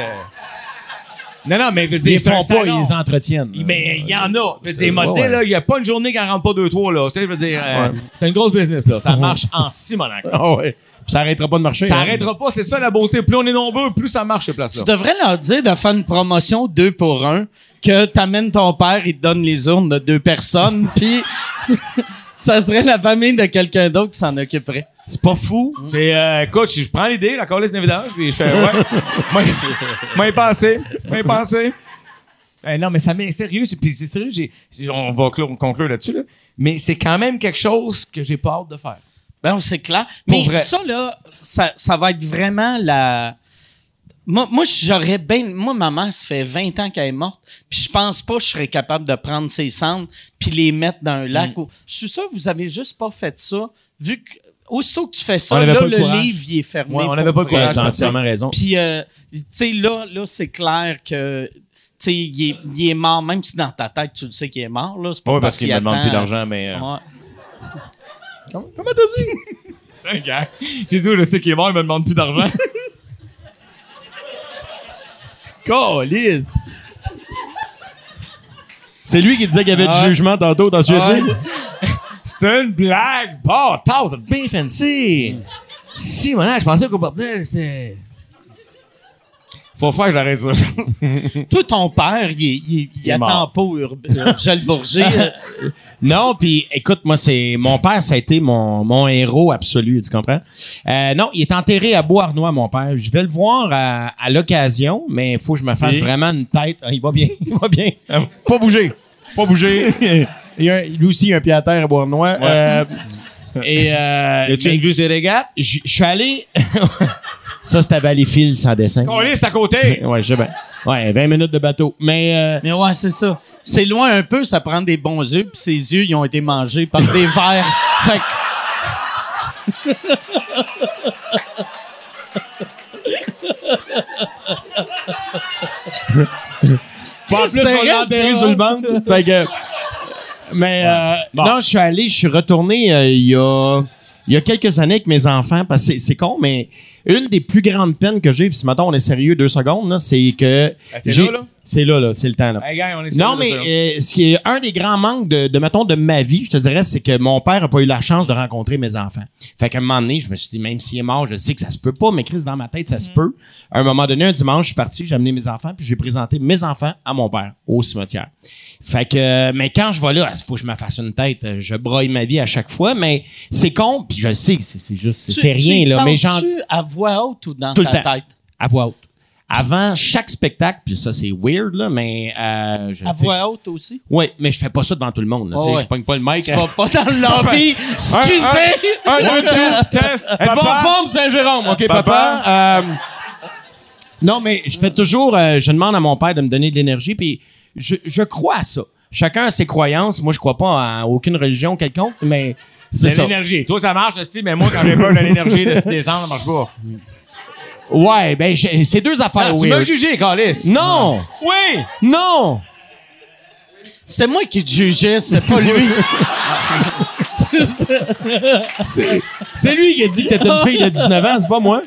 Speaker 4: Non, non, mais je veux dire,
Speaker 5: Ils
Speaker 4: c'est un
Speaker 5: font pas,
Speaker 4: salon.
Speaker 5: ils entretiennent.
Speaker 4: Mais il y en a. Je veux
Speaker 5: C'est-
Speaker 4: dire, il m'a
Speaker 5: ouais,
Speaker 4: dit,
Speaker 5: ouais.
Speaker 4: là, il n'y a pas une journée qui n'en rentre pas deux, trois, là. Tu sais, je veux dire, euh, c'est une grosse business, là. Ça marche en Simonac.
Speaker 5: Ah ouais. Puis ça arrêtera pas de marcher.
Speaker 4: Ça
Speaker 5: hein.
Speaker 4: arrêtera pas, c'est ça la beauté. Plus on est nombreux, plus ça marche, ces places-là.
Speaker 1: Tu devrais leur dire de faire une promotion 2 pour 1, que t'amènes ton père, il te donne les urnes de deux personnes, puis ça serait la famille de quelqu'un d'autre qui s'en occuperait.
Speaker 5: C'est pas fou.
Speaker 4: C'est, euh, écoute, je je prends l'idée, la colisse d'évidence, puis je fais, ouais, moi, moi, y penser, moi, y penser. Eh non, mais ça m'est sérieux, c'est- puis c'est sérieux, j'ai- j'ai- on va clo- conclure là-dessus, là. Mais c'est quand même quelque chose que j'ai pas hâte de faire.
Speaker 1: Ben, c'est clair.
Speaker 4: Pour
Speaker 1: Mais
Speaker 4: vrai.
Speaker 1: ça, là, ça, ça va être vraiment la. Moi, moi j'aurais bien. Moi, maman, ça fait 20 ans qu'elle est morte, puis je pense pas que je serais capable de prendre ses cendres puis les mettre dans un
Speaker 4: Mm.
Speaker 1: lac. ou- Je suis sûr que vous avez juste pas fait ça, vu que. Aussitôt que tu fais
Speaker 4: On
Speaker 1: ça,
Speaker 4: avait
Speaker 1: là,
Speaker 4: pas le
Speaker 1: le,
Speaker 4: courage.
Speaker 1: livre, il est fermé.
Speaker 4: Ouais, on
Speaker 1: pour
Speaker 4: avait pas le
Speaker 1: vrai.
Speaker 4: courage.
Speaker 5: T'as entièrement raison.
Speaker 1: Puis, euh, tu sais, là, là c'est clair que. Tu sais, il est, il est mort, même si dans ta tête, tu le sais qu'il est mort. là, C'est pas parce qu'il attend.
Speaker 4: mais.
Speaker 5: euh.
Speaker 1: Ouais.
Speaker 5: Comment t'as dit?
Speaker 4: Un gars. Jésus, je sais qu'il est mort, il me demande plus d'argent.
Speaker 5: Calice! C'est lui qui disait qu'il y avait
Speaker 1: Ah.
Speaker 5: du jugement tantôt dans ce
Speaker 1: Ah.
Speaker 5: jeudi.
Speaker 4: C'est une blague! Bah, t'as t'as bien fancy! Si, mon je pensais qu'au bordel, c'était. Faut faire que j'arrête ça.
Speaker 1: Toi, ton père, il, il, il
Speaker 4: est
Speaker 1: attend
Speaker 4: mort.
Speaker 1: pas au Ur- euh, Gilles Bourget.
Speaker 5: Non, puis écoute, moi, c'est mon père, ça a été mon, mon héros absolu, tu comprends? Euh, non, il est enterré à Beauharnois, mon père. Je vais le voir à, à l'occasion, mais il faut que je me fasse
Speaker 4: Oui. Ah,
Speaker 5: vraiment une tête. Ah, Il va bien, il va bien.
Speaker 4: Pas bouger! Pas bouger!
Speaker 5: Il y a un- lui aussi, il a un pied à terre à Beauharnois. Euh, et euh, mais-
Speaker 4: vue sur les gars?
Speaker 5: je je suis allé. ça, c'était à Valleyfield sans dessin.
Speaker 4: On est à côté!
Speaker 5: Ouais, je sais bien. Ouais, 20 minutes de bateau. Mais euh,
Speaker 1: Mais ouais, c'est ça. C'est loin un peu, ça prend des bons yeux, puis ses yeux, ils ont été mangés par des vers. Fait que-
Speaker 5: Pas en plus,
Speaker 1: C'était
Speaker 5: on l'a enterré
Speaker 4: hein?
Speaker 1: raide,
Speaker 5: sur le ventre. Fait que- Mais euh, non, je suis allé, je suis retourné euh, il y a il y a quelques années avec mes enfants parce que c'est- c'est con mais une des plus grandes peines que j'ai puis ce matin on est sérieux deux secondes là, c'est que
Speaker 4: Ben, c'est
Speaker 5: j'ai-
Speaker 4: là, là?
Speaker 5: c'est là là, c'est le temps là.
Speaker 4: Hey, gars, on est
Speaker 5: Non, mais euh, ce qui est un des grands manques de, de, mettons, de ma vie, je te dirais, c'est que mon père n'a pas eu la chance de rencontrer mes enfants. Fait qu'à un moment donné, je me suis dit, même s'il est mort, je sais que ça se peut pas, mais Chris, dans ma tête, ça se
Speaker 1: Mm.
Speaker 5: peut. À un moment donné, un dimanche, je suis parti, j'ai amené mes enfants, puis j'ai présenté mes enfants à mon père au cimetière. Fait que, euh, mais quand je vais là, il faut que je me fasse une tête. euh, Je broille ma vie à chaque fois, mais c'est con, puis je le sais que c'est c'est juste, c'est-
Speaker 1: Tu-
Speaker 5: c'est rien,
Speaker 1: tu y
Speaker 5: là, mais
Speaker 1: penses-tu
Speaker 5: genre,
Speaker 1: à voix haute ou dans
Speaker 5: Tout le
Speaker 1: ta
Speaker 5: temps.
Speaker 1: tête?
Speaker 5: à voix haute. Avant chaque spectacle, puis ça c'est weird là, mais euh, je,
Speaker 1: À
Speaker 5: tu sais,
Speaker 1: voix haute aussi.
Speaker 5: ouais, mais je fais pas ça devant tout le monde. là, tu sais,
Speaker 1: ouais.
Speaker 5: Je pogne pas le mic.
Speaker 1: Tu vas pas dans le lobby. Excusez.
Speaker 5: Un, un, deux, test. Elle va en forme, Saint-Jérôme. OK, papa. euh, non, mais je fais toujours... euh, je demande à mon père de me donner de l'énergie, puis je, je crois à ça. Chacun a ses croyances. Moi, je crois pas à aucune religion quelconque, mais c'est
Speaker 4: C'est
Speaker 5: ça.
Speaker 4: l'énergie. Toi, ça marche, je te dis, mais moi, quand j'ai peur de l'énergie de se descendre, ça marche pas.
Speaker 5: Ouais, ben, j'ai- c'est deux affaires
Speaker 4: Ah, tu
Speaker 5: weird.
Speaker 4: m'as jugé, Calis.
Speaker 5: Non!
Speaker 4: Oui!
Speaker 5: Non!
Speaker 1: C'était moi qui te jugeais, c'était pas lui.
Speaker 3: C'est lui qui a dit que t'étais une fille de 19 ans, c'est pas moi.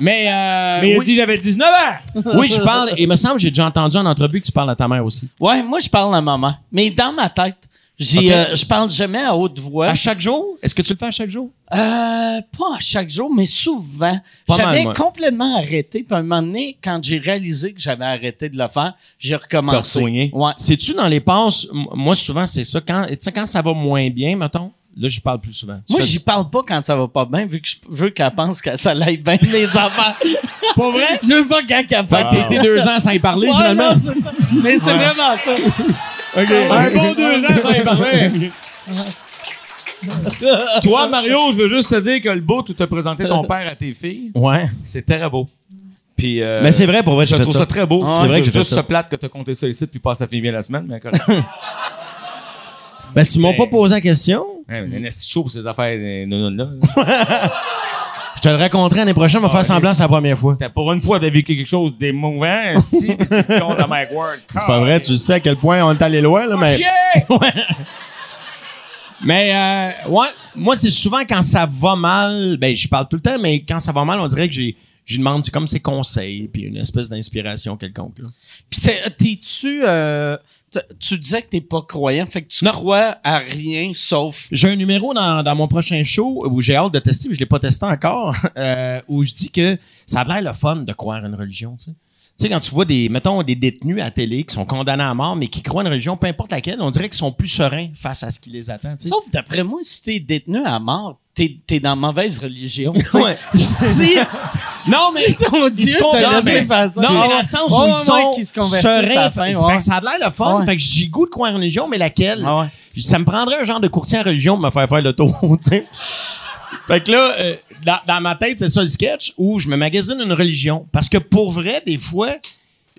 Speaker 5: Mais, euh,
Speaker 4: Mais il a
Speaker 5: oui,
Speaker 4: dit Ben j'avais 19 ans!
Speaker 5: oui, je parle. Et il me semble que j'ai déjà entendu en entrevue que tu parles à ta mère aussi.
Speaker 1: Ouais, moi, je parle à maman. Mais dans ma tête, j'ai,
Speaker 5: Ok.
Speaker 1: euh, je parle jamais à haute voix.
Speaker 5: À chaque jour? Est-ce que tu le fais à chaque jour?
Speaker 1: Euh, pas à chaque jour, mais souvent.
Speaker 5: Pas mal,
Speaker 1: J'avais
Speaker 5: moi.
Speaker 1: complètement arrêté. Puis à un moment donné, quand j'ai réalisé que j'avais arrêté de le faire, j'ai recommencé.
Speaker 5: soigné.
Speaker 1: Ouais.
Speaker 5: C'est-tu dans les passes? m- Moi, souvent, c'est ça. Quand, tu sais, quand ça va moins bien, mettons, là, j'y parle plus souvent. Tu
Speaker 1: Moi,
Speaker 5: fais-
Speaker 1: j'y parle pas quand ça va pas bien, vu que je veux qu'elle pense que ça l'aille bien, les affaires.
Speaker 5: Pas vrai?
Speaker 1: je veux pas qu'elle
Speaker 5: Fait
Speaker 4: Ah.
Speaker 1: capote.
Speaker 5: que t'es- t'es deux ans sans y parler,
Speaker 1: Ouais,
Speaker 5: finalement.
Speaker 1: non, c'est ça. Mais c'est vraiment ça.
Speaker 4: Un bon deux ans sans y parler! Toi, Mario, je veux juste te dire que le beau, tu t'as présenté ton père à tes filles,
Speaker 5: Ouais. Eh,
Speaker 4: c'est très beau. Puis, euh,
Speaker 9: Mais c'est vrai, pour vrai,
Speaker 4: Je
Speaker 9: j'ai fait
Speaker 4: trouve ça,
Speaker 9: ça.
Speaker 4: très beau.
Speaker 9: Ah, c'est vrai que j'ai fait
Speaker 4: juste
Speaker 9: ça.
Speaker 4: se plate que t'as compté ça ici puis passe à finir la semaine, mais correct.
Speaker 5: Ben, s'ils m'ont
Speaker 4: C'est-
Speaker 5: pas posé la question,
Speaker 4: Ouais, mais un esti chaud pour ces affaires euh, non, non, là.
Speaker 5: je te le raconterai l'année prochaine, on va
Speaker 4: Ah,
Speaker 5: faire semblant, c'est la première fois.
Speaker 4: T'as pour une fois t'as vécu quelque chose d'émouvant, si tu comptes à Mike Ward.
Speaker 9: C'est
Speaker 5: Ah,
Speaker 9: pas vrai, tu sais à quel point on est allé loin,
Speaker 5: Oh,
Speaker 9: là, mais.
Speaker 5: Mais, euh, ouais, moi, c'est souvent quand ça va mal, ben, je parle tout le temps, mais quand ça va mal, on dirait que j'ai, je lui demande, c'est comme ses conseils, puis une espèce d'inspiration quelconque, là.
Speaker 1: Puis c'est- t'es-tu... euh, t- tu disais que t'es pas croyant, fait que tu crois à rien sauf...
Speaker 5: J'ai un numéro dans, dans mon prochain show où j'ai hâte de tester, mais je l'ai pas testé encore, euh, où je dis que ça a l'air le fun de croire à une religion. Tu sais. Tu sais, quand tu vois des, mettons, des détenus à la télé qui sont condamnés à mort, mais qui croient à une religion, peu importe laquelle, on dirait qu'ils sont plus sereins face à ce qui les attend. tu sais.
Speaker 1: Sauf d'après moi, si t'es détenu à mort, t'es es dans mauvaise religion. tu sais.
Speaker 5: Ouais.
Speaker 1: Si,
Speaker 5: Non,
Speaker 1: si ton
Speaker 5: Ils
Speaker 1: Dieu
Speaker 5: se
Speaker 1: te
Speaker 5: convertissent.
Speaker 1: laissait faire ça.
Speaker 5: Non, mais dans le sens où
Speaker 1: Ouais, ouais,
Speaker 5: ils sont
Speaker 1: qui se convertissent à
Speaker 5: sereins.
Speaker 1: la
Speaker 5: Fait
Speaker 1: fin,
Speaker 5: que
Speaker 1: ouais.
Speaker 5: ça a l'air le fun.
Speaker 1: Ouais.
Speaker 5: Fait que j'ai goût de croire en religion, mais laquelle?
Speaker 1: Ah ouais.
Speaker 5: Ça me prendrait un genre de courtier en religion pour me faire faire le tour, tu sais. Fait que là, euh, dans, dans ma tête, c'est ça le sketch où je me magasine une religion. Parce que pour vrai, des fois,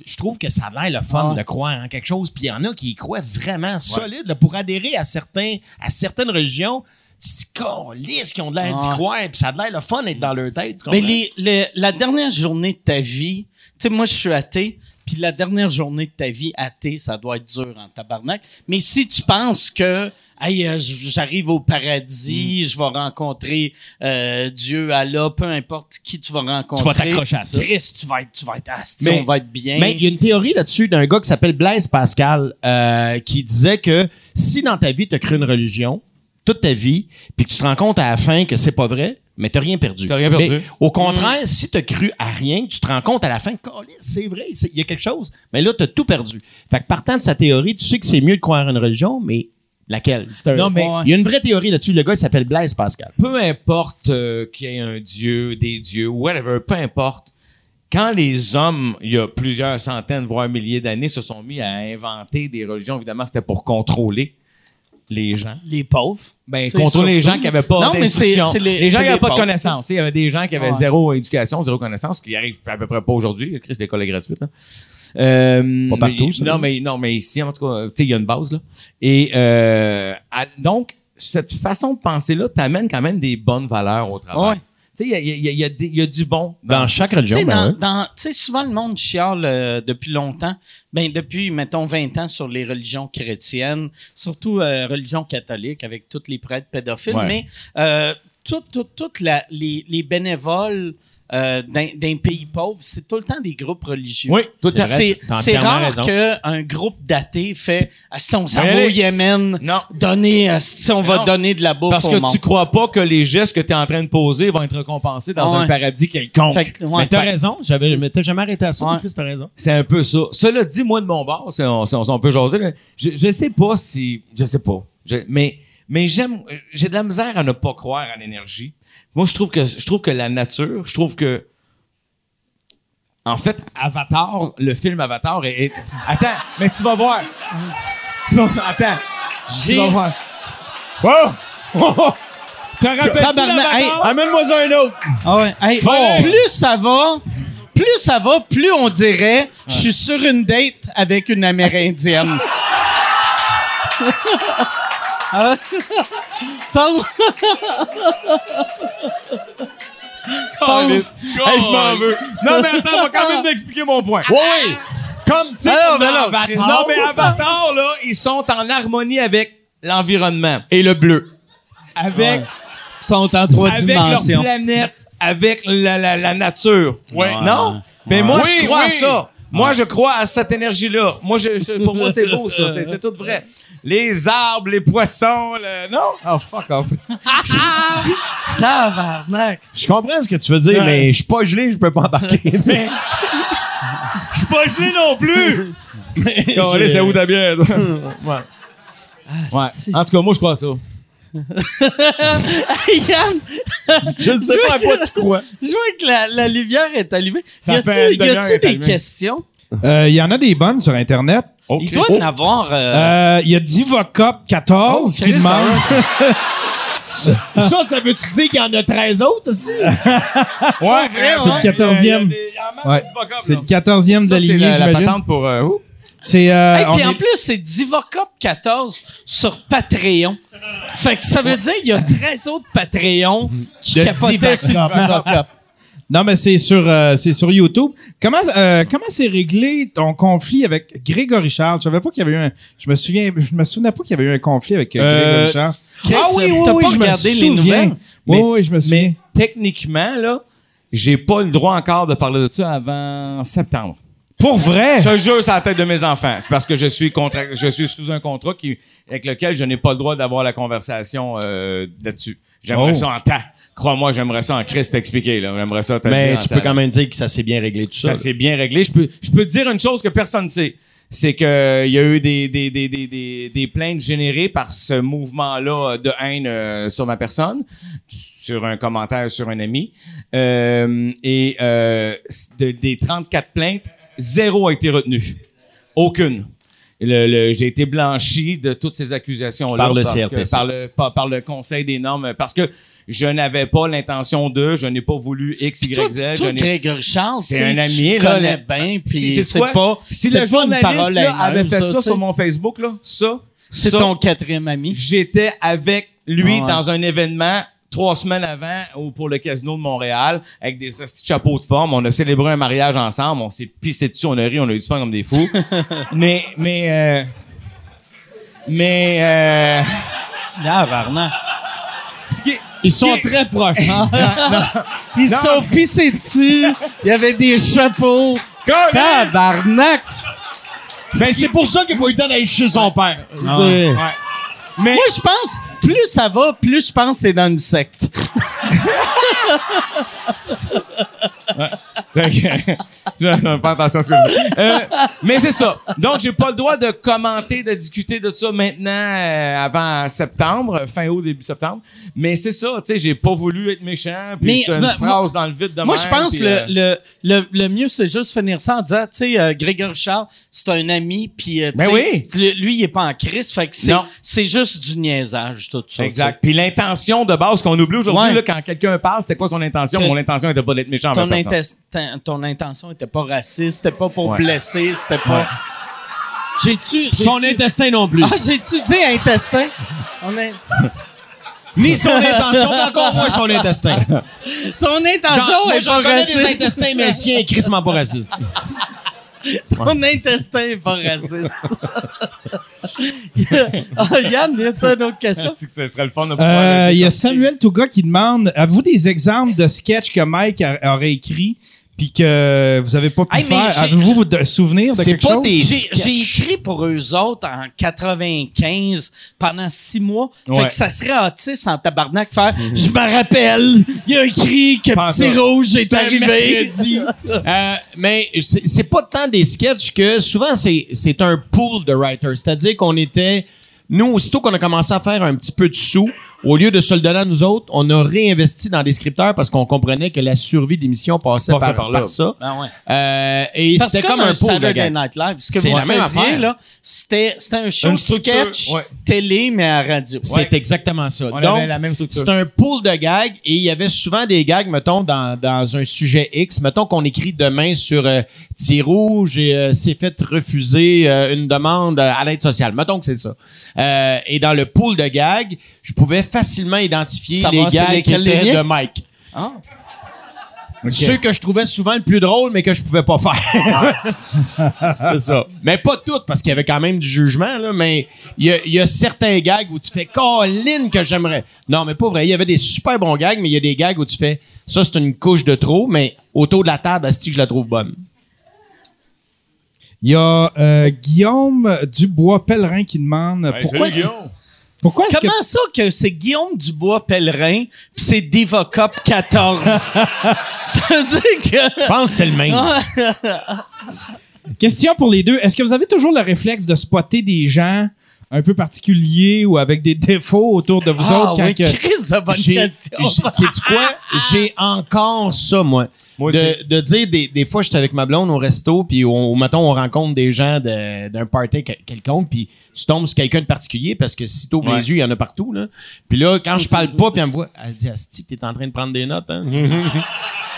Speaker 5: je trouve que ça a l'air le
Speaker 1: Ah.
Speaker 5: fun de croire en quelque chose. Puis il y en a qui y croient vraiment solide. là, pour adhérer à, certains, à certaines religions, tu te dis, Calisse, qui ont de l'air d'y
Speaker 1: Ouais.
Speaker 5: croire. Puis ça a l'air le fun d'être dans leur tête. tu
Speaker 1: Mais
Speaker 5: comprends?
Speaker 1: les, les- la dernière journée de ta vie, tu sais, moi, je suis athée, puis la dernière journée de ta vie athée, ça doit être dur en tabarnak. Mais si tu penses que, hey, euh, j- j'arrive au paradis,
Speaker 5: Mm.
Speaker 1: je vais rencontrer euh, Dieu, Allah, peu importe qui tu vas rencontrer.
Speaker 5: t'accrocher à ça.
Speaker 1: Christ, tu vas être, tu vas être asti,
Speaker 5: Mais-
Speaker 1: on va être bien.
Speaker 5: Mais il y a une théorie là-dessus d'un gars qui s'appelle Blaise Pascal euh, qui disait que si dans ta vie tu as créé une religion toute ta vie puis que tu te rends compte à la fin que c'est pas vrai, mais t'as rien perdu.
Speaker 4: T'as rien perdu.
Speaker 5: Mais au contraire, si t'as cru à rien, tu te rends compte à la fin, Calisse, c'est vrai, c'est- il y a quelque chose, mais là t'as tout perdu. Fait que partant de sa théorie, tu sais que c'est mieux de croire à une religion, mais laquelle C'est un-
Speaker 4: Non, mais-
Speaker 5: il y a une vraie théorie là-dessus. Le gars il s'appelle Blaise Pascal.
Speaker 4: peu importe euh, qu'il y ait un dieu, des dieux, whatever, peu importe. Quand les hommes, il y a plusieurs centaines, voire milliers d'années, se sont mis à inventer des religions, évidemment, c'était pour contrôler les gens.
Speaker 1: les pauvres.
Speaker 4: Ben,
Speaker 1: C'est
Speaker 4: contrôler les
Speaker 1: surtout-
Speaker 4: gens qui n'avaient pas
Speaker 1: Non, mais c'est-
Speaker 4: d'instruction.
Speaker 1: c'est les-
Speaker 4: les,
Speaker 1: c'est
Speaker 4: gens qui n'avaient
Speaker 1: les
Speaker 4: pas de
Speaker 1: pauvres.
Speaker 4: connaissances. Tu sais, Il y avait des gens qui avaient
Speaker 1: Ouais.
Speaker 4: zéro éducation, zéro connaissance, qui arrivent à peu près pas aujourd'hui. Chris, l'école est gratuite. Là. Euh,
Speaker 9: Pas partout,
Speaker 4: mais-
Speaker 9: ça.
Speaker 4: non, mais, non, mais ici, en tout cas, tu sais, il y a une base. Là. Et euh, à- donc, cette façon de penser-là t'amène quand même des bonnes valeurs au travail.
Speaker 1: Ouais.
Speaker 4: Tu sais, il y a, il y a- il y a des- il y a du bon.
Speaker 5: Dans chaque
Speaker 1: Tu
Speaker 5: religion,
Speaker 1: sais,
Speaker 5: ben
Speaker 1: dans-
Speaker 5: ouais.
Speaker 1: dans- tu sais, souvent le monde chiale euh, depuis longtemps, ben depuis, mettons, 20 ans sur les religions chrétiennes, surtout euh, religion catholique avec tous les prêtres pédophiles,
Speaker 9: Ouais.
Speaker 1: mais euh, tout- tout- toutes la- les, les bénévoles euh, d'un d'un pays pauvre, c'est tout le temps des groupes religieux.
Speaker 4: Oui, tout
Speaker 1: C'est-
Speaker 4: à fait.
Speaker 1: C'est
Speaker 5: T'as
Speaker 1: c'est
Speaker 5: entièrement
Speaker 1: rare
Speaker 5: raison.
Speaker 1: qu'un groupe d'athées fait « Ah, Si on s'en
Speaker 4: Mais
Speaker 1: va au
Speaker 4: allez.
Speaker 1: Yémen,
Speaker 4: Non.
Speaker 1: donner, euh, si on va
Speaker 4: Non.
Speaker 1: donner de la bouffe
Speaker 4: Parce
Speaker 1: au
Speaker 4: que
Speaker 1: monde.
Speaker 4: tu crois pas que les gestes que tu es en train de poser vont être récompensés dans
Speaker 1: Ah ouais.
Speaker 4: un paradis quelconque.
Speaker 1: Fait que, ouais,
Speaker 5: mais t'as
Speaker 1: fait-
Speaker 5: raison, j'avais, mais t'as jamais arrêté à ça,
Speaker 1: Ouais.
Speaker 5: Chris, t'as raison.
Speaker 4: C'est un peu ça. Cela dit, moi, de mon bord, si on, si on- si on peut jaser, là, je, je sais pas si... Je sais pas. Je- mais mais j'aime... euh, J'ai de la misère à ne pas croire à l'énergie. Moi, je trouve que je trouve que la nature, je trouve que En fait, Avatar, le film Avatar est. est- Attends, mais tu vas voir. Tu vas. Attends. Tu vas voir.
Speaker 5: Oh!
Speaker 4: T'as rappelles
Speaker 1: Tabarnak, hey,
Speaker 5: Amène-moi un autre!
Speaker 1: Ah ouais. Hey, Plus ça va, plus ça va, plus on dirait je suis sur une date avec une Amérindienne. Ah. Parle- Parle-
Speaker 4: Hey, je m'en veux. Non, mais attends, on va quand même t'expliquer mon point.
Speaker 5: Oui, oui! Comme tu sais,
Speaker 1: Ah non,
Speaker 5: comme
Speaker 1: mais
Speaker 5: dans
Speaker 1: non, Chris,
Speaker 5: Avatar.
Speaker 4: Non, mais Avatar, là, ils sont en harmonie avec l'environnement,
Speaker 5: Et le bleu.
Speaker 4: avec,
Speaker 1: Ils sont en trois
Speaker 4: avec leur
Speaker 1: dimensions.
Speaker 4: planète, avec la, la, la nature. Non? Mais moi, je
Speaker 5: Oui,
Speaker 4: crois
Speaker 5: oui.
Speaker 4: à ça. Moi, je crois à cette énergie-là. Moi, je, je- pour moi, c'est beau, ça. C'est, c'est tout vrai. Les arbres, les poissons, le... Non? Oh, fuck off.
Speaker 1: Tabarnak.
Speaker 5: Je comprends ce que tu veux dire, mais je suis pas gelé, je peux pas embarquer. Tu sais.
Speaker 4: Je suis pas gelé non plus!
Speaker 5: C'est-
Speaker 4: Calais, c'est où ta bière, toi? Ouais.
Speaker 1: Asti.
Speaker 5: Ah,
Speaker 4: En tout cas, moi, je crois à ça.
Speaker 1: Hey, Yann,
Speaker 5: Je ne sais pas à quoi tu crois.
Speaker 1: je vois que la, la lumière est allumée.
Speaker 4: Ça
Speaker 1: y a-tu-
Speaker 4: fait une
Speaker 1: y
Speaker 4: demi-heure
Speaker 1: a-tu
Speaker 4: qu'elle est
Speaker 1: des
Speaker 4: allumée.
Speaker 1: questions?
Speaker 3: Euh, Il y en a des bonnes sur Internet.
Speaker 1: Il
Speaker 4: Oh.
Speaker 1: doit en avoir. euh,
Speaker 3: Euh, Il y a Divocop 14
Speaker 1: Oh,
Speaker 3: qui
Speaker 1: Chris,
Speaker 3: demande.
Speaker 5: Ça, ça veut-tu dire qu'il y en a 13 autres aussi?
Speaker 3: Ouais,
Speaker 1: hein.
Speaker 3: c'est le 14e. Ouais. C'est le 14e de
Speaker 4: Ça,
Speaker 3: la
Speaker 4: c'est
Speaker 3: lignée,
Speaker 4: la- la
Speaker 3: j'imagine.
Speaker 5: Attends pour. euh, où?
Speaker 3: C'est. euh,
Speaker 1: Hey,
Speaker 3: on
Speaker 1: puis en
Speaker 3: est-
Speaker 1: plus, c'est Divocop 14 sur Patreon. Fait que ça veut dire qu'il y a 13 autres Patreons qui capotaient sur Divocop.
Speaker 3: Non, mais c'est sur, euh, c'est sur YouTube. Comment euh, comment c'est réglé ton conflit avec Grégory Charles? Je savais pas qu'il y avait eu un. Je me souviens, je me souvenais pas qu'il y avait eu un conflit avec euh,
Speaker 4: Euh,
Speaker 3: Grégory Charles. Ah
Speaker 1: Chris, t'as pas regardé les nouvelles?
Speaker 3: Oui,
Speaker 4: Mais-
Speaker 3: oui, je me souviens.
Speaker 4: Techniquement, là, j'ai pas le droit encore de parler de ça avant septembre.
Speaker 3: Pour vrai?
Speaker 4: Je te jure, c'est la tête de mes enfants. C'est parce que je suis, contra- je suis sous un contrat qui, avec lequel je n'ai pas le droit d'avoir la conversation euh, là-dessus. J'aimerais
Speaker 3: Oh.
Speaker 4: ça en temps. Crois-moi, j'aimerais ça en Christ t'expliquer. là. J'aimerais ça te
Speaker 5: Mais
Speaker 4: dire en
Speaker 5: tu
Speaker 4: temps,
Speaker 5: peux
Speaker 4: là.
Speaker 5: quand même dire que ça s'est bien réglé tout
Speaker 4: Ça
Speaker 5: ça.
Speaker 4: s'est bien réglé. Je peux, je peux te dire une chose que personne ne sait. C'est que euh, il y a eu des, des, des, des, des, des plaintes générées par ce mouvement-là euh, de haine euh, sur ma personne, sur un commentaire sur un ami. Euh, et euh, de- des 34 plaintes, zéro a été retenu. Aucune. Le- le- j'ai été blanchi de toutes ces accusations-là.
Speaker 5: Par le
Speaker 4: parce que-
Speaker 5: CRTC.
Speaker 4: par, le, par, par le Conseil des normes. Parce que je n'avais pas l'intention de, je n'ai pas voulu X,
Speaker 1: Toi,
Speaker 4: Y, Z. je
Speaker 1: toi
Speaker 4: n'ai-
Speaker 1: Grégory Charles,
Speaker 4: c'est
Speaker 1: tu sais,
Speaker 4: un ami,
Speaker 1: tu
Speaker 4: là,
Speaker 1: connais
Speaker 4: là.
Speaker 1: bien,
Speaker 4: Si-
Speaker 1: puis
Speaker 4: c'est
Speaker 1: c'est
Speaker 4: quoi?
Speaker 1: pas...
Speaker 4: Si
Speaker 1: c'était
Speaker 4: le
Speaker 1: pas une
Speaker 4: journaliste
Speaker 1: parole
Speaker 4: là,
Speaker 1: haineuse,
Speaker 4: avait fait ça
Speaker 1: tu sais.
Speaker 4: sur mon Facebook, là, ça,
Speaker 1: C'est
Speaker 4: ça,
Speaker 1: ton quatrième ami.
Speaker 4: j'étais avec lui
Speaker 1: Ah ouais.
Speaker 4: dans un événement trois semaines avant au- pour le casino de Montréal avec des hosties de chapeaux de forme. On a célébré un mariage ensemble, on s'est pissé dessus, on a ri, on a eu du fun comme des fous. mais, mais, euh, mais, euh,
Speaker 1: Là, Varnan.
Speaker 4: ce qui est-
Speaker 5: Ils
Speaker 4: sont
Speaker 5: très proches.
Speaker 1: Ils
Speaker 4: Non.
Speaker 1: sont pissés dessus. Il y avait des chapeaux. Tabarnak!
Speaker 5: Ben, c'est pour ça qu'il n'a pas eu le temps d'aller chez son père.
Speaker 1: Ouais.
Speaker 4: Ah.
Speaker 1: Moi, je pense, plus ça va, plus je pense que c'est dans une secte.
Speaker 4: Fait que- je je fais attention à ce que je dis. Euh, mais c'est ça. Donc, j'ai pas le droit de commenter, de discuter de ça maintenant, euh, avant septembre, fin août, début septembre. Mais c'est ça, tu sais, j'ai pas voulu être méchant. Puis
Speaker 1: Mais,
Speaker 4: c'est une
Speaker 1: ben,
Speaker 4: phrase dans le vide de
Speaker 1: Moi,
Speaker 4: même,
Speaker 1: je pense
Speaker 4: puis,
Speaker 1: le,
Speaker 4: euh,
Speaker 1: le, le, le mieux, c'est juste finir ça en disant, tu sais, euh, Grégory Charles, c'est un ami, puis euh, tu
Speaker 4: Ben
Speaker 1: sais,
Speaker 4: oui.
Speaker 1: tu- lui, il est pas en crise, fait que c'est,
Speaker 4: Non.
Speaker 1: c'est juste du niaisage, tout ça.
Speaker 4: Exact. Puis l'intention de base qu'on oublie aujourd'hui,
Speaker 1: Ouais.
Speaker 4: là, quand quelqu'un parle, c'était quoi son intention?
Speaker 1: Que-
Speaker 4: Mon intention était pas d'être méchant
Speaker 1: tu sais. Ton,
Speaker 4: envers personne.
Speaker 1: intestin- ton intention était pas raciste, c'était pas pour
Speaker 4: Ouais.
Speaker 1: blesser, c'était pas... J'ai-tu... j'ai-tu-
Speaker 5: Son intestin non plus.
Speaker 1: Ah, j'ai-tu dit intestin? On est-
Speaker 5: Ni son intention, mais encore moins son intestin.
Speaker 1: Son intention
Speaker 5: Genre, moi,
Speaker 1: est
Speaker 5: j'en
Speaker 1: pas
Speaker 5: connais des
Speaker 1: raciste.
Speaker 5: intestins, mais le sien est crissement pas raciste.
Speaker 1: Mon intestin est pas raciste. Ah, Yann, y a-tu une autre question?
Speaker 4: C'est que Ce serait le fun de pouvoir
Speaker 3: Euh,
Speaker 4: le
Speaker 3: Il y a
Speaker 4: décortiquer.
Speaker 3: Samuel Touga qui demande avez-vous des exemples de sketchs que Mike a- aurait écrit puis que vous avez pas pu
Speaker 1: Hey, mais
Speaker 3: faire
Speaker 1: j'ai-
Speaker 3: Avez-vous de souvenirs de
Speaker 1: C'est
Speaker 3: quelque
Speaker 1: pas
Speaker 3: chose
Speaker 1: des. J'ai, j'ai écrit pour eux autres en 95 pendant six mois. Fait
Speaker 4: Ouais.
Speaker 1: que ça serait autiste en tabarnak faire.
Speaker 5: Mhm.
Speaker 1: Je me rappelle, il a écrit que
Speaker 4: Pas
Speaker 1: Petit
Speaker 4: ça.
Speaker 1: Rouge est arrivé.
Speaker 5: Mercredi. Euh, mais c'est c'est pas tant des sketchs que souvent c'est c'est un pool de writers. C'est-à-dire qu'on était nous aussitôt qu'on a commencé à faire un petit peu de sous, Au lieu de se le donner à nous autres, on a réinvesti dans des scripteurs parce qu'on comprenait que la survie d'émission passait par, par ça.
Speaker 1: Ben ouais.
Speaker 5: Euh, et
Speaker 1: Parce
Speaker 5: c'était
Speaker 1: que
Speaker 5: comme un pot de
Speaker 1: Saturday
Speaker 5: gang.
Speaker 1: Night Live. Ce que
Speaker 5: C'est
Speaker 1: vous
Speaker 5: la même
Speaker 1: faisiez,
Speaker 5: affaire.
Speaker 1: là, c'était, c'était un show
Speaker 5: Une structure,
Speaker 1: sketch
Speaker 5: ouais.
Speaker 1: télé, mais à radio.
Speaker 5: C'est exactement ça.
Speaker 4: On
Speaker 5: Donc,
Speaker 4: avait la même structure.
Speaker 5: c'est un pool de gags et il y avait souvent des gags, mettons, dans, dans un sujet X. Mettons qu'on écrit demain sur euh, Tir rouge et euh, s'est fait refuser euh, une demande euh, à l'aide sociale. Mettons que c'est ça. Euh, et dans le pool de gags, je pouvais facilement identifier
Speaker 1: Savoir
Speaker 5: les
Speaker 1: c'est
Speaker 5: gags qui
Speaker 1: lesquels les
Speaker 5: étaient
Speaker 1: miens? Ah.
Speaker 5: de Mike. Ceux que je trouvais souvent le plus drôle, mais que je pouvais pas faire. c'est ça. Mais pas toutes, parce qu'il y avait quand même du jugement, là, mais il y a, il y a certains gags où tu fais Colline que j'aimerais. Non, mais pas vrai. Il y avait des super bons gags, mais il y a des gags où tu fais ça, c'est une couche de trop, mais autour de la table, Asti, que je la trouve bonne.
Speaker 3: Il y a euh, Guillaume Dubois Pellerin qui demande pourquoi est-ce que, pourquoi est-ce que
Speaker 1: Comment ça que c'est Guillaume Dubois Pellerin pis c'est Diva Cup 14? ça veut dire que...
Speaker 5: Je pense que c'est le même.
Speaker 3: question pour les deux est-ce que vous avez toujours le réflexe de spotter des gens un peu particuliers ou avec des défauts autour de vous autres quand
Speaker 1: Ah, oui,
Speaker 3: que-
Speaker 1: Chris, de bonne
Speaker 5: J'ai-
Speaker 1: question.
Speaker 5: j'ai- sais-tu quoi? J'ai encore ça, moi. de, de dire, des, des fois, j'étais avec ma blonde au resto, puis on, mettons, on rencontre des gens de- d'un party que- quelconque, puis tu tombes sur quelqu'un de particulier, parce que si t'ouvres les yeux, il y en a partout, là. Puis là, quand je parle pas, puis elle me voit, elle dit, Asti, t'es en train de prendre des notes, hein?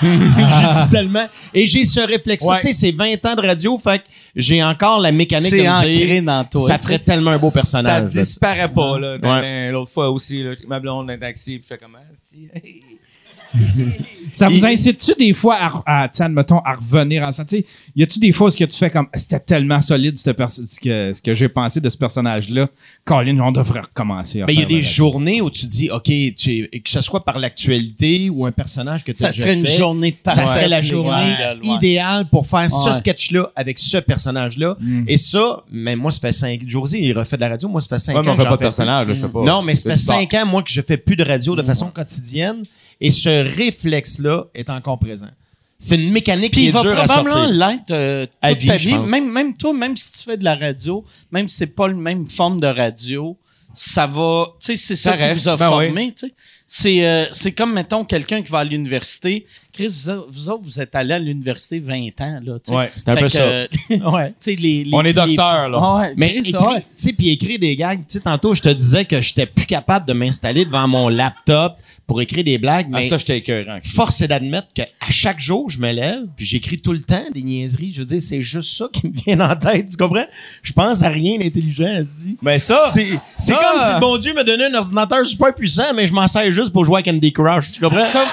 Speaker 5: j'ai dit tellement. Et j'ai ce réflexe
Speaker 4: Ouais.
Speaker 5: Tu sais, c'est 20 ans de radio, fait que j'ai encore la mécanique de
Speaker 1: C'est
Speaker 5: me dire,
Speaker 1: ancré dans toi.
Speaker 5: Ça ferait tellement un beau personnage.
Speaker 4: Ça
Speaker 5: là.
Speaker 4: disparaît pas, là. Dans-
Speaker 5: Ouais.
Speaker 4: dans- L'autre fois aussi, là, ma blonde dans un taxi, puis ah, je fais comment?
Speaker 3: Ça vous incite-tu des fois à, à tu sais, admettons, à revenir en ça? Tu sais, Y a-tu des fois où ce que tu fais comme c'était tellement solide cette perso- ce que, ce que j'ai pensé de ce personnage-là? Colin, on devrait recommencer. à
Speaker 1: Ben,
Speaker 5: Mais il y a
Speaker 3: faire
Speaker 5: des
Speaker 3: la-
Speaker 5: journées où tu dis, OK, tu, que ce soit par l'actualité ou un personnage que tu
Speaker 1: Ça serait une journée de
Speaker 5: Ça serait la
Speaker 1: parfait.
Speaker 5: journée
Speaker 1: Ouais.
Speaker 5: idéale pour faire ce
Speaker 1: Ouais.
Speaker 5: sketch-là avec ce personnage-là.
Speaker 4: Mm.
Speaker 5: Et ça, mais moi, ça fait cinq... José, il refait de la radio. Moi, ça fait cinq ans
Speaker 4: Ouais, mais on
Speaker 5: que
Speaker 4: fait
Speaker 5: j'en
Speaker 4: pas de
Speaker 5: fais
Speaker 4: personnage, là, je sais pas.
Speaker 5: Non, mais ça fait
Speaker 4: C'est du Mm.
Speaker 5: cinq ans, moi, que je fais plus de radio de façon quotidienne. Et ce réflexe-là est encore présent. C'est une mécanique
Speaker 1: Puis
Speaker 5: qui
Speaker 1: il
Speaker 5: est
Speaker 1: va
Speaker 5: dure à
Speaker 1: probablement
Speaker 5: sortir.
Speaker 1: l'être euh,
Speaker 5: À
Speaker 1: toute
Speaker 5: vie,
Speaker 1: ta
Speaker 5: je
Speaker 1: vie.
Speaker 5: pense.
Speaker 1: Même, même toi, même si tu fais de la radio, même si c'est pas la même forme de radio, ça va... Tu sais, c'est ça,
Speaker 4: Ça
Speaker 1: qui
Speaker 4: reste,
Speaker 1: vous a
Speaker 4: ben
Speaker 1: formé, tu sais. C'est, euh, c'est comme, mettons, quelqu'un qui va à l'université. Chris, vous, a- vous autres, vous êtes allés à l'université 20 ans, là, tu sais.
Speaker 4: Ouais, c'est un
Speaker 1: Fait
Speaker 4: peu
Speaker 1: que,
Speaker 4: ça.
Speaker 1: euh, tu sais, les, les-
Speaker 4: On est
Speaker 1: les-
Speaker 4: docteur, là.
Speaker 1: Ouais,
Speaker 5: Mais
Speaker 1: Chris,
Speaker 5: écrit-
Speaker 1: ouais.
Speaker 5: tu sais, puis écrire des gags. Tu sais, tantôt, je te disais que j'étais plus capable de m'installer devant mon laptop pour écrire des blagues,
Speaker 4: Ah,
Speaker 5: mais
Speaker 4: ça, j'étais écœurant.
Speaker 5: force est d'admettre qu'à chaque jour, je me lève, puis j'écris tout le temps des niaiseries. Je veux dire, c'est juste ça qui me vient en tête, tu comprends? Je pense à rien d'intelligent, elle se dit.
Speaker 4: Mais Ben, ça,
Speaker 5: C'est c'est
Speaker 4: Ah!
Speaker 5: comme si le bon Dieu me donnait un ordinateur super puissant, mais je m'en sers juste pour jouer à Candy Crush, tu comprends?
Speaker 1: Comme-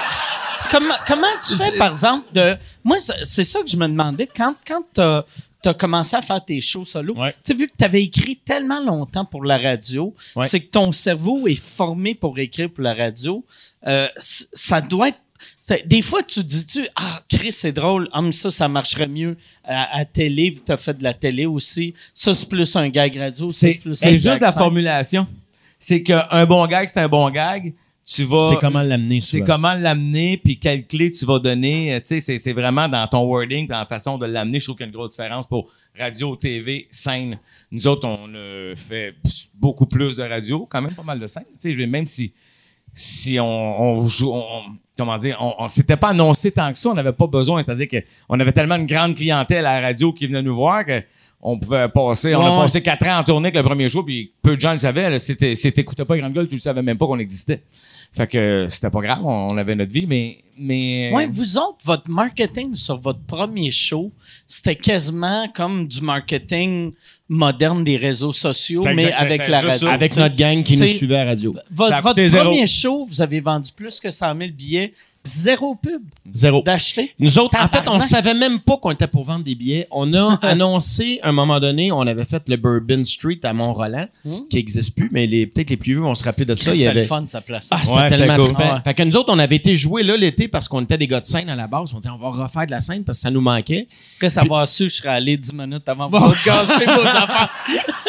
Speaker 1: comment, comment tu fais, par exemple, de. Moi, c'est c'est ça que je me demandais quand, quand t'as as commencé à faire tes shows solo.
Speaker 5: Ouais.
Speaker 1: Tu sais, vu que tu avais écrit tellement longtemps pour la radio,
Speaker 5: Ouais.
Speaker 1: c'est que ton cerveau est formé pour écrire pour la radio. Euh, c- ça doit être. c'est- Des fois, tu dis-tu, ah, Chris, c'est drôle, ah, mais ça, ça marcherait mieux à, à télé, vu que tu as fait de la télé aussi. Ça, c'est plus un gag radio, ça, c'est
Speaker 4: c'est
Speaker 1: plus
Speaker 4: c'est
Speaker 1: un
Speaker 4: juste
Speaker 1: gag
Speaker 4: la
Speaker 1: scène.
Speaker 4: formulation. C'est qu'un bon gag, c'est un bon gag. Tu vas.
Speaker 5: l'amener,
Speaker 4: C'est comment l'amener, puis quelle clé tu vas donner. Euh, Tu sais, c'est- c'est vraiment dans ton wording, dans la façon de l'amener. Je trouve qu'il y a une grosse différence pour radio, TV, scène. Nous autres, on euh, fait beaucoup plus de radio, quand même pas mal de scène. Tu sais, je vais- même si, si on, on joue, on- on- comment dire, on, on s'était pas annoncé tant que ça, on n'avait pas besoin. C'est-à-dire qu'on avait tellement une grande clientèle à la radio qui venait nous voir que on pouvait passer, on a passé quatre ans en tournée avec le premier show, puis peu de gens le savaient. là. C'était, si t'écoutais pas Grande Gueule, tu le savais même pas qu'on existait. Fait que euh, c'était pas grave, on on avait notre vie, mais. mais euh,
Speaker 1: Ouais, vous autres, votre marketing sur votre premier show, c'était quasiment comme du marketing moderne des réseaux sociaux,
Speaker 4: C'était
Speaker 1: mais
Speaker 4: exact-
Speaker 1: avec
Speaker 4: c'était
Speaker 1: la
Speaker 4: juste
Speaker 1: radio.
Speaker 4: ça.
Speaker 5: Avec notre gang qui
Speaker 1: Tu
Speaker 5: nous
Speaker 1: sais,
Speaker 5: suivait à la radio.
Speaker 1: Votre,
Speaker 4: Ça a
Speaker 1: votre
Speaker 4: coûté zéro.
Speaker 1: premier show, vous avez vendu plus que 100 000 billets, zéro pub
Speaker 5: Zéro.
Speaker 1: d'acheter.
Speaker 5: Nous autres, en fait, on
Speaker 1: Tabarnak.
Speaker 5: savait même pas qu'on était pour vendre des billets. On a annoncé, à un moment donné, on avait fait le Bourbon Street à Mont-Roland, qui n'existe plus, mais les, peut-être les plus vieux vont se rappeler de ça. Il y
Speaker 1: C'était Hmm. le
Speaker 5: avait...
Speaker 1: fun, sa place.
Speaker 5: Ah, c'était
Speaker 4: Ouais, c'était
Speaker 5: tellement
Speaker 4: cool.
Speaker 5: trippant.
Speaker 1: Ah ouais.
Speaker 5: Fait que nous autres, on avait été jouer là l'été parce qu'on était des gars de scène à la base. On dit on va refaire de la scène parce que ça nous manquait.
Speaker 1: Après avoir su, je serais allé 10 minutes avant vous autres gâcher vos affaires.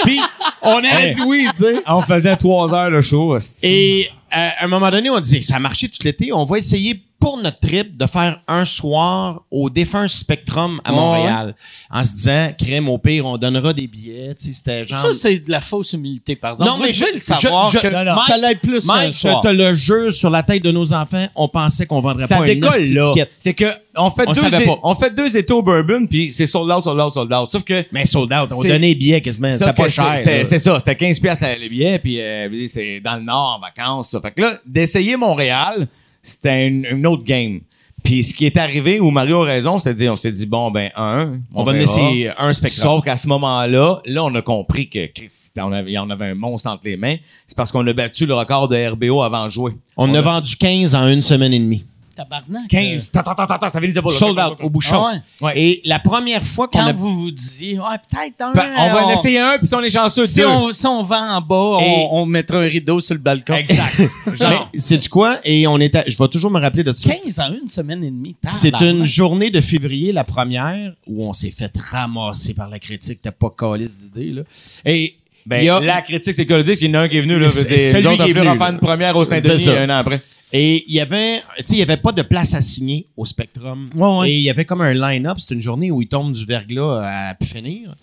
Speaker 5: Puis on avait dit oui, tu sais.
Speaker 4: on faisait trois heures le show. hostie.
Speaker 5: euh, Et euh, à un moment donné, on dit ça a marché tout l'été, on va essayer pour notre trip de faire un soir au défunt Spectrum à Montréal en se disant crème au pire on donnera des billets tu sais c'était genre
Speaker 1: Ça, c'est de la fausse humilité, par exemple.
Speaker 5: Non,
Speaker 1: Vous
Speaker 5: mais
Speaker 1: devez
Speaker 5: je-
Speaker 1: le savoir
Speaker 5: je- je-
Speaker 1: que
Speaker 5: non, non.
Speaker 1: ça l'aide plus un
Speaker 5: Mike,
Speaker 1: soir.
Speaker 5: je te le jure sur la tête de nos enfants on pensait qu'on vendrait
Speaker 4: ça
Speaker 5: pas
Speaker 4: décolle
Speaker 5: une
Speaker 4: là.
Speaker 5: étiquette
Speaker 4: C'est que on fait
Speaker 5: On
Speaker 4: deux
Speaker 5: savait
Speaker 4: é-
Speaker 5: pas.
Speaker 4: on fait deux étés au bourbon puis c'est sold out sold out sold out. Sauf que
Speaker 5: mais sold out on
Speaker 4: C'est-
Speaker 5: donnait des billets quasiment
Speaker 4: ça
Speaker 5: c'était pas
Speaker 4: que
Speaker 5: cher
Speaker 4: c'est- C'est
Speaker 5: là.
Speaker 4: c'est ça, c'était 15 pièces le billet puis euh, c'est dans le nord en vacances ça. Fait que là d'essayer Montréal, c'était une, une autre game. Puis ce qui est arrivé où Mario a raison, c'est de dire on s'est dit bon ben un,
Speaker 5: on va
Speaker 4: verra.
Speaker 5: donner ces- un Spectrum
Speaker 4: Sauf qu'à ce moment-là, là, on a compris que Christ, on avait, il y en avait un monstre entre les mains. C'est parce qu'on a battu le record de RBO avant de jouer.
Speaker 5: on, en a vendu 15 en une semaine et demie
Speaker 1: Tabarnak.
Speaker 4: 15. Ta, ta, ta, ta, ta, ça finissait pas. là.
Speaker 5: sold out au bouchon
Speaker 1: Ah ouais.
Speaker 4: Ouais.
Speaker 5: et la première fois qu'on
Speaker 1: Quand
Speaker 5: a
Speaker 1: vous vous disiez, ouais, peut-être un,
Speaker 4: Ben, on va
Speaker 1: on-
Speaker 4: en essayer un, puis si on est chanceux,
Speaker 1: Si
Speaker 4: deux.
Speaker 1: on, si on vend en bas,
Speaker 5: Et-
Speaker 1: on, on mettra un rideau sur le balcon.
Speaker 4: Exact. Genre,
Speaker 5: c'est du quoi et on était je vais toujours me rappeler de ça
Speaker 1: 15 en une semaine et demie.
Speaker 5: C'est
Speaker 4: Ah,
Speaker 1: tabarnak.
Speaker 5: une journée de février, la première, où on s'est fait ramasser par la critique. T'as pas calice d'idées, là. Et
Speaker 4: ben,
Speaker 5: il y a-
Speaker 4: la critique, c'est que le disque, il y en a un qui est venu, là.
Speaker 5: C'est-
Speaker 4: veut dire,
Speaker 5: celui
Speaker 4: nous autres, on
Speaker 5: qui est
Speaker 4: peut
Speaker 5: venu,
Speaker 4: refaire
Speaker 5: là.
Speaker 4: une première au
Speaker 5: C'est
Speaker 4: Saint-Denis
Speaker 5: ça.
Speaker 4: un an après.
Speaker 5: Et il y avait, tu sais, il y avait pas de place assignée au Spectrum.
Speaker 1: Ouais, ouais.
Speaker 5: Et il y avait comme un line-up. C'est une journée où il tombe du verglas à pu finir.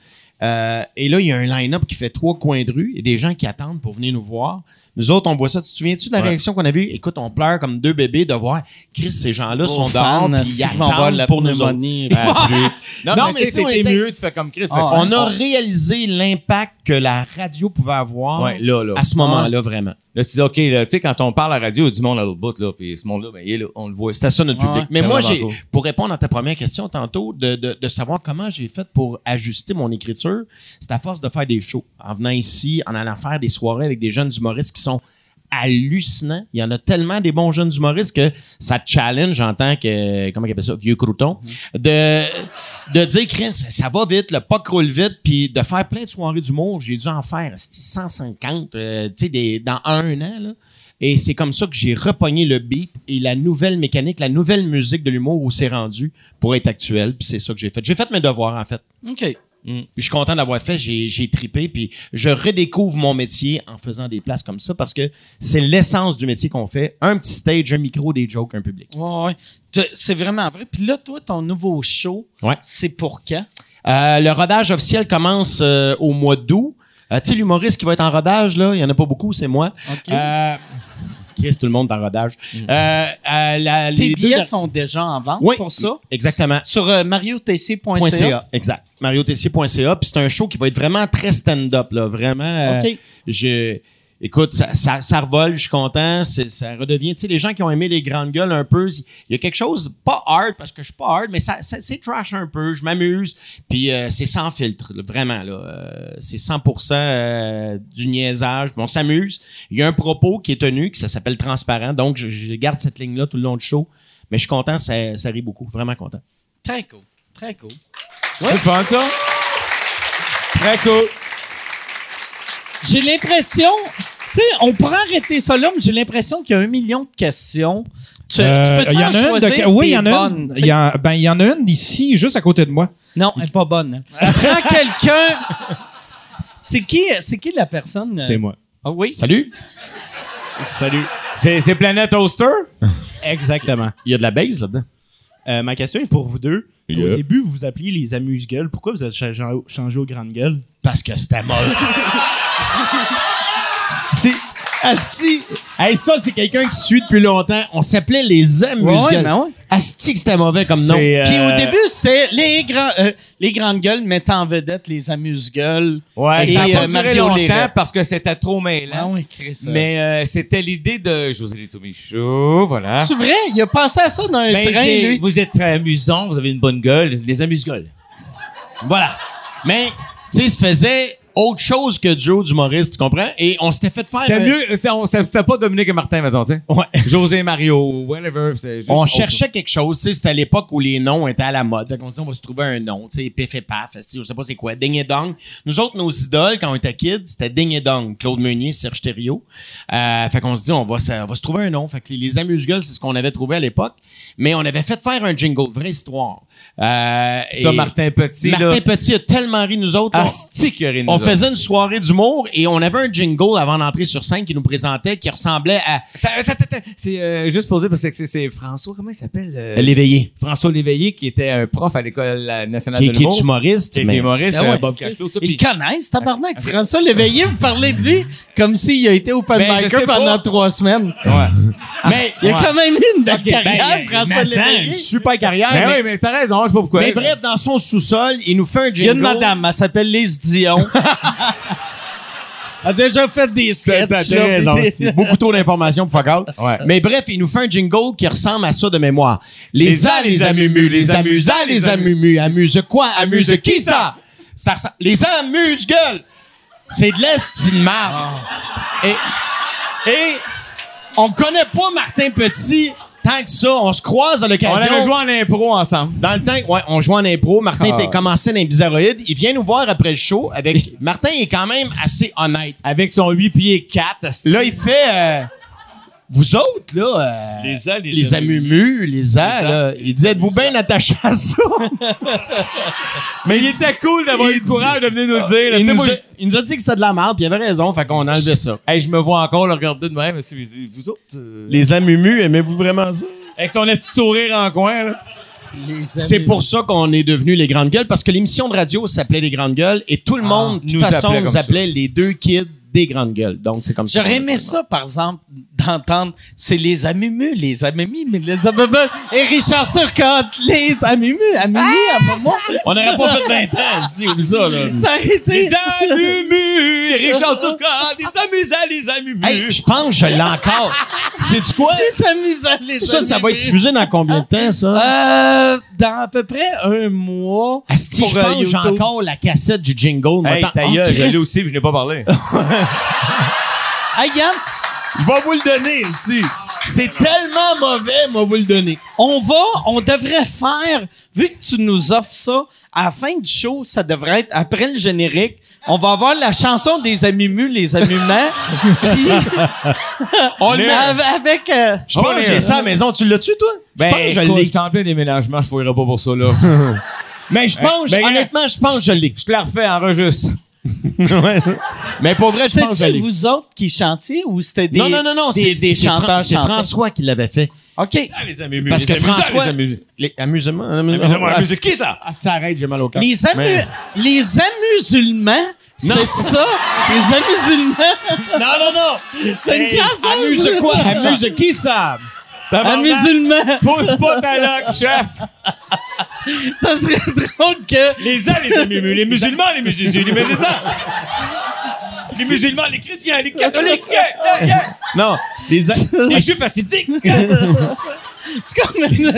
Speaker 5: Euh, et là, il y a un line-up qui fait trois coins de rue. Il y a des gens qui attendent pour venir nous voir. Nous autres, on voit ça. Tu te souviens-tu de la réaction qu'on a vue? Écoute, on pleure comme deux bébés de voir Chris, ces gens-là
Speaker 1: Aux
Speaker 5: sont
Speaker 1: fans,
Speaker 5: dehors puis
Speaker 1: si
Speaker 5: ils
Speaker 1: on va avoir de
Speaker 5: attendent
Speaker 1: la
Speaker 5: pour nous autres.
Speaker 1: pneumonie. ben,
Speaker 4: Non,
Speaker 5: Non, mais
Speaker 4: mais tu
Speaker 5: tu sais, on
Speaker 4: sais, t'es
Speaker 5: était-
Speaker 4: mieux, tu fais comme Chris.
Speaker 1: Ah,
Speaker 5: On a réalisé l'impact que la radio pouvait avoir
Speaker 4: Ouais, là, là.
Speaker 5: à ce moment-là, vraiment.
Speaker 4: Là, tu dis, OK, là, tu sais, quand on parle à la radio, il y a du monde à l'autre bout, là, puis ce monde-là, ben, il est là, on le voit.
Speaker 5: C'était ça notre
Speaker 1: Ouais.
Speaker 5: public. Mais
Speaker 4: C'est
Speaker 5: moi,
Speaker 4: vraiment
Speaker 5: j'ai,
Speaker 4: cool.
Speaker 5: pour répondre à ta première question tantôt, de, de- de savoir comment j'ai fait pour ajuster mon écriture, c'est à force de faire des shows. En venant ici, en allant faire des soirées avec des jeunes humoristes qui sont hallucinants. Il y en a tellement des bons jeunes humoristes que ça te challenge en tant que, comment ils appellent ça, vieux crouton, de, de dire, Chris, ça, ça va vite, le puck roule vite, puis de faire plein de soirées d'humour. J'ai dû en faire esti, 150, euh, tu sais, des- dans un an, là. Et c'est comme ça que j'ai repogné le beat et la nouvelle mécanique, la nouvelle musique de l'humour où c'est rendu pour être actuel. Puis c'est ça que j'ai fait. J'ai fait mes devoirs, en fait.
Speaker 1: OK.
Speaker 5: Puis Je suis content d'avoir fait. J'ai, j'ai tripé. Puis je redécouvre mon métier en faisant des places comme ça parce que c'est l'essence du métier qu'on fait. Un petit stage, un micro, des jokes, un public.
Speaker 1: Ouais, ouais. Tu- C'est vraiment vrai. Puis là, toi, ton nouveau show,
Speaker 5: Ouais.
Speaker 1: c'est pour quand?
Speaker 5: Euh, le rodage officiel commence euh, au mois d'août. Euh, tu sais, l'humoriste qui va être en rodage, là, il n'y en a pas beaucoup, c'est moi.
Speaker 1: OK.
Speaker 5: Euh, Chris, tout le monde est en rodage. Euh, euh, la-
Speaker 1: Tes
Speaker 5: les deux
Speaker 1: billets
Speaker 5: der-
Speaker 1: sont déjà en vente
Speaker 5: Oui,
Speaker 1: pour ça?
Speaker 5: Exactement.
Speaker 1: Sur euh, mariotc.ca.
Speaker 5: .ca, exact. MarioTessier.ca. Puis c'est un show qui va être vraiment très stand-up, là. Vraiment. euh,
Speaker 1: OK.
Speaker 5: je, écoute, ça, ça, ça revole, je suis content. C'est- Ça redevient. Tu sais, les gens qui ont aimé les grandes gueules un peu, il y a quelque chose, pas hard, parce que je suis pas hard, mais ça, ça- c'est trash un peu. Je m'amuse. Puis euh, c'est sans filtre, là, vraiment, là. Euh, c'est 100% euh, du niaisage. Puis on s'amuse. Il y a un propos qui est tenu, qui ça s'appelle transparent. Donc, je, je garde cette ligne-là tout le long du show. Mais je suis content, ça, ça rit beaucoup. Vraiment content.
Speaker 1: Très cool. Très cool.
Speaker 4: C'est le fun, ça? Très cool.
Speaker 1: J'ai l'impression, tu sais, on pourrait arrêter ça là, mais j'ai l'impression qu'il y a un million de questions. Tu,
Speaker 3: Euh,
Speaker 1: tu peux-tu
Speaker 3: il y
Speaker 1: en,
Speaker 3: en a une de-
Speaker 1: choisir
Speaker 3: Oui,
Speaker 1: des
Speaker 3: il y en a une.
Speaker 1: bonnes, tu
Speaker 3: Il
Speaker 1: sais?
Speaker 3: y en- ben, il y en a une ici, juste à côté de moi.
Speaker 1: Non, elle n'est pas bonne. hein. Prends quelqu'un. C'est qui, c'est qui la personne? euh?
Speaker 9: C'est moi.
Speaker 1: Ah oui.
Speaker 5: Salut!
Speaker 9: Salut.
Speaker 4: C'est c'est Planète Toaster?
Speaker 9: Exactement.
Speaker 5: Il y a de la base là-dedans.
Speaker 9: Euh, ma question est pour vous deux. Au
Speaker 4: Yeah.
Speaker 9: début, vous vous appeliez les amuse-gueules. Pourquoi vous êtes cha- cha- changé aux grandes gueules?
Speaker 5: Parce que c'était molle.
Speaker 9: C'est...
Speaker 5: Asti! Hey, ça, c'est quelqu'un qui suit depuis longtemps. On s'appelait les
Speaker 1: Ouais, ouais,
Speaker 5: amuse-gueules.
Speaker 1: ben ouais.
Speaker 5: Asti que c'était mauvais comme nom.
Speaker 9: C'est, euh,
Speaker 1: Puis au début, c'était les, grands, euh, les grandes gueules mettant en vedette les amuse-gueules.
Speaker 4: Ouais,
Speaker 1: Et,
Speaker 4: ça a
Speaker 1: euh,
Speaker 4: pas duré
Speaker 1: Mario
Speaker 4: longtemps
Speaker 1: Lairet.
Speaker 4: parce que c'était trop
Speaker 1: Ah
Speaker 4: mêlant.
Speaker 1: oui, Chris. euh.
Speaker 4: Mais euh, c'était l'idée de José Lito Michaud, voilà.
Speaker 1: C'est vrai, il a pensé à ça dans un
Speaker 4: Ah. Ben,
Speaker 1: train,
Speaker 4: c'est-
Speaker 1: lui.
Speaker 4: Vous êtes très amusant, vous avez une bonne gueule, les amuse-gueules.
Speaker 5: Voilà. Mais, tu sais, se faisait autre chose que Joe d'humoriste, tu comprends? Et on s'était fait faire...
Speaker 4: C'était
Speaker 5: un-
Speaker 4: mieux, c'est- on- ça c'était pas Dominique et Martin, maintenant, tu sais.
Speaker 5: Ouais.
Speaker 4: José Mario, whatever. c'est juste
Speaker 5: On
Speaker 4: autre chose.
Speaker 5: cherchait quelque chose, tu sais, c'était à l'époque où les noms étaient à la mode. Fait qu'on se dit, on va se trouver un nom, tu sais, pif et paf, esti, je sais pas c'est quoi, ding et dong. Nous autres, nos idoles, quand on était kids, c'était ding et dong, Claude Meunier, Serge Thériault. Euh, fait qu'on se dit, on va, se- on va se trouver un nom. Fait que les, les amuse-gueules, c'est ce qu'on avait trouvé à l'époque. Mais on avait fait faire un jingle, vraie histoire. Euh,
Speaker 4: Ça,
Speaker 5: et-
Speaker 4: Martin Petit,
Speaker 5: Martin
Speaker 4: là.
Speaker 5: Petit a tellement ri de nous autres. On-
Speaker 4: Asti qu'il y aurait une
Speaker 5: on
Speaker 4: autre.
Speaker 5: faisait une soirée d'humour et on avait un jingle avant d'entrer sur scène qui nous présentait, qui ressemblait à
Speaker 4: Attends, attends, attends. C'est euh, juste pour dire, parce que c'est- c'est François, comment il s'appelle? euh,
Speaker 5: l'éveillé,
Speaker 4: François Léveillé, qui était un prof à l'École euh, nationale
Speaker 5: qui,
Speaker 4: de
Speaker 5: qui
Speaker 4: l'humour.
Speaker 5: est humoriste.
Speaker 4: Qui est
Speaker 5: mais- Ben
Speaker 4: humoriste,
Speaker 1: Ah ouais.
Speaker 4: euh, Bob Cashflow, ça.
Speaker 1: Ils
Speaker 4: puis-
Speaker 1: le connaissent,
Speaker 4: Ah.
Speaker 1: tabarnak. François Léveillé, vous parlez de lui comme s'il a été open
Speaker 4: Ben, je
Speaker 1: micer
Speaker 4: sais pas.
Speaker 1: pendant trois semaines. Ah.
Speaker 5: Mais
Speaker 1: Il a
Speaker 5: Ouais.
Speaker 1: quand même eu une belle
Speaker 4: Ok, ben,
Speaker 1: carrière,
Speaker 4: euh,
Speaker 1: François
Speaker 4: Vincent,
Speaker 1: Léveillé.
Speaker 5: super carrière.
Speaker 4: Ben
Speaker 5: mais-
Speaker 4: oui, mais t'as raison, je sais pas pourquoi.
Speaker 5: mais bref, dans son sous-sol, il nous fait un
Speaker 1: Il
Speaker 5: jingle.
Speaker 1: y a une madame, elle s'appelle Lise Dion. a déjà fait des sketchs.
Speaker 9: T'as- t'as
Speaker 1: là,
Speaker 9: raison,
Speaker 1: puis des-
Speaker 9: c'est-
Speaker 5: beaucoup trop d'informations pour fuck out. Mais bref, il nous fait un jingle qui ressemble à ça de mémoire. Les A, les amumus, les amusants, les amumus. Amuse quoi? Amuse qui ça? ça ressemble- les amuse gueule! C'est de l'est, de marde. Et, et on connaît pas Martin Petit tant que ça. On se croise à
Speaker 4: on
Speaker 5: l'occasion.
Speaker 4: avait joué en impro ensemble.
Speaker 5: Dans le temps, ouais, on jouait en impro. Martin
Speaker 4: Ah.
Speaker 5: était commencé dans les bizarroïdes. Il vient nous voir après le show avec. Martin est quand même assez honnête.
Speaker 4: Avec son 8 pieds 4.
Speaker 5: Là, il fait. euh, vous autres, là. euh,
Speaker 9: Les A, les
Speaker 5: les amumus, les A, là. Il dit Êtes-vous bien attaché à ça
Speaker 4: mais il était cool d'avoir
Speaker 5: il
Speaker 4: eu le courage de venir nous le dire. là. Tu
Speaker 5: il,
Speaker 4: sais,
Speaker 5: nous
Speaker 4: moi,
Speaker 5: a, il nous a dit que c'était de la merde, puis il avait raison, fait qu'on enlevait ça.
Speaker 4: je- Hey, je me vois encore le regarder de même. parce qu'il dit, Vous autres. euh,
Speaker 5: Les amumus, aimez-vous vraiment ça
Speaker 4: Avec son esti de sourire en coin, là. Ben
Speaker 5: C'est pour ça qu'on est devenus les grandes gueules, parce que l'émission de radio s'appelait Les Grandes Gueules, et tout le monde, de toute
Speaker 4: Ah, nous
Speaker 5: façon,
Speaker 4: appelait comme
Speaker 5: nous
Speaker 4: ça.
Speaker 5: appelait les deux kids des Grandes Gueules. Donc, c'est comme ça.
Speaker 1: J'aurais aimé ça, par exemple, d'entendre c'est les amumus, les amumis, mais les amumus. Et Richard Turcotte, les amumus, amumis, à pas moi.
Speaker 5: On n'aurait pas fait 20 ans, je dis, oublie ça, là.
Speaker 1: Ça aurait été. Ah.
Speaker 4: Les amumus! Richard Turcotte, les amusants, les amumus!
Speaker 5: Hey, je pense que je l'ai encore. C'est du quoi?
Speaker 1: Les amusants, les
Speaker 5: Ça, ça va être
Speaker 1: amumis.
Speaker 5: diffusé dans combien de temps, ça?
Speaker 4: Ah.
Speaker 1: Euh, dans à peu près un mois.
Speaker 5: Asti,
Speaker 1: pour,
Speaker 5: je
Speaker 1: euh,
Speaker 5: pense que j'ai
Speaker 1: YouTube.
Speaker 5: encore la cassette du jingle.
Speaker 4: Hey,
Speaker 5: Maintenant,
Speaker 4: ta
Speaker 5: oh,
Speaker 4: gueule, je
Speaker 5: Christ.
Speaker 4: l'ai aussi, puis je n'ai pas parlé.
Speaker 1: Hey, Yann,
Speaker 5: Je vais vous le donner, je dis. C'est tellement mauvais, moi, vous le donner.
Speaker 1: on va, on devrait faire, vu que tu nous offres ça, à la fin du show, ça devrait être après le générique. On va avoir la chanson des amumus, les amumants. Puis, on a avec. euh,
Speaker 5: Je pense que j'ai ça à la maison. Tu l'as-tu, toi?
Speaker 4: Ben,
Speaker 5: je pense que je
Speaker 4: écoute,
Speaker 5: l'ai.
Speaker 4: j'étais en plein déménagement, je fouillerai pas pour ça, là.
Speaker 5: Mais je pense,
Speaker 4: Ben,
Speaker 5: honnêtement, je pense que je l'ai.
Speaker 4: je te la refais, enregistre.
Speaker 5: Mais pour vrai, je pense que je
Speaker 1: C'est-tu
Speaker 5: l'ai.
Speaker 1: vous autres qui chantiez ou c'était des,
Speaker 5: Non, non, non, non,
Speaker 1: des,
Speaker 5: c'est-
Speaker 1: des
Speaker 5: c'est Fran-
Speaker 1: chanteurs
Speaker 5: C'est
Speaker 1: chanteurs?
Speaker 5: François qui l'avait fait.
Speaker 1: OK.
Speaker 4: Ah, les amumus,
Speaker 5: Parce
Speaker 4: les
Speaker 5: que
Speaker 4: amusants,
Speaker 5: François.
Speaker 4: les amusants.
Speaker 5: Les amusements. amusements,
Speaker 4: Amusement,
Speaker 5: Ah,
Speaker 4: amusement, qui ça?
Speaker 5: ah, ça arrête, j'ai mal au cœur.
Speaker 1: Les, amu
Speaker 5: Mais-
Speaker 1: les amusulmans, c'était ça? Les amusulmans?
Speaker 5: Non, non, non!
Speaker 1: C'est une chanson!
Speaker 5: Amuse
Speaker 1: ça.
Speaker 5: quoi? Amuse qui ça?
Speaker 1: Amusulmans!
Speaker 4: Pousse pas ta loque, chef!
Speaker 1: Ça serait drôle que...
Speaker 4: Les uns, les amumus, les musulmans, les musulmans, les musulmans! Les musulmans, les chrétiens, les catholiques, yeah, yeah, yeah.
Speaker 5: Non, les.
Speaker 4: les juifs acidiques!
Speaker 1: C'est comme une,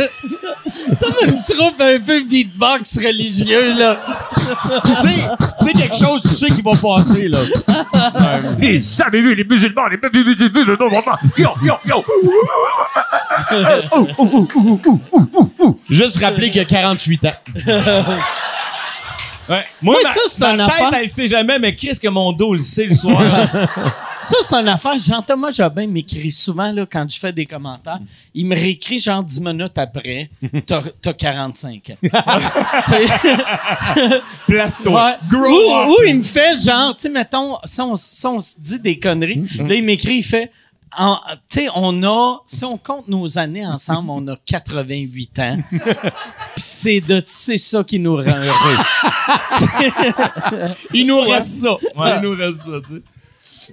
Speaker 1: comme une troupe un peu beatbox religieux, là.
Speaker 5: tu sais, tu sais quelque chose, tu sais qui va passer, là.
Speaker 4: Les amumus, les musulmans, les musulmans, le nombre Yo, yo, yo!
Speaker 5: Juste rappeler qu'il y a 48 ans.
Speaker 4: Ouais. Moi,
Speaker 1: Oui,
Speaker 4: ma-
Speaker 1: ça, c'est une
Speaker 4: ma tête,
Speaker 1: affaire.
Speaker 4: elle sait jamais, mais qu'est-ce que mon dos le sait le soir?
Speaker 1: Ça, c'est une affaire. Jean-Thomas Jobin m'écrit souvent, là, quand je fais des commentaires. Il me réécrit, genre, 10 minutes après, t'as t'as 45 ans. Tu sais?
Speaker 4: Place-toi.
Speaker 1: Ouais. Ou, ou il me fait genre, tu sais, mettons, si on, si on se dit des conneries, là, il m'écrit, il fait, en- tu sais, on a, si on compte nos années ensemble, on a 88 ans. Puis c'est de, c'est ça qui nous rend heureux.
Speaker 5: Il nous reste ça.
Speaker 4: Ouais.
Speaker 9: nous reste ça, tu sais.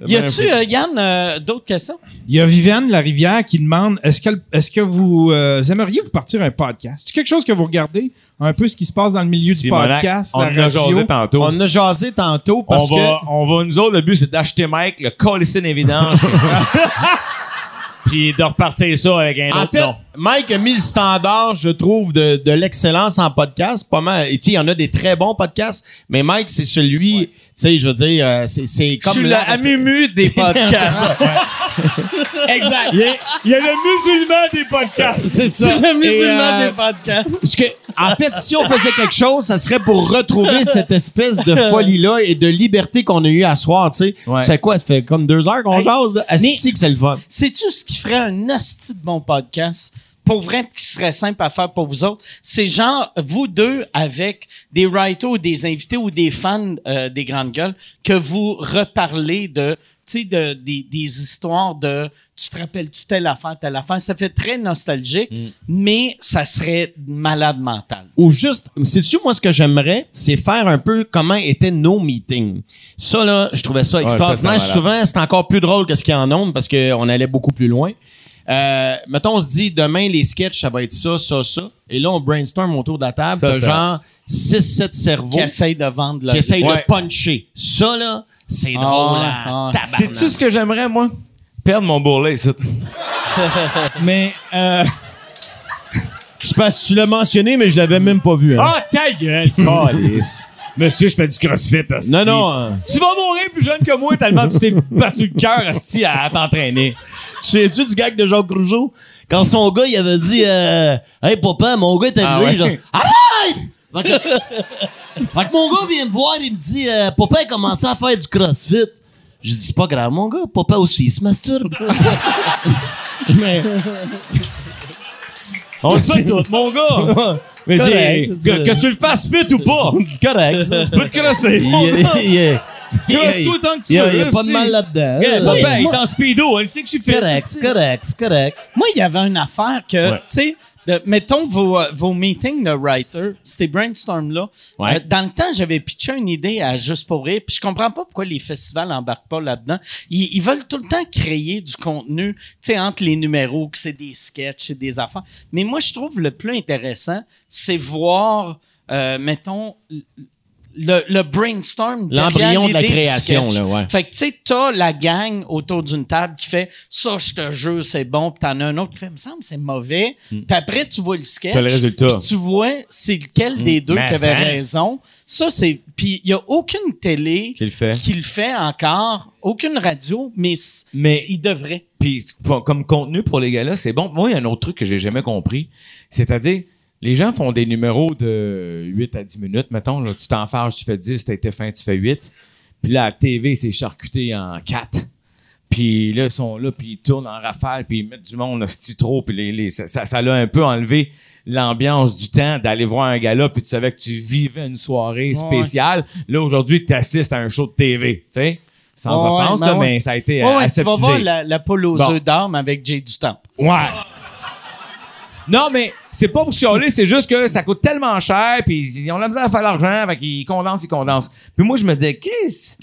Speaker 1: Y a-tu, euh, Yann, euh, d'autres questions?
Speaker 3: Il y a Viviane Larivière qui demande est-ce que, est-ce que vous euh, aimeriez vous partir un podcast C'est quelque chose que vous regardez un peu ce qui se passe dans le milieu du
Speaker 4: Simonac,
Speaker 3: podcast,
Speaker 4: on
Speaker 3: la
Speaker 4: l'a
Speaker 3: radio.
Speaker 4: jasé tantôt.
Speaker 5: On a jasé tantôt parce
Speaker 4: on va, on va, nous autres, le but, c'est d'acheter Mike, le colissin évidence. Puis de repartir ça avec un
Speaker 5: que. En
Speaker 4: autre
Speaker 5: fait,
Speaker 4: nom.
Speaker 5: Mike a mis le standard, je trouve, de, de l'excellence en podcast. Pas mal. Et tu sais, il y en a des très bons podcasts, mais Mike, c'est celui, tu sais, je veux dire, euh, c'est, c'est
Speaker 1: Je
Speaker 5: comme.
Speaker 1: suis
Speaker 5: la-
Speaker 1: le amumu des podcasts.
Speaker 5: Exact.
Speaker 4: Il y, a, il y a le musulman des podcasts.
Speaker 5: C'est
Speaker 1: Je
Speaker 5: ça.
Speaker 1: suis le musulman
Speaker 5: Et, euh,
Speaker 1: des podcasts.
Speaker 5: Parce que, en fait, si on faisait quelque chose, ça serait pour retrouver cette espèce de folie-là et de liberté qu'on a eue à soir, tu sais.
Speaker 4: Ouais.
Speaker 5: C'est quoi? Ça fait comme deux heures qu'on jase, là. Asti que c'est le fun.
Speaker 1: Sais-tu ce qui ferait un hostie de bon podcast? pour vrai, puis qui serait simple à faire pour vous autres, c'est genre vous deux avec des writers ou des invités ou des fans euh, des grandes gueules que vous reparlez de tu sais, de, des, des histoires de tu te rappelles-tu telle affaire, telle affaire. Ça fait très nostalgique,
Speaker 5: Mm.
Speaker 1: mais ça serait malade mental.
Speaker 5: Ou juste, sais-tu, moi, ce que j'aimerais, c'est faire un peu comment étaient nos meetings. Ça, là, je trouvais ça extraordinaire.
Speaker 4: ça, c'était
Speaker 5: Souvent, c'est encore plus drôle que ce qu'il y a en nombre parce qu'on allait beaucoup plus loin. Euh, mettons, on se dit, demain, les sketchs, ça va être ça, ça, ça. Et là, on brainstorm autour de la table.
Speaker 4: Ça,
Speaker 5: T'as
Speaker 4: c'était-
Speaker 5: genre 6-7 cerveaux
Speaker 1: Qui essaye de vendre le
Speaker 5: qui essayent
Speaker 4: Ouais.
Speaker 5: de puncher. Ça, là, c'est drôle. hein?
Speaker 1: ah,
Speaker 5: Tabarnak.
Speaker 4: Sais-tu ce que j'aimerais, moi? Perdre mon bourrelet, ici.
Speaker 3: Mais, euh,
Speaker 5: Je sais pas si tu l'as mentionné, mais je l'avais même pas vu. hein.
Speaker 3: Ah, ta gueule, calice. Monsieur, je fais du crossfit, asti.
Speaker 5: non, non. hein.
Speaker 4: Tu vas mourir plus jeune que moi tellement tu t'es battu le cœur, asti, à t'entraîner.
Speaker 5: Tu sais-tu du gag de Jacques Rougeau? Quand son gars, il avait dit euh, Hey, papa, mon gars est
Speaker 4: Ah
Speaker 5: arrivé.
Speaker 4: ouais?
Speaker 5: genre, Arrête! Fait que- fait que mon gars vient me voir, il me dit euh, Papa a commencé à faire du crossfit. J'ai dit C'est pas grave, mon gars. Papa aussi, il se masturbe. mais,
Speaker 4: On le sait tout, mon gars. Mais
Speaker 5: Correct.
Speaker 4: dis, que, que tu le fasses vite ou pas,
Speaker 5: c'est correct, ça.
Speaker 4: tu peux te crosser.
Speaker 5: Il
Speaker 4: mon
Speaker 5: y
Speaker 4: gars.
Speaker 5: a, il y a- il y a-
Speaker 4: Crosse-toi tant que tu
Speaker 5: il y a-
Speaker 4: veux,
Speaker 5: il y a pas de
Speaker 4: asti.
Speaker 5: mal là-dedans.
Speaker 4: Eh,
Speaker 5: Euh,
Speaker 4: papa, il est en speedo, elle sait que je suis fit.
Speaker 5: correct, c'est correct, c'est correct.
Speaker 1: Moi, il y avait une affaire que,
Speaker 4: Ouais.
Speaker 1: tu sais, de- mettons vos, euh, vos meetings de writer, ces brainstorms-là.
Speaker 4: Ouais.
Speaker 1: Euh, dans le temps, j'avais pitché une idée à Juste pour rire, puis je comprends pas pourquoi les festivals embarquent pas là-dedans. Ils, ils veulent tout le temps créer du contenu, tu sais, entre les numéros, que c'est des sketchs, c'est des affaires. Mais moi, je trouve le plus intéressant, c'est voir, euh, mettons, le, le brainstorm derrière
Speaker 5: L'embryon de la
Speaker 1: l'idée du
Speaker 5: création,
Speaker 1: sketch.
Speaker 5: là, ouais.
Speaker 1: Fait que, tu sais, t'as la gang autour d'une table qui fait ça, je te jure, c'est bon, puis t'en as un autre qui fait, me semble, c'est mauvais. Puis après, tu vois le sketch.
Speaker 4: Hmm. T'as le résultat. Hmm.
Speaker 1: puis tu vois, c'est lequel des deux
Speaker 4: Mais
Speaker 1: qui avait
Speaker 4: ça.
Speaker 1: raison. Ça, c'est. Puis il y a aucune télé
Speaker 4: Qui le fait.
Speaker 1: qui le fait encore, aucune radio, mais, c-
Speaker 4: Mais-
Speaker 1: c- il devrait.
Speaker 4: Puis pour- comme contenu pour les gars-là, c'est bon. Moi, il y a un autre truc que j'ai jamais compris. C'est-à-dire, les gens font des numéros de 8 à 10 minutes, mettons. Là, tu t'en fâches, tu fais 10, t'as été fin, tu fais 8. Puis là, à la TV, c'est charcuté en 4. Puis là, ils sont là, puis ils tournent en rafale, puis ils mettent du monde hostie trop, puis les, les- ça, ça, ça l'a un peu enlevé l'ambiance du temps d'aller voir un gala, puis tu savais que tu vivais une soirée spéciale. Là, aujourd'hui, tu assistes à un show de TV, tu sais. Sans
Speaker 1: Ouais,
Speaker 4: offense,
Speaker 1: ben
Speaker 4: là,
Speaker 1: ouais.
Speaker 4: mais ça a été
Speaker 1: Ouais,
Speaker 4: euh,
Speaker 1: ouais, tu vas
Speaker 4: aseptisé.
Speaker 1: voir la, la poule aux
Speaker 4: Bon.
Speaker 1: œufs d'armes avec Jay Dutamp.
Speaker 4: Ouais. Non, mais c'est pas pour chialer, c'est juste que ça coûte tellement cher, puis ils ont la misère à faire l'argent, fait qu'ils condensent, ils condensent. Puis moi, je me disais, Chris,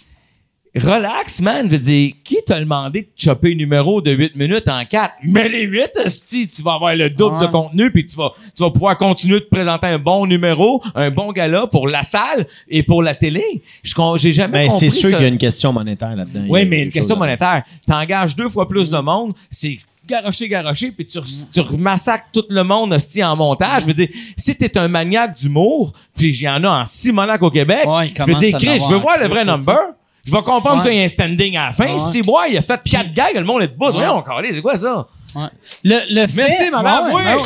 Speaker 4: relax, man. Je veux dire, qui t'a demandé de choper un numéro de 8 minutes en 4? Mais les 8, hostie, tu vas avoir le double
Speaker 1: Ouais.
Speaker 4: de contenu, puis tu vas, tu vas pouvoir continuer de présenter un bon numéro, un bon gala pour la salle et pour la télé. Je con- J'ai jamais
Speaker 5: Mais
Speaker 4: compris
Speaker 5: Ben, c'est sûr
Speaker 4: ça.
Speaker 5: qu'il y a une question monétaire là-dedans. Il y
Speaker 4: Oui,
Speaker 5: a
Speaker 4: mais une
Speaker 5: quelque
Speaker 4: question
Speaker 5: chose là-dedans.
Speaker 4: monétaire. T'engages deux fois plus de
Speaker 1: Mm.
Speaker 4: monde, c'est garoché, garoché, puis tu, re- tu remassacres tout le monde hostie en montage. Je veux dire, si t'es un maniaque d'humour, puis il y en a en Simonac au Québec,
Speaker 1: Ouais, il
Speaker 4: je veux
Speaker 1: commence
Speaker 4: dire,
Speaker 1: à
Speaker 4: Chris,
Speaker 1: l'avoir
Speaker 4: je veux
Speaker 1: en
Speaker 4: voir le
Speaker 1: Chris,
Speaker 4: vrai
Speaker 1: là,
Speaker 4: number. Je vais comprendre
Speaker 1: Ouais.
Speaker 4: qu'il y a un standing à la fin.
Speaker 1: Ouais.
Speaker 4: Si moi, il a fait quatre gags, le monde est debout. Voyons, calé, c'est quoi ça?
Speaker 1: Ouais. Le, le fait,
Speaker 4: Merci, madame.
Speaker 1: Ouais,
Speaker 4: oui.
Speaker 1: ben ouais.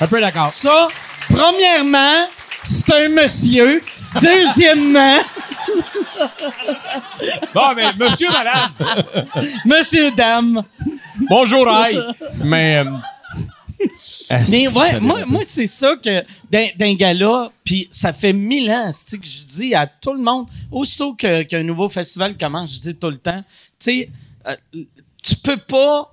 Speaker 9: Un peu d'accord.
Speaker 1: Ça, premièrement, c'est un monsieur. Deuxièmement,
Speaker 4: Bon, mais monsieur, madame.
Speaker 1: monsieur, dame.
Speaker 5: Bonjour, aïe! Mais. euh,
Speaker 1: Mais
Speaker 5: asti,
Speaker 1: ouais,
Speaker 5: ça
Speaker 1: moi, moi c'est ça que d'un d'un gala, puis ça fait mille ans c'est-tu, que je dis à tout le monde, aussitôt que- qu'un nouveau festival commence, je dis tout le temps, tu sais, euh, tu peux pas,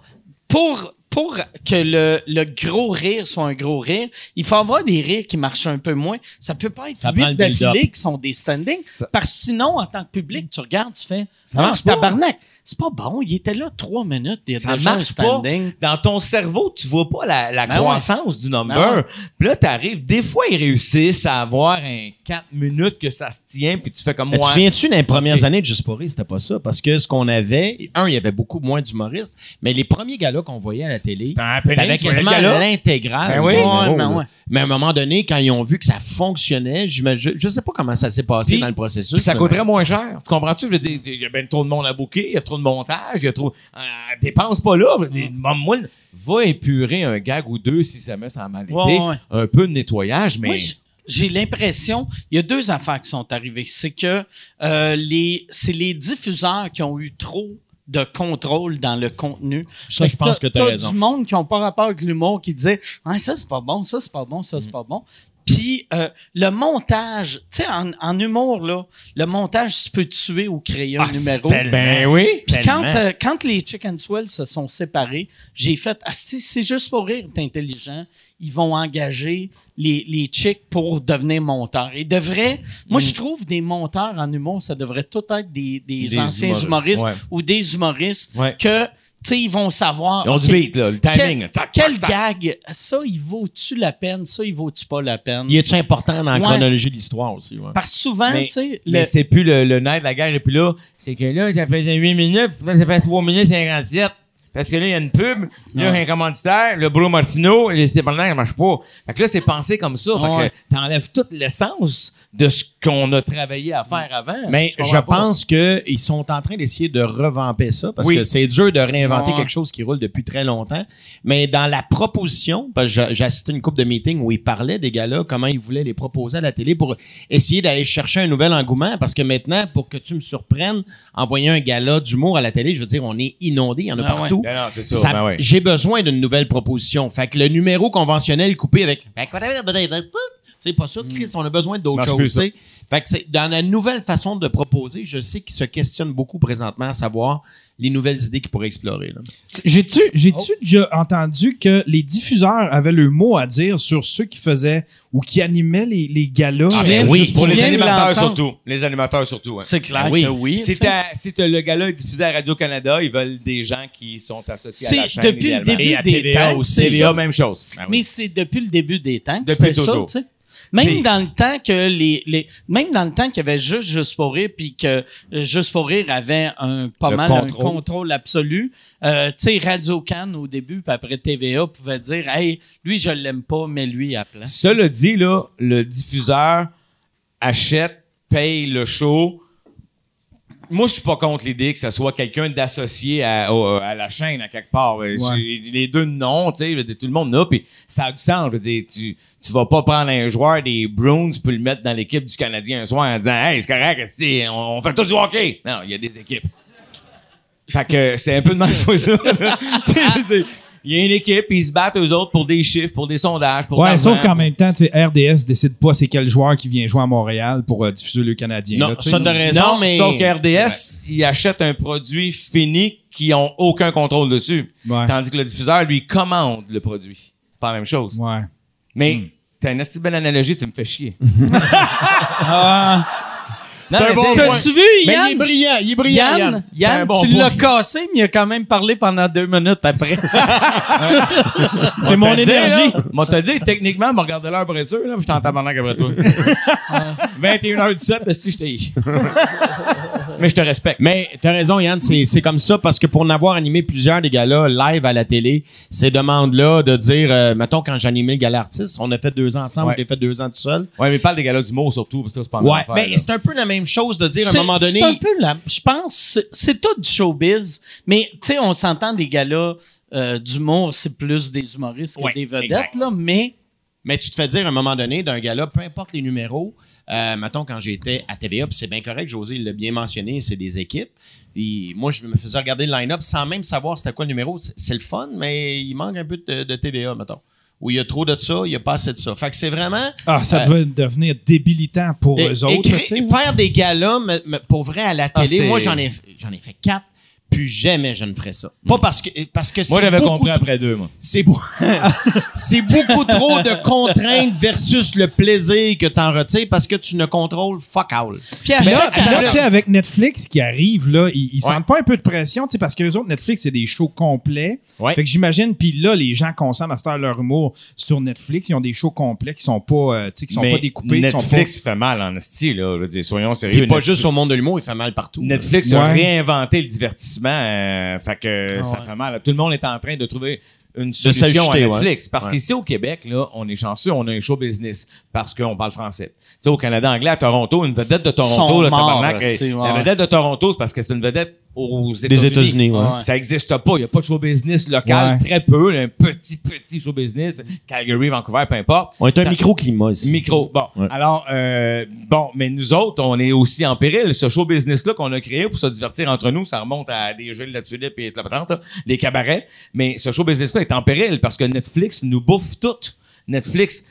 Speaker 1: pour, pour que le, le gros rire soit un gros rire, il faut avoir des rires qui marchent un peu moins. Ça peut pas être
Speaker 5: Ça prend
Speaker 1: huit
Speaker 5: le build-up.
Speaker 1: d'affilée qui sont des standings,
Speaker 4: Ça-
Speaker 1: parce que sinon, en tant que public, tu regardes, tu fais,
Speaker 4: Ça marche
Speaker 1: ah, tabarnak, c'est pas bon, il était là trois minutes, il y a
Speaker 4: ça
Speaker 1: déjà un
Speaker 4: marche pas.
Speaker 1: standing.
Speaker 4: Dans ton cerveau, tu vois pas la, la
Speaker 1: Ben
Speaker 4: croissance du
Speaker 1: Ben
Speaker 4: number.
Speaker 1: ouais.
Speaker 4: Puis là, t'arrives. Des fois, ils réussissent à avoir un 4 minutes que ça se tient, puis tu fais comme
Speaker 5: Mais Tu te
Speaker 4: moi.
Speaker 5: souviens-tu des premières années de Juste pour rire, c'était pas ça? Parce que ce qu'on avait, un, il y avait beaucoup moins d'humoristes, mais les premiers galas qu'on voyait à la télé,
Speaker 1: Ah,
Speaker 4: un peu
Speaker 5: t'avais quasiment l'intégrale.
Speaker 4: Ben oui.
Speaker 5: du numéro,
Speaker 1: Ouais, ben
Speaker 5: là.
Speaker 1: ouais.
Speaker 5: Mais à un moment donné, quand ils ont vu que ça fonctionnait, j'imagine- je, je sais pas comment ça s'est passé
Speaker 4: Puis-
Speaker 5: dans le processus.
Speaker 4: Puis ça
Speaker 5: là.
Speaker 4: coûterait moins cher. Tu comprends-tu? Je veux dire, il y a bien trop de monde à bouquer, il y a trop de montage, il y a trop. Euh, dépense pas là. Je veux dire,
Speaker 1: Mm.
Speaker 4: moi, moi, va épurer un gag ou deux si ça met ça en mal été.
Speaker 1: Ouais, ouais.
Speaker 4: Un peu de nettoyage, mais.
Speaker 1: Moi, j- j'ai l'impression, il y a deux affaires qui sont arrivées. C'est que euh, les, c'est les diffuseurs qui ont eu trop de contrôle dans le contenu.
Speaker 5: Ça,
Speaker 1: Fait
Speaker 5: je pense que t'as raison.
Speaker 1: du monde qui ont pas rapport avec l'humour qui disait Ouais, ça c'est pas bon, ça c'est pas bon, ça
Speaker 5: Mm.
Speaker 1: c'est pas bon. Puis euh, le montage, tu sais, en, en humour, là, le montage, tu peux tuer ou créer
Speaker 4: Ah,
Speaker 5: Ah,
Speaker 1: un numéro.
Speaker 4: Ben oui.
Speaker 1: Puis quand, euh, quand les Chicken Swell se sont séparés, j'ai fait ah, si c'est juste pour rire, t'es intelligent. Ils vont engager les, les chicks pour devenir monteurs. Et de vrai, moi,
Speaker 5: Mm.
Speaker 1: je trouve des monteurs en humour, ça devrait tout être des, des
Speaker 5: Des
Speaker 1: anciens humoristes,
Speaker 5: humoristes, ouais.
Speaker 1: ou des humoristes
Speaker 5: Ouais.
Speaker 1: que, tu sais, ils vont savoir.
Speaker 5: Ils ont
Speaker 1: OK,
Speaker 5: du beat, là, le timing.
Speaker 1: Quel,
Speaker 5: là, tac,
Speaker 1: quel
Speaker 5: tac, tac.
Speaker 1: gag, ça, il vaut-tu la peine? Ça, il vaut-tu pas la peine?
Speaker 5: Il est important dans la
Speaker 1: Mm. Ouais.
Speaker 5: chronologie de l'histoire aussi. ouais.
Speaker 1: Parce que souvent,
Speaker 4: Mais-
Speaker 1: tu sais,
Speaker 4: Mais
Speaker 1: le-
Speaker 4: c'est plus le, le nerf de la guerre. Et puis là, c'est que là, ça faisait 8 minutes, puis là, ça fait 3 minutes 57. Parce que là, il y a une pub, là, il y a un commanditaire, le Bruno Martino, les dépendants, ça marche pas. Fait que là, c'est pensé comme ça. Fait
Speaker 1: Ouais.
Speaker 4: que t'enlèves toute l'essence de ce qu'on a travaillé à faire avant.
Speaker 5: Mais je,
Speaker 4: comprends pas.
Speaker 5: pense qu'ils sont en train d'essayer de revamper ça parce
Speaker 4: Oui.
Speaker 5: que c'est dur de réinventer
Speaker 4: Ouais.
Speaker 5: quelque chose qui roule depuis très longtemps. Mais dans la proposition, parce que j'a- j'ai assisté à une coupe de meetings où ils parlaient des gars-là, comment ils voulaient les proposer à la télé pour essayer d'aller chercher un nouvel engouement. Parce que maintenant, pour que tu me surprennes, envoyer un gala d'humour à la télé, je veux dire, on est inondé, il y en a
Speaker 1: Ah ouais.
Speaker 5: partout.
Speaker 4: Non, non, c'est ça.
Speaker 5: Ça-
Speaker 4: ben ouais.
Speaker 5: J'ai besoin d'une nouvelle proposition. Fait que le numéro conventionnel coupé avec. ben, C'est pas ça, Chris. On a besoin d'autres
Speaker 4: Marche
Speaker 5: choses.
Speaker 4: plus,
Speaker 5: tu sais. Fait que c'est dans la nouvelle façon de proposer, je sais qu'ils se questionnent beaucoup présentement à savoir les nouvelles idées qu'ils pourraient explorer. là.
Speaker 10: J'ai-tu j'ai-tu déjà entendu que les diffuseurs avaient le mot à dire sur ceux qui faisaient ou qui animaient les, les galas?
Speaker 1: Tu viens-
Speaker 5: Ah, ben oui,
Speaker 1: tu
Speaker 5: pour
Speaker 1: viens de l'entendre.
Speaker 4: Les animateurs surtout. hein.
Speaker 1: C'est clair
Speaker 5: Oui.
Speaker 1: que oui. tu
Speaker 4: Si,
Speaker 1: sais.
Speaker 4: t'as- si t'as le gars-là est diffusé à Radio-Canada, ils veulent des gens qui sont associés à la
Speaker 1: C'est
Speaker 4: chaîne.
Speaker 1: depuis le
Speaker 4: idéalement.
Speaker 1: début
Speaker 4: Et à
Speaker 1: des
Speaker 4: TVA
Speaker 1: temps,
Speaker 4: aussi.
Speaker 1: c'est
Speaker 4: TVA,
Speaker 1: ça.
Speaker 4: même chose. Ben oui.
Speaker 1: Mais c'est depuis le début des temps. que
Speaker 4: Depuis
Speaker 1: C'était ça,
Speaker 4: toujours.
Speaker 1: tu sais. Même dans le temps que les, les même dans le temps qu'il y avait juste juste pour rire puis que euh, juste pour rire avait un pas
Speaker 4: Le
Speaker 1: mal
Speaker 4: contrôle.
Speaker 1: un contrôle absolu. Euh, tu sais Radio Cannes au début puis après TVA pouvait dire hey lui je l'aime pas mais lui à plein.
Speaker 4: Cela dit, là, le diffuseur achète, paye le show. Moi, je suis pas contre l'idée que ce soit quelqu'un d'associé à, au- à la chaîne à quelque part. Euh, j'ai- Les deux noms, tu sais, je veux dire, tout le monde a, puis ça a du sens. Je veux dire, tu, tu vas pas prendre un joueur des Bruins pour le mettre dans l'équipe du Canadien un soir en disant Hey, c'est correct, c'est- on, on fait tout du hockey. Non, il y a des équipes. Fait que c'est un peu de mal faut ça. Tu sais, je veux dire, Il y a une équipe, ils se battent eux autres pour des chiffres, pour des sondages, pour
Speaker 10: Ouais,
Speaker 4: l'argent,
Speaker 10: sauf qu'en
Speaker 4: pour-
Speaker 10: même temps, tu sais, RDS décide pas c'est quel joueur qui vient jouer à Montréal pour euh, diffuser le Canadien.
Speaker 5: Non,
Speaker 10: là, tu sais.
Speaker 5: ça de raison,
Speaker 4: non,
Speaker 5: mais.
Speaker 4: sauf que RDS, il achète un produit fini qui ont aucun contrôle dessus.
Speaker 10: Ouais.
Speaker 4: Tandis que le diffuseur, lui, commande le produit. Pas la même chose.
Speaker 10: Ouais. Hmm.
Speaker 4: Mais c'est une assez belle analogie, tu me fais chier. Non, mais
Speaker 5: bon
Speaker 4: c'est-
Speaker 5: point.
Speaker 1: T'as-tu vu
Speaker 5: Mais il est
Speaker 1: Yann?
Speaker 5: brillant, il est brillant.
Speaker 1: Yann,
Speaker 5: Yann.
Speaker 1: Yann,
Speaker 5: T'as un bon
Speaker 1: tu
Speaker 5: point.
Speaker 1: l'as cassé, mais il a quand même parlé pendant deux minutes après.
Speaker 10: C'est mon
Speaker 4: T'as dit,
Speaker 10: énergie.
Speaker 4: là, Moi, t'as dit, techniquement, mais regarde l'heure pour être sûr, là, je suis en tabarnak après toi. 21h17, si je t'ai. mais je te respecte.
Speaker 5: Mais t'as raison, Yann, c'est c'est comme ça parce que pour en avoir animé plusieurs des galas live à la télé, ces demandes-là de dire, euh, mettons, quand j'animais le gala artiste, on a fait deux ans ensemble,
Speaker 4: Ouais.
Speaker 5: j'ai fait deux ans tout seul.
Speaker 4: Ouais, mais parle des galas d'humour surtout, parce que ça, c'est pas
Speaker 5: Ouais,
Speaker 4: mal.
Speaker 5: mais c'est un peu la même chose de dire à un
Speaker 1: C'est-
Speaker 5: moment donné.
Speaker 1: C'est un peu la. Je pense, c'est- c'est tout du showbiz, mais tu sais, on s'entend des gars-là euh, d'humour, c'est plus des humoristes que
Speaker 5: Ouais,
Speaker 1: des vedettes,
Speaker 5: exact.
Speaker 1: là, mais.
Speaker 5: Mais tu te fais dire à un moment donné d'un gars-là, peu importe les numéros, euh, mettons quand j'étais à TVA, puis c'est bien correct, José l'a bien mentionné, c'est des équipes. Puis moi, je me faisais regarder le line-up sans même savoir c'était quoi le numéro. C'est c'est le fun, mais il manque un peu de, de TVA, mettons. Où il y a trop de ça, il y a pas assez de ça. Fait que c'est vraiment.
Speaker 10: Ah, ça
Speaker 5: Euh,
Speaker 10: devait devenir débilitant pour
Speaker 5: é-
Speaker 10: eux autres.
Speaker 5: écrire-
Speaker 10: tu sais.
Speaker 5: faire des galas, mais- mais pour vrai, à la télé,
Speaker 4: c'est-
Speaker 5: moi, j'en ai, j'en ai fait quatre, puis jamais je ne ferais ça. Pas parce que, parce que
Speaker 4: Moi,
Speaker 5: c'est
Speaker 4: j'avais
Speaker 5: beaucoup
Speaker 4: compris après deux, moi.
Speaker 5: c'est beau- c'est beaucoup trop de contraintes versus le plaisir que t'en retires parce que tu ne contrôles fuck all.
Speaker 1: Puis à
Speaker 10: Mais là,
Speaker 1: chaque
Speaker 10: là,
Speaker 1: année-
Speaker 10: tu sais, avec Netflix qui arrive, là, ils, ils
Speaker 5: Ouais.
Speaker 10: sentent pas un peu de pression, tu sais, parce que les autres, Netflix, c'est des shows complets.
Speaker 5: Ouais.
Speaker 10: Fait que j'imagine, puis là, les gens consomment à cette heure leur humour sur Netflix. Ils ont des shows complets qui sont pas, euh, tu sais, qui sont
Speaker 4: Mais
Speaker 10: pas découpés. qui sont pas-
Speaker 4: Netflix fait mal en style, là. Je veux dire, soyons sérieux.
Speaker 5: Puis pas
Speaker 4: Netflix-
Speaker 5: juste au monde de l'humour, il fait mal partout.
Speaker 4: Netflix
Speaker 10: Ouais.
Speaker 4: a
Speaker 1: Ah
Speaker 4: réinventé le divertissement. euh, fait que ça fait mal. Tout le monde est en train de trouver une solution
Speaker 5: s'ajuster,
Speaker 4: à
Speaker 5: ouais.
Speaker 4: Netflix. Parce
Speaker 5: Ouais.
Speaker 4: qu'ici, au Québec, là, on est chanceux, on a un show business parce qu'on parle français. Tu sais, au Canada anglais, à Toronto, une vedette de Toronto,
Speaker 1: Sont
Speaker 4: le
Speaker 1: morts,
Speaker 4: tabarnak,
Speaker 1: c'est-
Speaker 4: elle-
Speaker 1: ouais,
Speaker 4: la
Speaker 1: ouais.
Speaker 4: vedette de Toronto, c'est parce que c'est une vedette aux États-Unis.
Speaker 5: Des États-Unis, ouais.
Speaker 4: Ça n'existe pas. Il n'y a pas de show business local,
Speaker 3: Ouais.
Speaker 4: très peu. Un petit, petit show business. Calgary, Vancouver, peu importe.
Speaker 5: On est un
Speaker 4: Ça-
Speaker 5: micro-climat ici.
Speaker 4: Micro. Bon.
Speaker 5: Ouais.
Speaker 4: Alors, euh, bon, mais nous autres, on est aussi en péril. Ce show business-là qu'on a créé pour se divertir entre nous, ça remonte à des jeux de la tulipe et de la patente, là, des cabarets. Mais ce show business-là est en péril parce que Netflix nous bouffe tout. Netflix,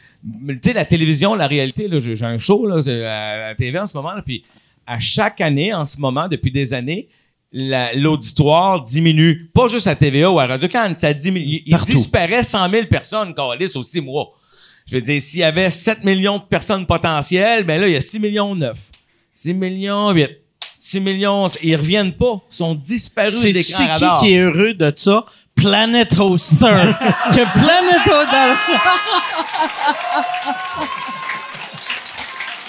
Speaker 4: tu sais, la télévision, la réalité, là, j'ai j'ai un show là, à la TV en ce moment, là, puis à chaque année, en ce moment, depuis des années, la- l'auditoire diminue. Pas juste à TVA ou à Radio-Can, ça diminue. Il, il disparaît 100 000 personnes, Carlis, au six mois. Je veux dire, s'il y avait 7 millions de personnes potentielles, ben là, il y a 6 millions 9. 6 millions 8. 6 millions, ils reviennent pas. Ils sont disparus
Speaker 1: C'est
Speaker 4: des
Speaker 1: tu
Speaker 4: écrans
Speaker 1: qui
Speaker 4: radars.
Speaker 1: qui est heureux de ça? Planet Hoster. que Planet Hoster.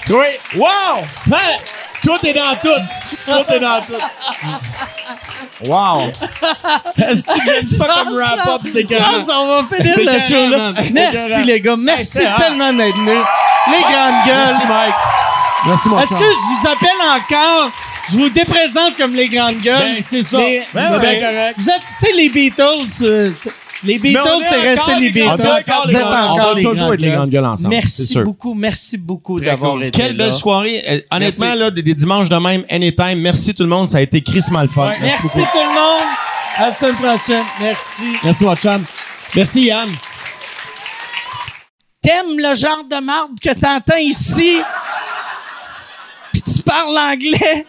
Speaker 5: Oui. Wow!
Speaker 1: Ben,
Speaker 9: Tout est dans tout! Tout est dans tout!
Speaker 4: Wow!
Speaker 9: Est-ce que j'aime ça comme wrap-up, c'était carrément.
Speaker 1: Grâce, on va finir le show là. Merci les gars, merci tellement d'être venus. Les grandes gueules.
Speaker 9: Mike! Merci, mon
Speaker 1: Est-ce que je vous appelle encore? Je vous déprésente comme les grandes gueules.
Speaker 9: Ben, c'est ça.
Speaker 1: Les-
Speaker 9: Ben,
Speaker 1: vous,
Speaker 9: ouais.
Speaker 1: êtes, vous êtes- tu sais, les Beatles. euh, tu- les Beatles,
Speaker 9: on est
Speaker 1: c'est resté
Speaker 9: encore
Speaker 1: les
Speaker 9: les
Speaker 5: Ah,
Speaker 9: grandes
Speaker 1: Beatles.
Speaker 9: gueules. On est encore
Speaker 1: Vous
Speaker 9: les
Speaker 1: êtes
Speaker 9: grandes-
Speaker 5: On
Speaker 1: encore
Speaker 5: va
Speaker 1: les
Speaker 5: toujours
Speaker 1: grandes
Speaker 5: être les
Speaker 1: gueules.
Speaker 5: grandes gueules ensemble. c'est
Speaker 1: Merci
Speaker 5: sûr.
Speaker 1: beaucoup, merci beaucoup d'avoir été
Speaker 5: Quelle
Speaker 1: là.
Speaker 5: belle soirée. Euh, Honnêtement,
Speaker 4: Merci.
Speaker 5: là, des, des dimanches de même, anytime. Merci tout le monde. Ça a été Chris Malfa.
Speaker 1: Merci, tout le monde. À la semaine prochaine. Merci.
Speaker 9: Merci, mon chum. Merci, Yann.
Speaker 1: T'aimes le genre de marde que t'entends ici? Puis tu parles anglais?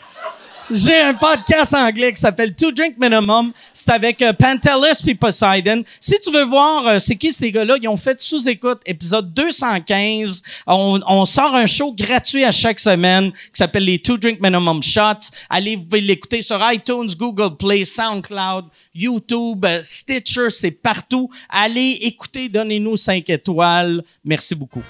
Speaker 1: J'ai un podcast anglais qui s'appelle Two Drink Minimum. C'est avec euh, Pantelis puis Poseidon. Si tu veux voir euh, c'est qui ces gars-là, ils ont fait sous-écoute épisode 215. On, on sort un show gratuit à chaque semaine qui s'appelle les Two Drink Minimum Shots. Allez, vous pouvez l'écouter sur iTunes, Google Play, SoundCloud, YouTube, euh, Stitcher, c'est partout. Allez écouter, donnez-nous 5 étoiles. Merci beaucoup.